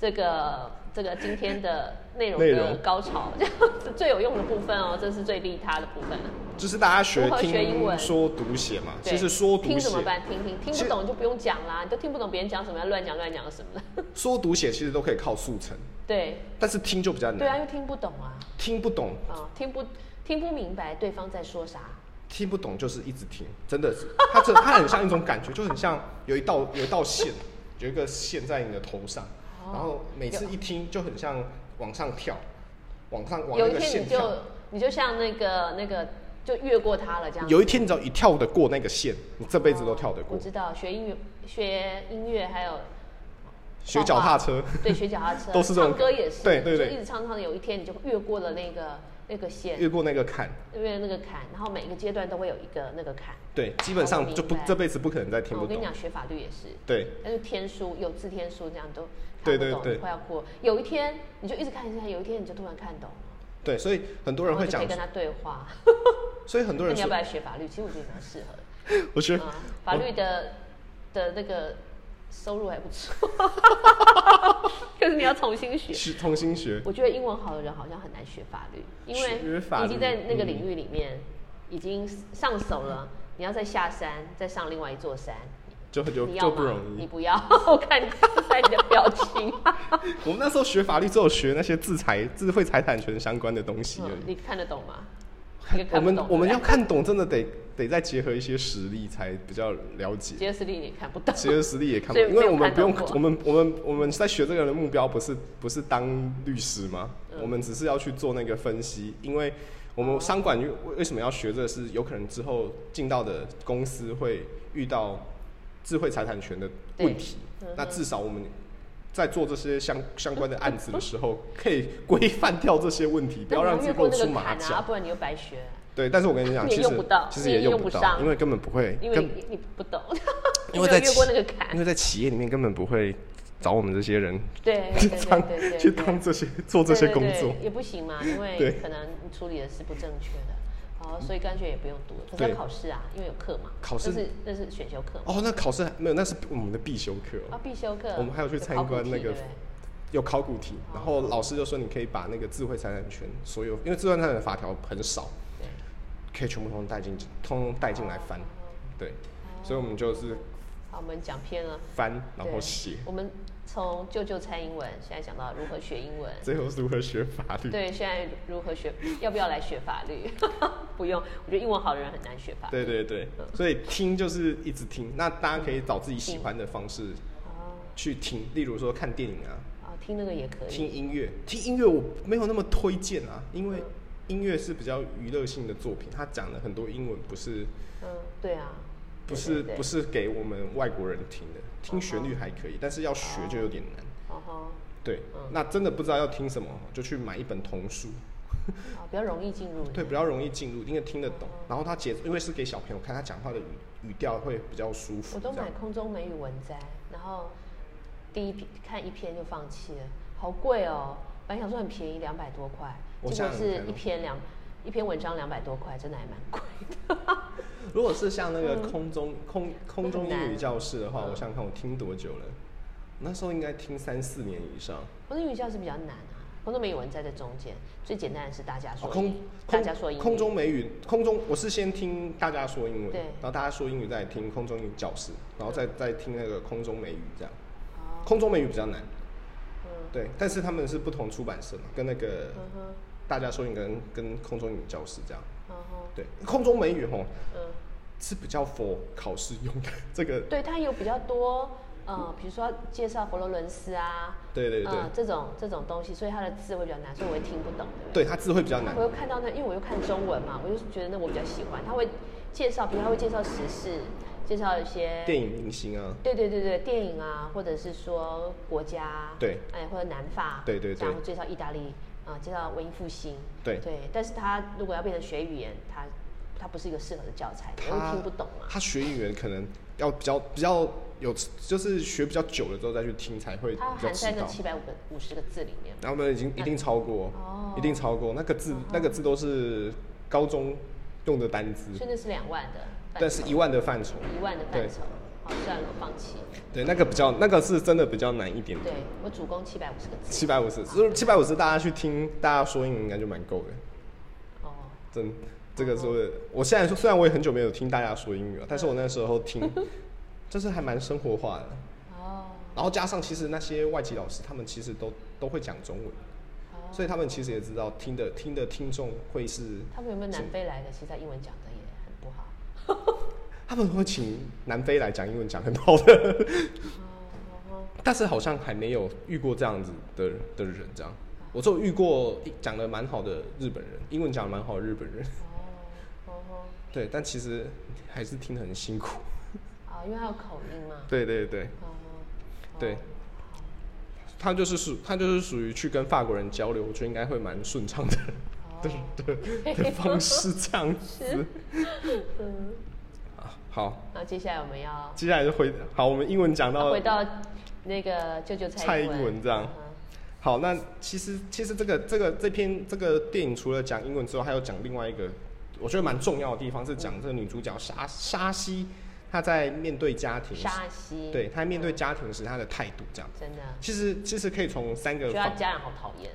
Speaker 1: 这个。这个今天的内容
Speaker 2: 内
Speaker 1: 的
Speaker 2: 容
Speaker 1: 高潮， 这样子最有用的部分哦，这是最利他的部分。啊
Speaker 2: 就是大家学
Speaker 1: 如何
Speaker 2: 听
Speaker 1: 学英文
Speaker 2: 说读写嘛，
Speaker 1: 对
Speaker 2: 其实说读
Speaker 1: 听怎么
Speaker 2: 写
Speaker 1: 办？听听听不
Speaker 2: 其实
Speaker 1: 懂就不用讲啦，你都听不懂别人讲什么，要乱讲乱讲什么的。
Speaker 2: 说读写其实都可以靠速成，
Speaker 1: 对
Speaker 2: 但是听就比较
Speaker 1: 对啊，
Speaker 2: 难，
Speaker 1: 又听不懂啊，
Speaker 2: 听不懂
Speaker 1: 啊、听不听不明白对方在说啥。
Speaker 2: 听不懂就是一直听，真的是它这它很像一种感觉，就很像有一道有一道线， 有一个线在你的头上，
Speaker 1: 哦
Speaker 2: 然后每次一听就很像往上跳，往上往
Speaker 1: 有
Speaker 2: 那
Speaker 1: 一
Speaker 2: 个
Speaker 1: 天
Speaker 2: 线
Speaker 1: 你
Speaker 2: 跳。
Speaker 1: 就你就像那个那个就越过他了这样。
Speaker 2: 有一天，你只要一跳得过那个线，你这辈子都跳得
Speaker 1: 我
Speaker 2: 过。
Speaker 1: 知道，学音乐学音乐还 有
Speaker 2: 学脚踏车，
Speaker 1: 对学脚踏车，
Speaker 2: 都是这种
Speaker 1: 唱歌也是，
Speaker 2: 对对对
Speaker 1: 就一直唱唱的，有一天你就越过了那个那个线，
Speaker 2: 越过那个坎，
Speaker 1: 越那个坎，然后每个阶段都会有一个那个坎。
Speaker 2: 对，基本上就不
Speaker 1: 我明白
Speaker 2: 这辈子不可能再听
Speaker 1: 啊
Speaker 2: 不
Speaker 1: 我跟你
Speaker 2: 懂。
Speaker 1: 讲，学法律也是，
Speaker 2: 对，
Speaker 1: 但是天书有字天书这样都
Speaker 2: 对
Speaker 1: 看不懂，
Speaker 2: 对对
Speaker 1: 你快要哭。有一天你就一直看一直看，有一天你就突然看懂了，
Speaker 2: 对，所以很多
Speaker 1: 然
Speaker 2: 人
Speaker 1: 后
Speaker 2: 会
Speaker 1: 你就可
Speaker 2: 讲
Speaker 1: 以，跟他对话。
Speaker 2: 所以很多
Speaker 1: 那
Speaker 2: 人
Speaker 1: 你要
Speaker 2: 说
Speaker 1: 不，要学法律？其实我觉得蛮适合的。
Speaker 2: 我学
Speaker 1: 嗯，法律的的那个收入还不错， 可是你要重新学。
Speaker 2: 是同心学，
Speaker 1: 我觉得英文好的人好像很难学法律，因
Speaker 2: 学
Speaker 1: 为
Speaker 2: 法律
Speaker 1: 已经在那个领域里面已经上手了，你要再下山，再上另外一座山，
Speaker 2: 就就
Speaker 1: 你要
Speaker 2: 就不
Speaker 1: 吗
Speaker 2: 容？
Speaker 1: 你
Speaker 2: 易。
Speaker 1: 不要， 我看你看你的表情，啊
Speaker 2: 我们那时候学法律，只有学那些制裁、智慧财产权相关的东西而
Speaker 1: 嗯
Speaker 2: 已。
Speaker 1: 你看得懂吗？应该
Speaker 2: 我
Speaker 1: 看不
Speaker 2: 们
Speaker 1: 懂。
Speaker 2: 我们
Speaker 1: 对
Speaker 2: 要
Speaker 1: 不对
Speaker 2: 看懂，真的得得再结合一些实力才比较了解。
Speaker 1: 杰斯利你也看不懂，
Speaker 2: 其实实力也看不
Speaker 1: 所以
Speaker 2: 懂，因
Speaker 1: 没
Speaker 2: 为
Speaker 1: 有
Speaker 2: 我们
Speaker 1: 看
Speaker 2: 不用
Speaker 1: 到，过
Speaker 2: 我们我们我们在学这个的目标不是不是当律师吗？
Speaker 1: 嗯
Speaker 2: 我们只是要去做那个分析，因为我们商管为为什么要学这个是有可能之后进到的公司会遇到智慧财产权的问题，
Speaker 1: 嗯
Speaker 2: 那至少我们。在做这些相相关的案子的时候， 可以规范掉这些问题，
Speaker 1: 那
Speaker 2: 不要
Speaker 1: 你
Speaker 2: 让自
Speaker 1: 要越
Speaker 2: 己
Speaker 1: 过
Speaker 2: 露
Speaker 1: 那
Speaker 2: 出
Speaker 1: 个
Speaker 2: 马
Speaker 1: 坎啊，
Speaker 2: 脚。
Speaker 1: 不然你又白学，
Speaker 2: 对，但是我跟你 讲，
Speaker 1: 你也
Speaker 2: 其
Speaker 1: 用
Speaker 2: 实
Speaker 1: 不到
Speaker 2: 其实
Speaker 1: 你也
Speaker 2: 也用
Speaker 1: 用
Speaker 2: 不
Speaker 1: 不
Speaker 2: 到，
Speaker 1: 上
Speaker 2: 因为根本不会，
Speaker 1: 因为
Speaker 2: 根
Speaker 1: 你你不懂，
Speaker 2: 因
Speaker 1: 你
Speaker 2: 为
Speaker 1: 没有
Speaker 2: 在
Speaker 1: 越过
Speaker 2: 企
Speaker 1: 那个坎
Speaker 2: 因。为在企业里面根本不会找我们这些人
Speaker 1: 对，
Speaker 2: 去
Speaker 1: 对对
Speaker 2: 当
Speaker 1: 对对对
Speaker 2: 去当这些做这些工
Speaker 1: 对对
Speaker 2: 作
Speaker 1: 对。也不行 嘛，因
Speaker 2: 对
Speaker 1: 为可能你处理的是不正确的，哦，所以干脆也不用读了。可是
Speaker 2: 对
Speaker 1: 要考试啊，因为有课嘛，
Speaker 2: 考试
Speaker 1: 那是那是选修课嘛，
Speaker 2: 哦，那考试还没有，那是我们的必修课哦、
Speaker 1: 啊，必修课。
Speaker 2: 我们还有去参
Speaker 1: 考古
Speaker 2: 观
Speaker 1: 题
Speaker 2: 那个
Speaker 1: 对不对
Speaker 2: 有考古题，然后老师就说你可以把那个智慧财产权所有，因为智慧财产权法条很少，
Speaker 1: 对
Speaker 2: 可以全部通通带进，通通带进来翻，对，所以我们就是
Speaker 1: 好，我们讲偏了，
Speaker 2: 翻然后
Speaker 1: 对
Speaker 2: 写，
Speaker 1: 我们从舅舅猜英文，现在讲到如何学英文。
Speaker 2: 最后是如何学法律。
Speaker 1: 对，现在如何学？要不要来学法律？ 不用，我觉得英文好的人很难学法律。
Speaker 2: 对对对，
Speaker 1: 嗯
Speaker 2: 所以听就是一直听，那大家可以找自己喜欢的方式
Speaker 1: 哦，
Speaker 2: 去听，例如说看电影啊，
Speaker 1: 啊，听那个也可以。
Speaker 2: 听音乐，听音乐我没有那么推荐啊，因为音乐是比较娱乐性的作品，它讲了很多英文，不是
Speaker 1: 嗯，对啊。
Speaker 2: 不
Speaker 1: 对
Speaker 2: 是
Speaker 1: 对
Speaker 2: 不是给我们外国人听的，听旋律还可以，但是要学就有点难。
Speaker 1: 哦吼。
Speaker 2: 对，那真的不知道要听什么，就去买一本童书，
Speaker 1: 啊，比较容易进入。
Speaker 2: 对，比较容易进入，因为听得懂。然后他节奏，因为是给小朋友看，他讲话的语语调会比较舒服。
Speaker 1: 我都
Speaker 2: 这样
Speaker 1: 买空中美语文摘，然后第一篇看一篇就放弃了，好贵哦！本来想说很便宜，两百多块，
Speaker 2: 我
Speaker 1: 结果
Speaker 2: 想想
Speaker 1: 是
Speaker 2: 看哦
Speaker 1: 一篇两一篇文章两百多块，真的还蛮贵的。
Speaker 2: 如果是像那个空中、空空中英语教室的话，
Speaker 1: 嗯
Speaker 2: 我想想看，我听多久了？那时候应该听三四年以上。
Speaker 1: 我的英语教是比较难啊，空中美语文摘在中间，最简单的是大家说
Speaker 2: 哦
Speaker 1: 英
Speaker 2: 空
Speaker 1: 语，大
Speaker 2: 空
Speaker 1: 家说英语，
Speaker 2: 空中美语，空中我是先听大家说英文，
Speaker 1: 对嗯
Speaker 2: 然后大家说英语再听空中英语教室，然后再再听那个空中美语这样。
Speaker 1: 哦
Speaker 2: 空中美语比较难，
Speaker 1: 嗯
Speaker 2: 对，但是他们是不同出版社嘛，跟那个
Speaker 1: 嗯哼
Speaker 2: 大家说英语跟跟空中英语教室这样。
Speaker 1: 嗯哼
Speaker 2: 对，空中美语吼
Speaker 1: 嗯，
Speaker 2: 是比较 for 考试用的， 这个
Speaker 1: 对，它有比较多。呃，比如说介绍佛罗伦斯啊，
Speaker 2: 对对对
Speaker 1: 呃，这种这种东西，所以它的字会比较难，所以我会听不懂，对不对
Speaker 2: 对它字会比较难
Speaker 1: 我。又看到那，因为我又看中文嘛，我就觉得那我比较喜欢。他会介绍，比如他会介绍时事，介绍一些
Speaker 2: 电影明星啊，
Speaker 1: 对对对对，电影啊，或者是说国家，
Speaker 2: 对，
Speaker 1: 哎，或者南法，
Speaker 2: 对对对
Speaker 1: 这样介绍意大利啊、介绍文艺复兴，
Speaker 2: 对
Speaker 1: 对。但是他如果要变成学语言，他他不是一个适合的教材，因为
Speaker 2: 他
Speaker 1: 听不懂啊嘛。
Speaker 2: 他学语言可能要比较比较有，就是学比较久了之后再去听才会
Speaker 1: 它
Speaker 2: 比较
Speaker 1: 含
Speaker 2: 知
Speaker 1: 在那
Speaker 2: 道。
Speaker 1: 七百五个五十个字里面，
Speaker 2: 然后呢，已经一定超过，
Speaker 1: 哦嗯
Speaker 2: 一定超过那个字，那个字都是高中用的单字，
Speaker 1: 所以那是两万的范畴，
Speaker 2: 但是一万的范畴。
Speaker 1: 一万的范畴。好，算了，我放弃。
Speaker 2: 对，那个比较，那个是真的比较难一点
Speaker 1: 对我主攻七百五十个字。
Speaker 2: 七百五十，就是七百五十，大家去听，大家说英文应该就蛮够的。
Speaker 1: 哦，
Speaker 2: 真，这个是我现在说，虽然我也很久没有听大家说
Speaker 1: 嗯
Speaker 2: 英语了，但是我那时候 听，就是还蛮生活化的。
Speaker 1: 哦。
Speaker 2: 然后加上其实那些外籍老师，他们其实都都会讲中文，
Speaker 1: 哦
Speaker 2: 所以他们其实也知道听的听的听众会是，
Speaker 1: 他们有没有南非来的？其实他英文讲的也很不好。
Speaker 2: 他们会请南非来讲英文讲很好的， 但是好像还没有遇过这样子的的人这样。我就遇过讲的蛮好的日本人，英文讲的蛮好的日本人，
Speaker 1: 哦吼
Speaker 2: 对，但其实还是听得很辛苦。
Speaker 1: 啊，因为他有口音嘛。
Speaker 2: 对对对
Speaker 1: 哦，
Speaker 2: 对，他就是属他就是属于去跟法国人交流，我觉得应该会蛮顺畅的。
Speaker 1: 对
Speaker 2: 的方式这样子。啊好，
Speaker 1: 那接下来我们要
Speaker 2: 接下来就回好，我们英文讲到
Speaker 1: 回到那个舅舅
Speaker 2: 蔡
Speaker 1: 蔡
Speaker 2: 英
Speaker 1: 英
Speaker 2: 文这样好，那其实其实这个这个这篇这个电影除了讲英文之后，还有讲另外一个我觉得蛮重要的地方是讲这个女主角莎莎西他在面对家庭时，
Speaker 3: 沙西，
Speaker 2: 对，他在面对家庭时他的态度这样。
Speaker 3: 真的，
Speaker 2: 其实其实可以从三个
Speaker 3: 觉得他
Speaker 2: 方，
Speaker 3: 家人好讨厌，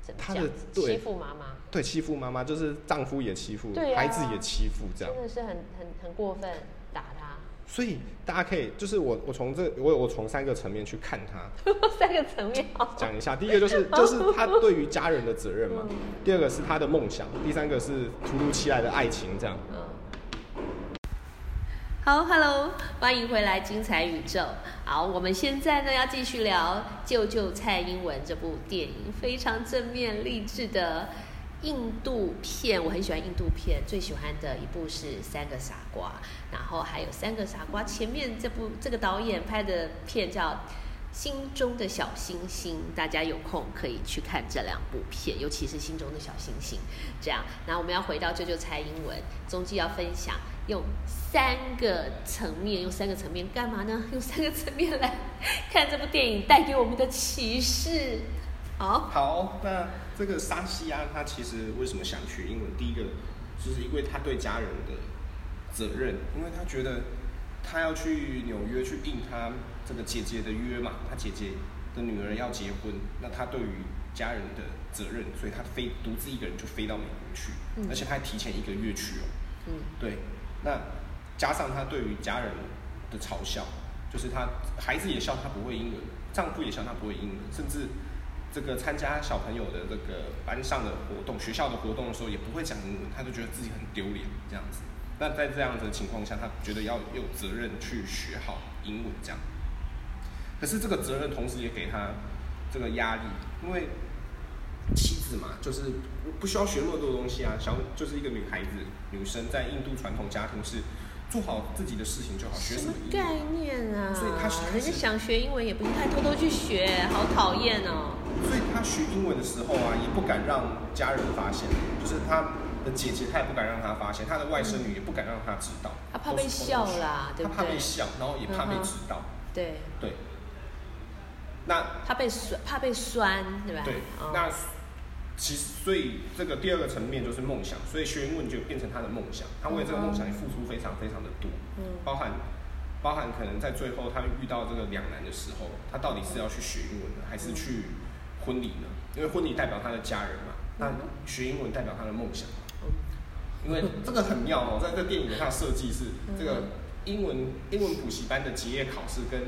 Speaker 3: 怎么
Speaker 2: 他
Speaker 3: 这
Speaker 2: 的
Speaker 3: 样子
Speaker 2: 对
Speaker 3: 欺负妈妈，
Speaker 2: 对欺负妈妈，就是丈夫也欺负，
Speaker 3: 对啊
Speaker 2: 孩子也欺负这样
Speaker 3: 真。的是很很很过分，打他，
Speaker 2: 所以大家可以，就是我我从这我我从三个层面去看他，
Speaker 3: 三个层面好
Speaker 2: 讲一下。第一个 就是就是他对于家人的责任
Speaker 3: 嗯
Speaker 2: 嘛，第二个是他的梦想，第三个是突如其来的爱情这样。
Speaker 3: 嗯，
Speaker 1: 好，Hello，欢迎回来《精彩宇宙》。好，我们现在呢要继续聊《救救蔡英文》这部电影，非常正面励志的印度片。我很喜欢印度片，最喜欢的一部是《三个傻瓜》，然后还有《三个傻瓜》前面这部这个导演拍的片叫《心中的小星星》，大家有空可以去看这两部片，尤其是《心中的小星星》。这样，然后我们要回到救救蔡英文，中继要分享用三个层面，用三个层面干嘛呢？用三个层面来看这部电影带给我们的启示。好，
Speaker 2: 好，那这个沙西亚他其实为什么想学英文？第一个就是因为他对家人的责任，因为他觉得他要去纽约去应他这个姐姐的约嘛，他姐姐的女儿要结婚，那他对于家人的责任，所以他飞独自一个人就飞到美国去，
Speaker 1: 嗯
Speaker 2: 而且他还提前一个月去哦。
Speaker 1: 嗯
Speaker 2: 对，那加上他对于家人的嘲笑，就是他孩子也笑他不会英文，丈夫也笑他不会英文，甚至这个参加小朋友的这个班上的活动、学校的活动的时候也不会讲英文，他就觉得自己很丢脸这样子。那在这样子的情况下，他觉得要有责任去学好英文这样。可是这个责任同时也给他这个压力，因为妻子嘛，就是不需要学那么多东西啊，小就是一个女孩子，女生在印度传统家庭是做好自己的事情就好，学
Speaker 1: 什
Speaker 2: 什
Speaker 1: 么
Speaker 2: 么英文
Speaker 1: 概念啊？
Speaker 2: 所以他是
Speaker 1: 人家想学英文也不应该偷偷去学，好讨厌哦。
Speaker 2: 所以他学英文的时候啊，也不敢让家人发现，就是他的姐姐，他也不敢让她发现，他的外甥女也不敢让她知道，
Speaker 1: 他怕被笑啦对不对
Speaker 2: 都是偷偷学
Speaker 1: 嗯
Speaker 2: 他怕被笑，然后也怕被知道，
Speaker 1: 对，
Speaker 2: 对。那
Speaker 1: 他被酸，怕被酸，对吧？
Speaker 2: 对，
Speaker 1: 哦
Speaker 2: 那其实所以这个第二个层面就是梦想，所以学英文就变成他的梦想，他为这个梦想也付出非常非常的多，
Speaker 1: 嗯
Speaker 2: 包含包含可能在最后他遇到这个两难的时候，他到底是要去学英文呢，还是去婚礼呢？因为婚礼代表他的家人嘛，
Speaker 1: 嗯
Speaker 2: 那学英文代表他的梦想嘛。因为这个很妙哦，在这电影的它的设计是这
Speaker 1: 嗯
Speaker 2: 个英文英文补习班的结业考试跟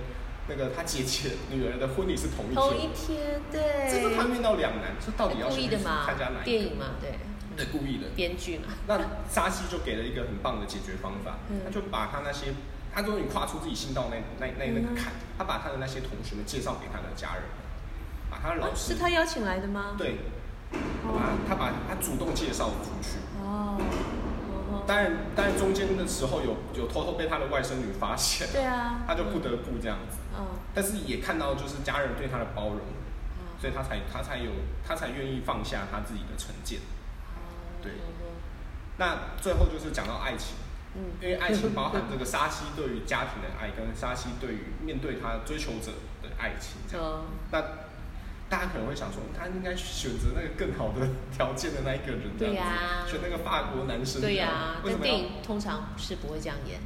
Speaker 2: 那个他姐姐女儿的婚礼是同一天，
Speaker 1: 同一天，对，
Speaker 2: 这个他遇到两难，这到底要
Speaker 1: 故意的嘛
Speaker 2: 参加哪一个？，
Speaker 1: 电影嘛，对，
Speaker 2: 对，故意的。
Speaker 1: 编剧嘛，
Speaker 2: 那沙西就给了一个很棒的解决方法，
Speaker 1: 嗯
Speaker 2: 他就把他那些，他终于跨出自己心道那那那那个坎，他把他的那些同学们介绍给他的家人，把他的
Speaker 1: 啊
Speaker 2: 老师，
Speaker 1: 是他哦邀请来的吗？
Speaker 2: 对，把他把他主动介绍出去。
Speaker 1: 哦，哦
Speaker 2: 当然，当然中间的时候有有偷偷被他的外甥女发现，
Speaker 1: 对啊，
Speaker 2: 他就不得不这样子，
Speaker 1: 嗯，
Speaker 2: 但是也看到就是家人对他的包容，
Speaker 1: 哦
Speaker 2: 所以他才他才有他才愿意放下他自己的成见。对
Speaker 1: 哦
Speaker 2: 那最后就是讲到爱情，
Speaker 1: 嗯
Speaker 2: 因为爱情包含这个沙西对于家庭的爱，跟沙西对于面对他追求者的爱情这样。
Speaker 1: 嗯，
Speaker 2: 那大家可能会想说，他应该选择那个更好的条件的那一个人，这
Speaker 1: 对
Speaker 2: 样子
Speaker 1: 呀
Speaker 2: 选那个法国男生，
Speaker 1: 对
Speaker 2: 这样
Speaker 1: 呀，
Speaker 2: 为什
Speaker 1: 但
Speaker 2: 么
Speaker 1: 电
Speaker 2: 要？
Speaker 1: 影通常是不会这样演。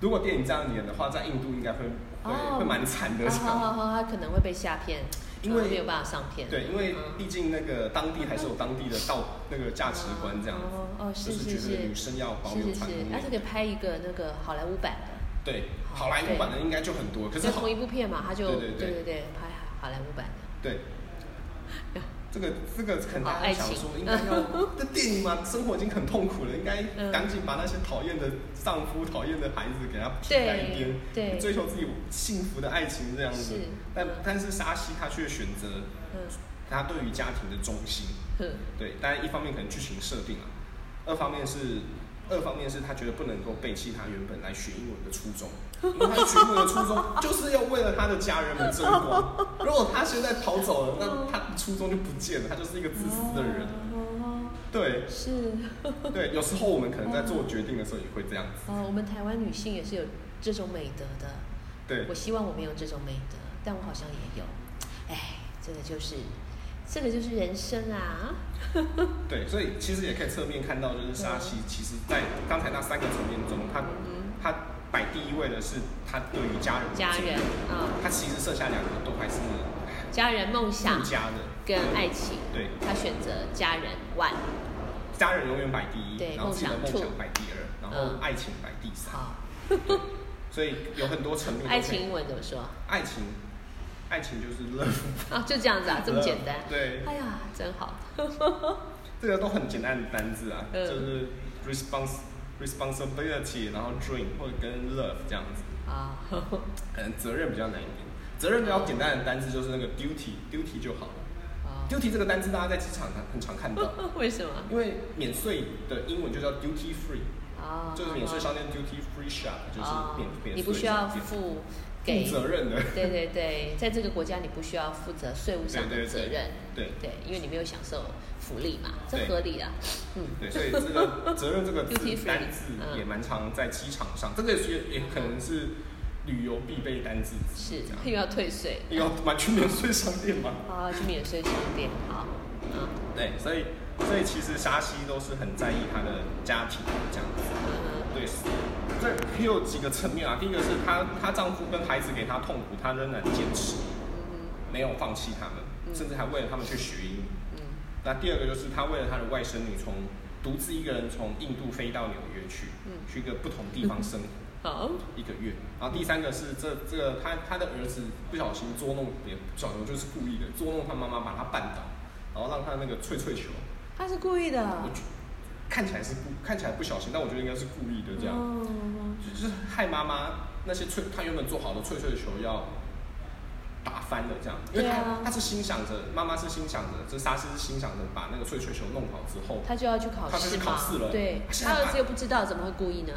Speaker 2: 如果电影这样演的话，在印度应该会会、
Speaker 1: 哦
Speaker 2: 会蛮惨的
Speaker 1: 啊
Speaker 2: 这
Speaker 1: 好
Speaker 2: 样。
Speaker 1: 好好，他可能会被吓骗，
Speaker 2: 因为
Speaker 1: 嗯没有办法上片。
Speaker 2: 对，因为
Speaker 1: 嗯
Speaker 2: 毕竟那个当地还是有当地的道那个价值观这样子，
Speaker 1: 哦哦，是
Speaker 2: 就是是觉得
Speaker 1: 是
Speaker 2: 女，生要保
Speaker 1: 是
Speaker 2: 有
Speaker 1: 是
Speaker 2: 传
Speaker 1: 是，
Speaker 2: 统美
Speaker 1: 而且可以拍一个那个好莱坞版的，
Speaker 2: 对，好莱坞版的应该就很多，可是
Speaker 1: 就
Speaker 2: 好
Speaker 1: 同一部片嘛，他就
Speaker 2: 对对对
Speaker 1: 对对对，拍好莱坞版的。
Speaker 2: 对，这个这个可能大
Speaker 1: 好
Speaker 2: 家
Speaker 1: 爱
Speaker 2: 想
Speaker 1: 情
Speaker 2: 说，应该 要这电影嘛，生活已经很痛苦了，应该
Speaker 1: 嗯
Speaker 2: 赶紧把那些讨厌的丈夫、讨厌的孩子给他撇在一边，
Speaker 1: 对对
Speaker 2: 追求自己幸福的爱情这样子
Speaker 1: 是。
Speaker 2: 但
Speaker 1: 嗯
Speaker 2: 但是沙西他却选择
Speaker 1: 嗯
Speaker 2: 他对于家庭的忠心，
Speaker 1: 哼，
Speaker 2: 对，当然一方面可能剧情设定啊，二方面是。二方面是他觉得不能够背弃他原本来学英文的初衷，因为他学英文的初衷就是要为了他的家人们争光。如果他现在逃走了，那他的初衷就不见了，他就是一个 自私的人。
Speaker 1: 哦，
Speaker 2: 对
Speaker 1: 是
Speaker 2: 对，有时候我们可能在做决定的时候也会这样子。
Speaker 1: 哦，我们台湾女性也是有这种美德的。
Speaker 2: 对
Speaker 1: 我希望我没有这种美德，但我好像也有。哎，这个就是，这个就是人生啊。
Speaker 2: 对，所以其实也可以侧面看到，就是沙西其实在刚才那三个层面中，他
Speaker 1: 嗯
Speaker 2: 他摆第一位的是他对于家人的
Speaker 1: 家
Speaker 2: 敬
Speaker 1: 人
Speaker 2: 意，
Speaker 1: 啊、
Speaker 2: 他其实剩下两个都还是
Speaker 1: 家人梦想
Speaker 2: 附加的，
Speaker 1: 跟爱情，
Speaker 2: 对，
Speaker 1: 他选择家人 one。
Speaker 2: 家人永远摆第一，
Speaker 1: 对
Speaker 2: 然后自己的
Speaker 1: 梦
Speaker 2: 梦
Speaker 1: 想
Speaker 2: 想摆第二，然后
Speaker 1: 嗯
Speaker 2: 爱情摆第三，
Speaker 1: 好，
Speaker 2: 所以有很多层面都可以。
Speaker 1: 爱情英文怎么说？
Speaker 2: 爱情，爱情就是 love，
Speaker 1: 啊，就这样子啊，这么简单。
Speaker 2: 对，
Speaker 1: 哎呀，真好。
Speaker 2: 这个都很简单的单字啊，
Speaker 1: 嗯
Speaker 2: 就是 respons responsibility，然后dream 或者跟 love 这样子，
Speaker 1: 啊，
Speaker 2: 可能责任比较难一点。责任比较简单的单字就是那个 duty duty 就好了。
Speaker 1: 啊
Speaker 2: duty 这个单字大家在职场上很常看到，
Speaker 1: 为什么？
Speaker 2: 因为免税的英文就叫 duty free，
Speaker 1: 啊，
Speaker 2: 就是免税商店 duty free shop，就是
Speaker 1: 哦
Speaker 2: 免免税商店。
Speaker 1: 你不需要负给
Speaker 2: 负责任的，
Speaker 1: 对对对，在这个国家你不需要负责税务上的
Speaker 2: 对对对
Speaker 1: 责任，
Speaker 2: 对
Speaker 1: 对，因为你没有享受福利嘛，这
Speaker 2: 对
Speaker 1: 合理啊。嗯，
Speaker 2: 对，所以这 个责任这个
Speaker 1: Duty
Speaker 2: 字
Speaker 1: free，
Speaker 2: 单字
Speaker 1: 嗯
Speaker 2: 也蛮常在机场上，这个也是也可能是旅游必备单字之
Speaker 1: 是
Speaker 2: 一，这
Speaker 1: 又
Speaker 2: 样。
Speaker 1: 要退税
Speaker 2: 因为要买去免税商店嘛，
Speaker 1: 啊，去免税商店，好，嗯
Speaker 2: 对，所以所以其实沙西都是很在意他的家庭这样子。
Speaker 1: 嗯
Speaker 2: 对，这有几个层面啊。第一个是她她丈夫跟孩子给她痛苦，她仍然坚持，没有放弃他们，甚至还为了他们去学英语。
Speaker 1: 嗯
Speaker 2: 那第二个就是她为了她的外甥女从独自一个人从印度飞到纽约去，
Speaker 1: 嗯
Speaker 2: 去一个不同地方生活
Speaker 1: 好，
Speaker 2: 一个月。然后第三个是这这个她她的儿子不小心捉弄，也不小心就是故意的捉弄她妈妈，把她绊倒，然后让她那个脆脆球，
Speaker 1: 他是故意的，
Speaker 2: 我觉看起来是不看起来不小心，但我觉得应该是故意的这样。
Speaker 1: 哦
Speaker 2: 就是害妈妈那些脆，她原本做好的脆脆球要打翻了这样，因为
Speaker 1: 对
Speaker 2: 她、
Speaker 1: 啊
Speaker 2: 她是心想着，妈妈是心想着，这沙师是心想着把那个脆脆球弄好之后，
Speaker 1: 他就要去考
Speaker 2: 他就
Speaker 1: 试
Speaker 2: 去
Speaker 1: 嘛，
Speaker 2: 考试了
Speaker 1: 对，
Speaker 2: 现
Speaker 1: 他
Speaker 2: 在
Speaker 1: 儿
Speaker 2: 把
Speaker 1: 子又不知道，怎么会故意呢？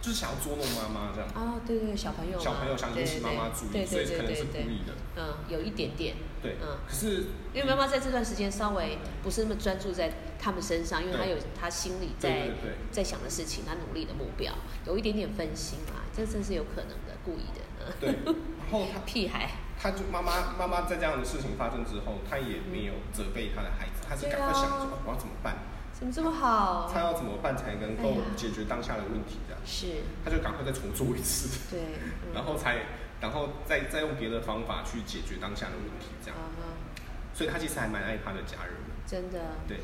Speaker 2: 就是想要捉弄妈妈这样。
Speaker 1: 啊，对对，小朋友嘛，
Speaker 2: 嗯小朋友想引起妈妈注
Speaker 1: 对
Speaker 2: 意，所
Speaker 1: 对
Speaker 2: 以
Speaker 1: 对
Speaker 2: 可能
Speaker 1: 对
Speaker 2: 是
Speaker 1: 对
Speaker 2: 故
Speaker 1: 对，
Speaker 2: 意的。
Speaker 1: 嗯，有一点点，
Speaker 2: 对，
Speaker 1: 嗯。
Speaker 2: 可是
Speaker 1: 因为妈妈在这段时间稍微不是那么专注在他们身上，因为她
Speaker 2: 对
Speaker 1: 有她心里在
Speaker 2: 对对对
Speaker 1: 在想的事情，她努力的目标，有一点点分心啊，这真是有可能的，故意的。嗯
Speaker 2: 对，然后她
Speaker 1: 屁孩，
Speaker 2: 她就妈妈妈妈在这样的事情发生之后，她也没有责备她的孩子，她是
Speaker 1: 对
Speaker 2: 赶快想
Speaker 1: 啊
Speaker 2: 着、哦我要怎么办，
Speaker 1: 怎么这么好
Speaker 2: 她？要怎么办才能
Speaker 1: 哎
Speaker 2: 够
Speaker 1: 呀
Speaker 2: 解决当下的问题这样，
Speaker 1: 是，
Speaker 2: 她就赶快再重做一次。
Speaker 1: 对，嗯、
Speaker 2: 然后才，然后再再用别的方法去解决当下的问题，这样。
Speaker 1: 啊哈
Speaker 2: 所以他其实还蛮爱他的家人的，
Speaker 1: 真的，
Speaker 2: 对。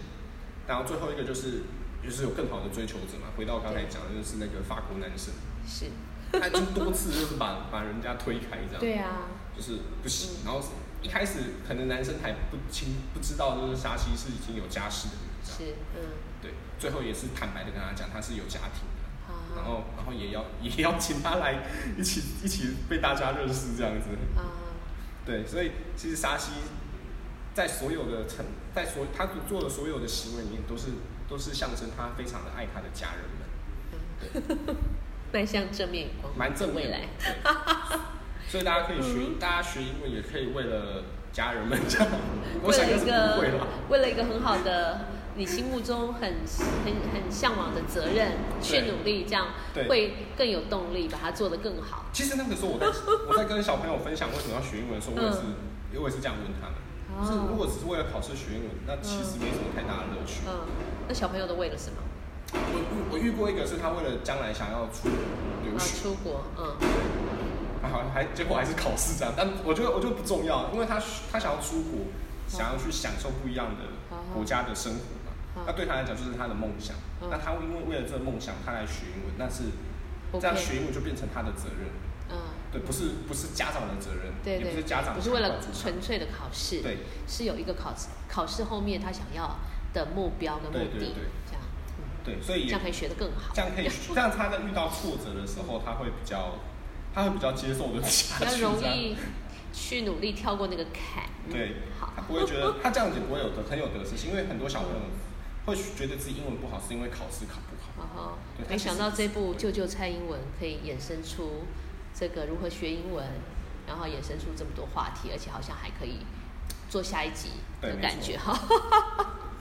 Speaker 2: 然后最后一个就是，就是有更好的追求者嘛。回到刚才讲的，就是那个法国男生，
Speaker 1: 是，
Speaker 2: 他就多次就是把把人家推开这样，
Speaker 1: 对啊，
Speaker 2: 就是不行。然后一开始可能男生还不清不知道，就是沙西是已经有家室的人这样，
Speaker 1: 是，嗯，
Speaker 2: 对。最后也是坦白的跟他讲，他是有家庭的。
Speaker 1: 好
Speaker 2: 然
Speaker 1: 好
Speaker 2: 后，然后也邀 也邀请他来一起一起被大家认识这样子，
Speaker 1: 啊，
Speaker 2: 对，所以其实沙西在所有的成，在所他所做的所有的行为里面，都是都是象征他非常的爱他的家人们，
Speaker 1: 迈向正面光，
Speaker 2: 蛮正
Speaker 1: 哦未
Speaker 2: 面的
Speaker 1: 来。。嗯
Speaker 2: 对所以大家可以学，大家学英文也可以为了家人们这样。我想应该是不会了。
Speaker 1: 为了一个很好的你心目中很很很向往的责任去
Speaker 2: 对
Speaker 1: 努力，这样
Speaker 2: 对
Speaker 1: 会更有动力，把它做得更好。
Speaker 2: 其实那个时候我在我在跟小朋友分享为什么要学英文的时候，我也是、我也是这样问他们，
Speaker 1: 哦
Speaker 2: 就是如果只是为了考试学英文，那其实没什么太大的乐趣。
Speaker 1: 嗯，那小朋友都为了什么？
Speaker 2: 我遇我遇过一个是他为了将来想要出留
Speaker 1: 啊，
Speaker 2: 学，
Speaker 1: 出国，嗯，
Speaker 2: 啊，还结果还是考试这样，但我觉得我觉得不重要，因为他他想要出国，
Speaker 1: 嗯
Speaker 2: 想要去享受不一样的
Speaker 1: 好好
Speaker 2: 国家的生活
Speaker 1: 好
Speaker 2: 嘛，那对他来讲就是他的梦想
Speaker 1: 嗯。
Speaker 2: 那他因为为了这个梦想，他来学英文，那是这样
Speaker 1: OK
Speaker 2: 学英文就变成他的责任，
Speaker 1: 嗯，
Speaker 2: 对，不是不是家长的责任，
Speaker 1: 对
Speaker 2: 也不
Speaker 1: 对，
Speaker 2: 是家长
Speaker 1: 不是为了
Speaker 2: 想要管
Speaker 1: 纯粹的考试，
Speaker 2: 住他对，
Speaker 1: 是有一个考试，考试后面他想要的目标跟目的，
Speaker 2: 对对对
Speaker 1: 这样，嗯
Speaker 2: 对，所以
Speaker 1: 这
Speaker 2: 也
Speaker 1: 样可以学得更好
Speaker 2: 这，样可以，这样他在遇到挫折的时候，他会比较他会比较接受的下
Speaker 1: 比较
Speaker 2: 去，
Speaker 1: 容
Speaker 2: 这样
Speaker 1: 易去努力跳过那个坎。嗯
Speaker 2: 对
Speaker 1: 好，
Speaker 2: 他不会觉得他这样子不会有得很有得失心，因为很多小朋友会觉得自己英文不好，是因为考试考不好。
Speaker 1: 然后
Speaker 2: 对它
Speaker 1: 没
Speaker 2: 其
Speaker 1: 想
Speaker 2: 实
Speaker 1: 到
Speaker 2: 是
Speaker 1: 这部《
Speaker 2: 对
Speaker 1: 救救蔡英文》可以衍生出这个如何学英文，然后衍生出这么多话题，而且好像还可以做下一集
Speaker 2: 对
Speaker 1: 的
Speaker 2: 没
Speaker 1: 感
Speaker 2: 错
Speaker 1: 觉哈。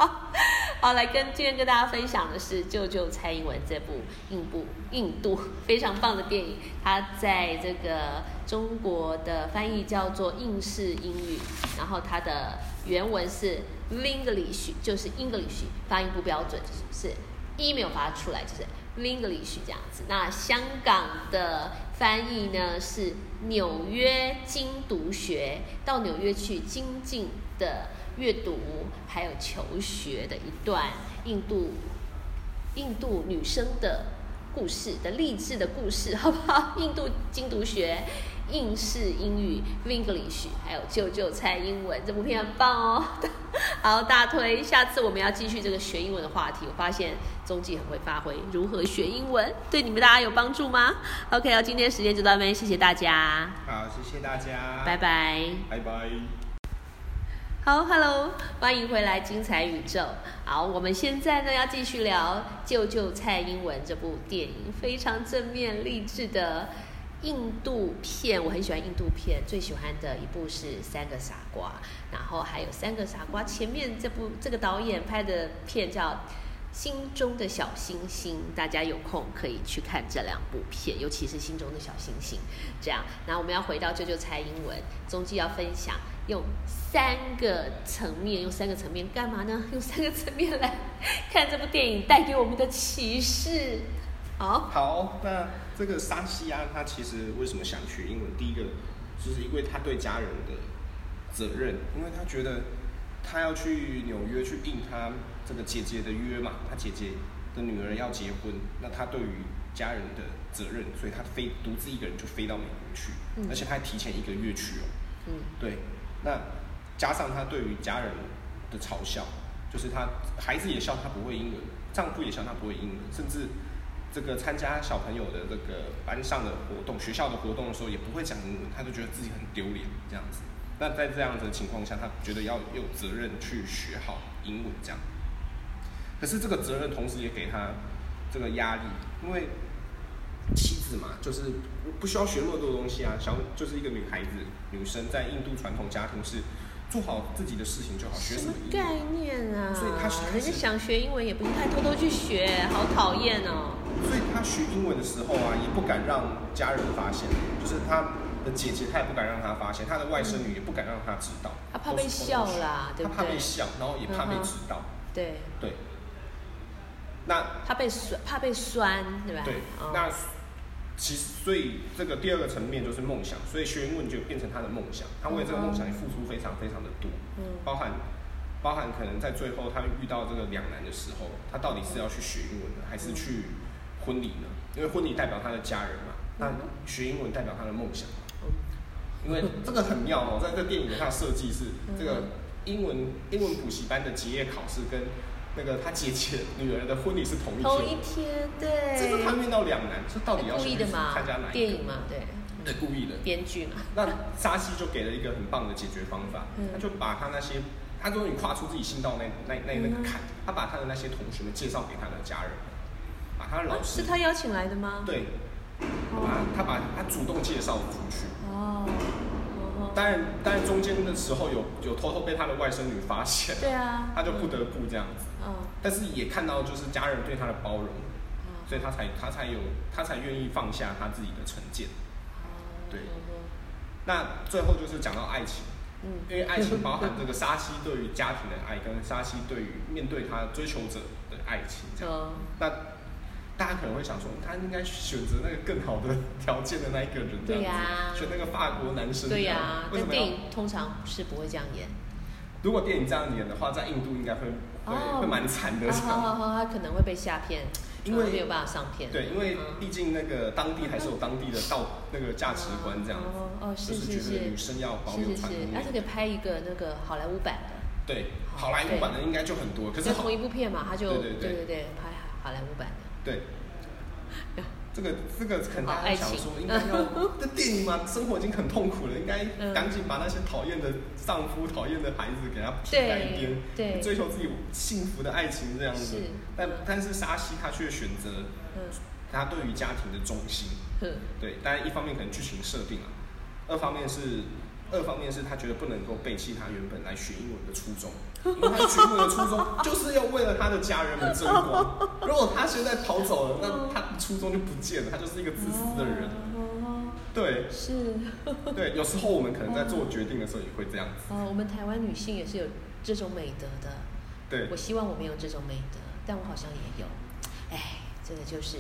Speaker 1: 好，来跟今天跟大家分享的是《救救蔡英文》这部印度印度非常棒的电影，它在这个中国的翻译叫做应试英语，然后它的原文是 English，就是 English 发音不标准，是一没有发出来，就是 English 这样子。那香港的翻译呢是纽约精读学，到纽约去精进的阅读，还有求学的一段印度印度女生的故事的励志的故事，好不好？ 印度精读学。应试英语 English，还有救救菜英文，这部片很棒哦。 好，大推，下次我们要继续这个学英文的话题。我发现中继很会发挥，如何学英文对你们大家有帮助吗？OK，好，今天时间就到这边，谢谢大家，
Speaker 2: 好，谢谢大家，
Speaker 1: 拜拜。
Speaker 2: 拜拜。
Speaker 1: 好，Hello，欢迎回来《精彩宇宙》。好，我们现在呢要继续聊《救救蔡英文》这部电影，非常正面励志的印度片。我很喜欢印度片，最喜欢的一部是《三个傻瓜》，然后还有《三个傻瓜》前面这部这个导演拍的片叫《心中的小星星》，大家有空可以去看这两部片，尤其是《心中的小星星》。这样，然后我们要回到救救蔡英文，中继要分享用三个层面，用三个层面干嘛呢？用三个层面来看这部电影带给我们的启示。好，
Speaker 2: 好，那这个沙西亚他其实为什么想学英文？第一个就是因为他对家人的责任，因为他觉得他要去纽约去应他这个姐姐的约嘛，他姐姐的女儿要结婚，那他对于家人的责任，所以他飞独自一个人就飞到美国去，
Speaker 1: 嗯
Speaker 2: 而且他还提前一个月去哦。
Speaker 1: 嗯
Speaker 2: 对，那加上他对于家人的嘲笑，就是他孩子也笑他不会英文，丈夫也笑他不会英文，甚至这个参加小朋友的这个班上的活动、学校的活动的时候也不会讲英文，他就觉得自己很丢脸这样子。那在这样子的情况下，他觉得要有责任去学好英文这样。可是这个责任同时也给他这个压力，因为妻子嘛，就是不需要学那么多东西啊，小就是一个女孩子，女生在印度传统家庭是做好自己的事情就好，学什么英文
Speaker 1: 概
Speaker 2: 啊
Speaker 1: 念啊？
Speaker 2: 所以他是
Speaker 1: 人家想学英文也不是太偷偷去学，好讨厌哦。
Speaker 2: 所以他学英文的时候啊，也不敢让家人发现，就是啊他的姐姐，她也不敢让她发现，她的外甥女也不敢让她知道，
Speaker 1: 她怕被笑啦对
Speaker 2: 她
Speaker 1: 不对
Speaker 2: 怕被笑，然后也怕被知道，
Speaker 1: 对，
Speaker 2: 对。那
Speaker 1: 他被酸，怕被酸，对吧？
Speaker 2: 对，
Speaker 1: 哦
Speaker 2: 那其实所以这个第二个层面就是梦想，所以学英文就变成他的梦想，他为这个梦想也付出非常非常的多，
Speaker 1: 嗯
Speaker 2: 包含包含可能在最后他遇到这个两难的时候，他到底是要去学英文呢，还是去婚礼呢？因为婚礼代表他的家人嘛，那学英文代表他的梦想嘛。因 为这个很妙哦，在这电影它的设计是这个英文英文补习班的结业考试跟那个他姐姐女儿的婚礼是同一天，
Speaker 1: 同一天，对，
Speaker 2: 这是他遇到两难，这到底要
Speaker 1: 哎故意的嘛
Speaker 2: 参加哪一个？？
Speaker 1: 电影嘛，对，
Speaker 2: 对，故意的。
Speaker 1: 编剧嘛，
Speaker 2: 那沙西就给了一个很棒的解决方法，
Speaker 1: 嗯
Speaker 2: 他就把他那些，他终于跨出自己心道那那那那个坎，他把他的那些同学们介绍给他的家人，把他的老
Speaker 1: 啊
Speaker 2: 师，
Speaker 1: 是他邀请来的吗？
Speaker 2: 对，把他把他主动介绍出去。
Speaker 1: 哦，哦，
Speaker 2: 当然，当然中间的时候有有偷偷被他的外甥女 发现，
Speaker 1: 对啊，
Speaker 2: 他就不得不这样子，
Speaker 1: 嗯，
Speaker 2: 但是也看到就是家人对他的包容，
Speaker 1: 嗯
Speaker 2: 所以他才他才有他才愿意放下他自己的成见。
Speaker 1: 哦
Speaker 2: 对那最后就是讲到爱情，
Speaker 1: 嗯
Speaker 2: 因为爱情包含这个沙西对于家庭的爱，跟沙西对于面对他追求者的爱情这样。
Speaker 1: 哦，
Speaker 2: 那大家可能会想说，他应该选择那个更好的条件的那一个人，这样子
Speaker 1: 对呀
Speaker 2: 选那个法国男生，
Speaker 1: 对
Speaker 2: 呀、
Speaker 1: 呀，
Speaker 2: 为什
Speaker 1: 但
Speaker 2: 么
Speaker 1: 电
Speaker 2: 要？
Speaker 1: 影通常是不会这样演。
Speaker 2: 如果电影这样演的话，在印度应该会会、
Speaker 1: 哦
Speaker 2: 会蛮惨
Speaker 1: 啊，
Speaker 2: 的
Speaker 1: 好好好，他可能会被吓骗，
Speaker 2: 因为
Speaker 1: 嗯没有办法上片。
Speaker 2: 对，因为
Speaker 1: 嗯
Speaker 2: 毕竟那个当地还是有当地的道那个价值观这样子，
Speaker 1: 哦哦，是
Speaker 2: 就是是觉得
Speaker 1: 是
Speaker 2: 女生要保
Speaker 1: 是
Speaker 2: 有
Speaker 1: 是
Speaker 2: 传
Speaker 1: 是
Speaker 2: 统，美
Speaker 1: 而且可以拍一个那个好莱坞版的，
Speaker 2: 对，好莱坞版的应该就很多，可是
Speaker 1: 就
Speaker 2: 好
Speaker 1: 同一部片嘛，他就
Speaker 2: 对对对
Speaker 1: 对对，拍好莱坞版的。
Speaker 2: 对，这个这个可能大
Speaker 1: 好爱
Speaker 2: 家
Speaker 1: 情
Speaker 2: 想说，应该 要这电影嘛，生活已经很痛苦了，应该
Speaker 1: 嗯
Speaker 2: 赶紧把那些讨厌的丈夫、讨厌的孩子给他撇在一边，
Speaker 1: 对对
Speaker 2: 追求自己幸福的爱情这样子
Speaker 1: 是。
Speaker 2: 但
Speaker 1: 嗯
Speaker 2: 但是沙西他却选择
Speaker 1: 嗯
Speaker 2: 他对于家庭的忠心，
Speaker 1: 哼
Speaker 2: 对，当然一方面可能剧情设定啊，二方面是。二方面是他觉得不能够背弃他原本来学英文的初衷，因为他学英文的 初衷就是要为了他的家人们争光。如果他现在逃走了，那他的初衷就不见了，他就是一个自私的人。
Speaker 1: 哦，
Speaker 2: 对
Speaker 1: 是
Speaker 2: 对，有时候我们可能在做决定的时候也会这样子。
Speaker 1: 哦，我们台湾女性也是有这种美德的。
Speaker 2: 对
Speaker 1: 我希望我没有这种美德，但我好像也有。哎，这个就是，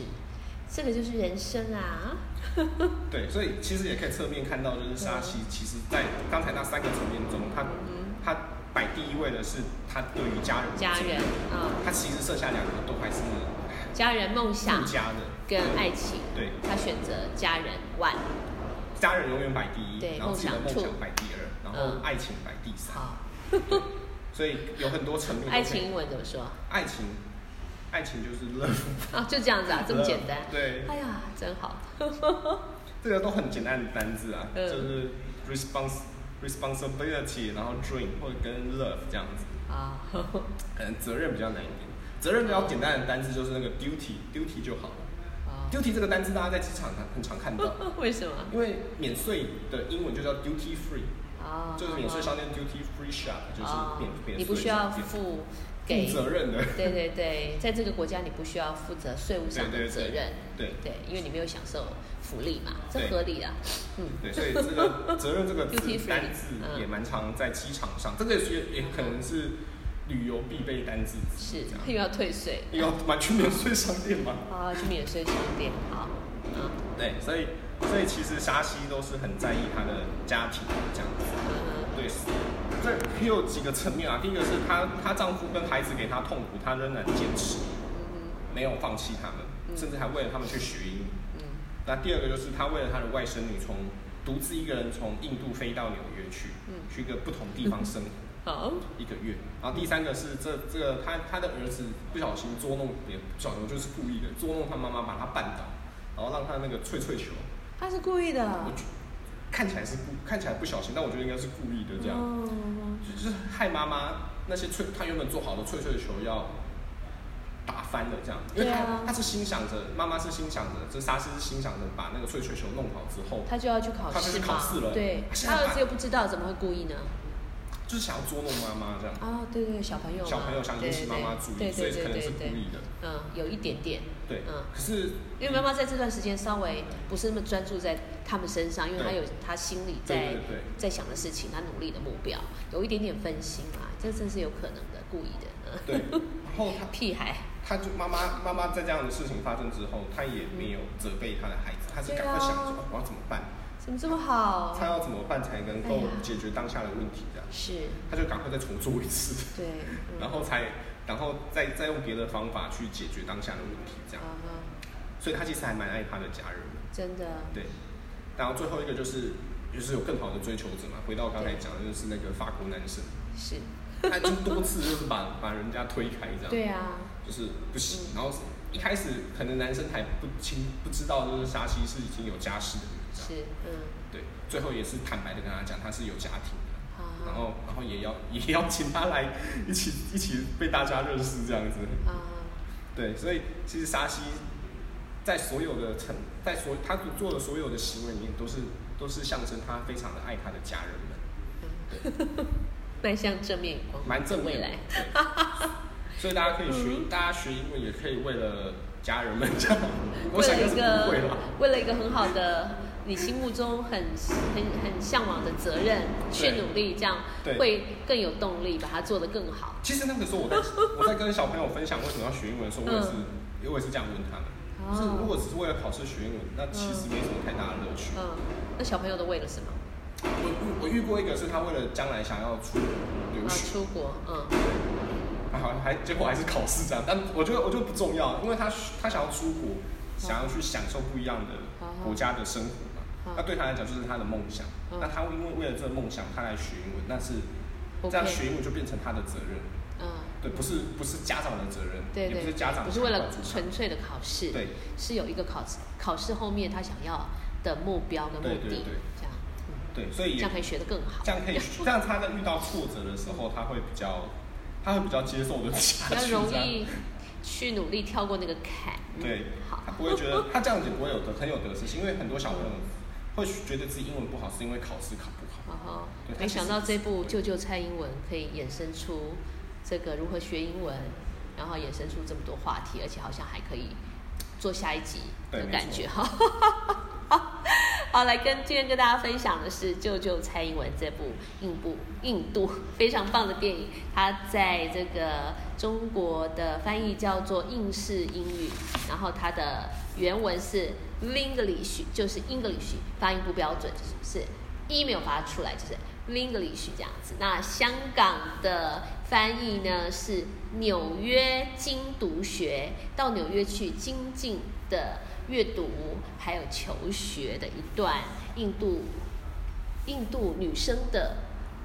Speaker 1: 这个就是人生啊。
Speaker 2: 对，所以其实也可以侧面看到，就是沙西
Speaker 1: 嗯
Speaker 2: 其实在刚才那三个层面中，他他摆第一位的是他对于家人的
Speaker 1: 家
Speaker 2: 敬
Speaker 1: 人
Speaker 2: 意，
Speaker 1: 啊、
Speaker 2: 他其实剩下两个都还是
Speaker 1: 家人梦想
Speaker 2: 附加的，
Speaker 1: 跟爱情，
Speaker 2: 对，
Speaker 1: 他选择家人 one。
Speaker 2: 家人永远摆第
Speaker 1: 对
Speaker 2: 一，然后自己的
Speaker 1: 梦
Speaker 2: 梦
Speaker 1: 想
Speaker 2: 想
Speaker 1: two
Speaker 2: 摆第二，然后
Speaker 1: 嗯
Speaker 2: 爱情摆第三，
Speaker 1: 好，
Speaker 2: 所以有很多层面都可以。
Speaker 1: 爱情英文怎么 说？
Speaker 2: 爱情，爱情就是 love，
Speaker 1: 啊，就这样子啊， 这么简单。
Speaker 2: 对，
Speaker 1: 哎呀，真 好。
Speaker 2: 这个都很简单的单字啊，
Speaker 1: 嗯
Speaker 2: 就是 respons responsibility，然后 dream 或者跟 love 这样子，
Speaker 1: 啊，
Speaker 2: 可能责任比较难一点。责任比较简单的单字就是那个 duty duty 就好了。
Speaker 1: 啊
Speaker 2: duty 这个单字大家在职场上很常看到，
Speaker 1: 为什么？
Speaker 2: 因为免税的英文就叫 duty free，
Speaker 1: 啊，
Speaker 2: 就是免税商店 duty free shop，就是免
Speaker 1: 啊
Speaker 2: 免税
Speaker 1: 你不需要
Speaker 2: 商店
Speaker 1: 负给
Speaker 2: 负责任的，
Speaker 1: 对对对，在这个国家你不需要负责税务上的
Speaker 2: 对对对
Speaker 1: 责任，
Speaker 2: 对
Speaker 1: 对，因为你没有享受福利嘛，这
Speaker 2: 对
Speaker 1: 合理啊。
Speaker 2: 对，所以这 个责任这个
Speaker 1: Duty
Speaker 2: 字
Speaker 1: free，
Speaker 2: 单字
Speaker 1: 嗯
Speaker 2: 也蛮常在机场上，这个也是也可能是旅游必备单字之
Speaker 1: 是
Speaker 2: 一，这
Speaker 1: 因为
Speaker 2: 样。
Speaker 1: 要退税
Speaker 2: 因为 要买去免税商店嘛，
Speaker 1: 啊，去免税商店好，啊，
Speaker 2: 对，所以所以其实沙西都是很在意他的家庭这样子。
Speaker 1: 嗯
Speaker 2: 对，这也有几个层面啊。第一个是她她丈夫跟孩子给她痛苦，她仍然坚持，没有放弃他们，甚至还为了他们去学英语。
Speaker 1: 嗯
Speaker 2: 那第二个就是她为了她的外甥女从独自一个人从印度飞到纽约去，去一个不同地方生活。
Speaker 1: 好，
Speaker 2: 一个月。然后第三个是这这个他他的儿子不小心捉弄，也不小心就是故意的捉弄他妈妈，把他绊倒，然后让他那个脆脆球，
Speaker 1: 他是故意的，
Speaker 2: 我觉看起来是故看起来不小心，但我觉得应该是故意的这样，
Speaker 1: 哦，
Speaker 2: 就就是害妈妈那些脆他原本做好的脆脆球要。打翻了这样，因为
Speaker 1: 对
Speaker 2: 他、
Speaker 1: 啊
Speaker 2: 他是心想着，妈妈是心想着，这沙斯是心想着把那个脆脆球弄好之后，
Speaker 1: 他就要去考
Speaker 2: 他就
Speaker 1: 试
Speaker 2: 去
Speaker 1: 嘛，
Speaker 2: 考试了
Speaker 1: 对，
Speaker 2: 现
Speaker 1: 他
Speaker 2: 在
Speaker 1: 儿
Speaker 2: 把
Speaker 1: 子又不知道，怎么会故意呢？
Speaker 2: 就是想要捉弄妈妈这样。
Speaker 1: 啊，对对，小朋友嘛，
Speaker 2: 小朋友想引起妈妈注意，
Speaker 1: 对
Speaker 2: 所
Speaker 1: 对
Speaker 2: 以
Speaker 1: 对
Speaker 2: 可能
Speaker 1: 对
Speaker 2: 是
Speaker 1: 对
Speaker 2: 故
Speaker 1: 对，
Speaker 2: 意的。
Speaker 1: 嗯，有一点点，
Speaker 2: 对，
Speaker 1: 嗯
Speaker 2: 可是
Speaker 1: 因为妈妈在这段时间稍微不是那么专注在他们身上，因为她
Speaker 2: 对
Speaker 1: 有她心里在
Speaker 2: 对对对
Speaker 1: 在想的事情，她努力的目标，有一点点分心啊，这真是有可能的，故意的。嗯
Speaker 2: 对，然后他
Speaker 1: 屁孩，
Speaker 2: 他就妈妈妈妈在这样的事情发生之后，他也没有责备他的孩子，他是赶快想
Speaker 1: 对
Speaker 2: 着、
Speaker 1: 啊
Speaker 2: 哦我要怎么办，
Speaker 1: 怎么这么好
Speaker 2: 他？要怎么办才能
Speaker 1: 哎
Speaker 2: 够
Speaker 1: 呀
Speaker 2: 解决当下的问题这样，
Speaker 1: 是，
Speaker 2: 他就赶快再重做一次，
Speaker 1: 对，嗯
Speaker 2: 然后才然后再再用别的方法去解决当下的问题这样，
Speaker 1: 啊哈，
Speaker 2: 所以他其实还蛮爱他的家人的，
Speaker 1: 真的，
Speaker 2: 对，然后最后一个就是就是有更好的追求者嘛，回到我刚才讲的就是那个法国男 生，
Speaker 1: 是，
Speaker 2: 他就多次就是把把人家推开这样，
Speaker 1: 对嗯啊，
Speaker 2: 就是不行。然后一开始可能男生还不清不知道，就是沙西是已经有家室的人，这样
Speaker 1: 是，嗯，
Speaker 2: 对。最后也是坦白的跟他讲，他是有家庭的，
Speaker 1: 好
Speaker 2: 然
Speaker 1: 好，
Speaker 2: 后然后也要 也邀请他来一起一起被大家认识这样子。
Speaker 1: 啊，
Speaker 2: 对，所以其实沙西在所有的成在所他做的所有的行为里面，都是都是象征他非常的爱他的家人们。
Speaker 1: 迈向正面光
Speaker 2: 蛮正
Speaker 1: 未
Speaker 2: 面的
Speaker 1: 来，嗯
Speaker 2: 所以大家可以学，大家学英文也可以为了家人们这样。我想应
Speaker 1: 为
Speaker 2: 该
Speaker 1: 了一
Speaker 2: 是不会
Speaker 1: 个
Speaker 2: 了。
Speaker 1: 为了一个很好的你心目中很很很向往的责任去
Speaker 2: 对
Speaker 1: 努力，这样
Speaker 2: 对
Speaker 1: 会更有动力，把它做得更好。
Speaker 2: 其实那个时候我在我在跟小朋友分享为什么要学英文的时候，我也是、
Speaker 1: 嗯
Speaker 2: 我也是这样问他们，
Speaker 1: 哦
Speaker 2: 就是如果只是为了考试学英文，那其实没什么太大的乐趣。
Speaker 1: 嗯，那小朋友都为了什么？
Speaker 2: 我我遇过一个是他为了将来想要出留
Speaker 1: 啊，
Speaker 2: 学，
Speaker 1: 出国，嗯，
Speaker 2: 然后还结果还是考试这样，但我觉得我觉得不重要，因为他他想要出国，想要去享受不一样的
Speaker 1: 好好
Speaker 2: 国家的生活
Speaker 1: 好
Speaker 2: 嘛，那对他来讲就是他的梦想
Speaker 1: 嗯。
Speaker 2: 那他因为为了这个梦想，他来学英文，那是这样
Speaker 1: OK
Speaker 2: 学英文就变成他的责任，
Speaker 1: 嗯，
Speaker 2: 对，不是不是家长的责任，
Speaker 1: 对
Speaker 2: 也
Speaker 1: 对，
Speaker 2: 不是家长
Speaker 1: 不是为了
Speaker 2: 想要
Speaker 1: 纯粹的考试，
Speaker 2: 对，
Speaker 1: 是有一个考试，考试后面他想要的目标跟目的，
Speaker 2: 对对对
Speaker 1: 这样，嗯
Speaker 2: 对，所以
Speaker 1: 这
Speaker 2: 也
Speaker 1: 样可以学得更好
Speaker 2: 这，样可以， 这样他在遇到挫折的时候，他会比较，他会比较接受的下
Speaker 1: 比较
Speaker 2: 去，
Speaker 1: 容
Speaker 2: 这样
Speaker 1: 易去努力跳过那个坎。
Speaker 2: 对
Speaker 1: 好，
Speaker 2: 他不会觉得他这样子不会有得很有得失心，因为很多小朋友会觉得自己英文不好，是因为考试考不好。
Speaker 1: 然后
Speaker 2: 啊对它
Speaker 1: 没
Speaker 2: 其
Speaker 1: 想
Speaker 2: 实
Speaker 1: 到
Speaker 2: 是
Speaker 1: 这部《
Speaker 2: 对
Speaker 1: 救救蔡英文》可以衍生出这个如何学英文，然后衍生出这么多话题，而且好像还可以做下一集
Speaker 2: 对
Speaker 1: 的
Speaker 2: 没
Speaker 1: 感
Speaker 2: 错
Speaker 1: 觉哈。 好，来跟今天跟大家分享的是《救救蔡英文》这部印部印度非常棒的电影，它在这个中国的翻译叫做应试英语，然后它的原文是 English，就是 English 发音不标准，就是是 E 没有发出来，就是 English 这样子。那香港的翻译呢是纽约精读学，到纽约去精进的阅读还有求学的一段印度印度女生的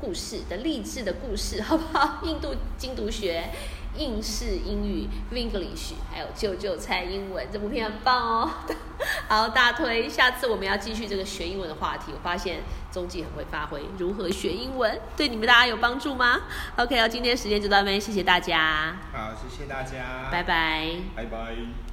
Speaker 1: 故事的励志的故事， 好不好？印度精读学。应试英语 English，还有救救蔡英文这部片很棒哦。 好，大推，下次我们要继续这个学英文的话题。我发现中继很会发挥，如何学英文对你们大家有帮助吗？OK，好，今天时间就到这边，谢谢大家，
Speaker 4: 好，谢谢大家，
Speaker 1: 拜拜。
Speaker 4: 拜拜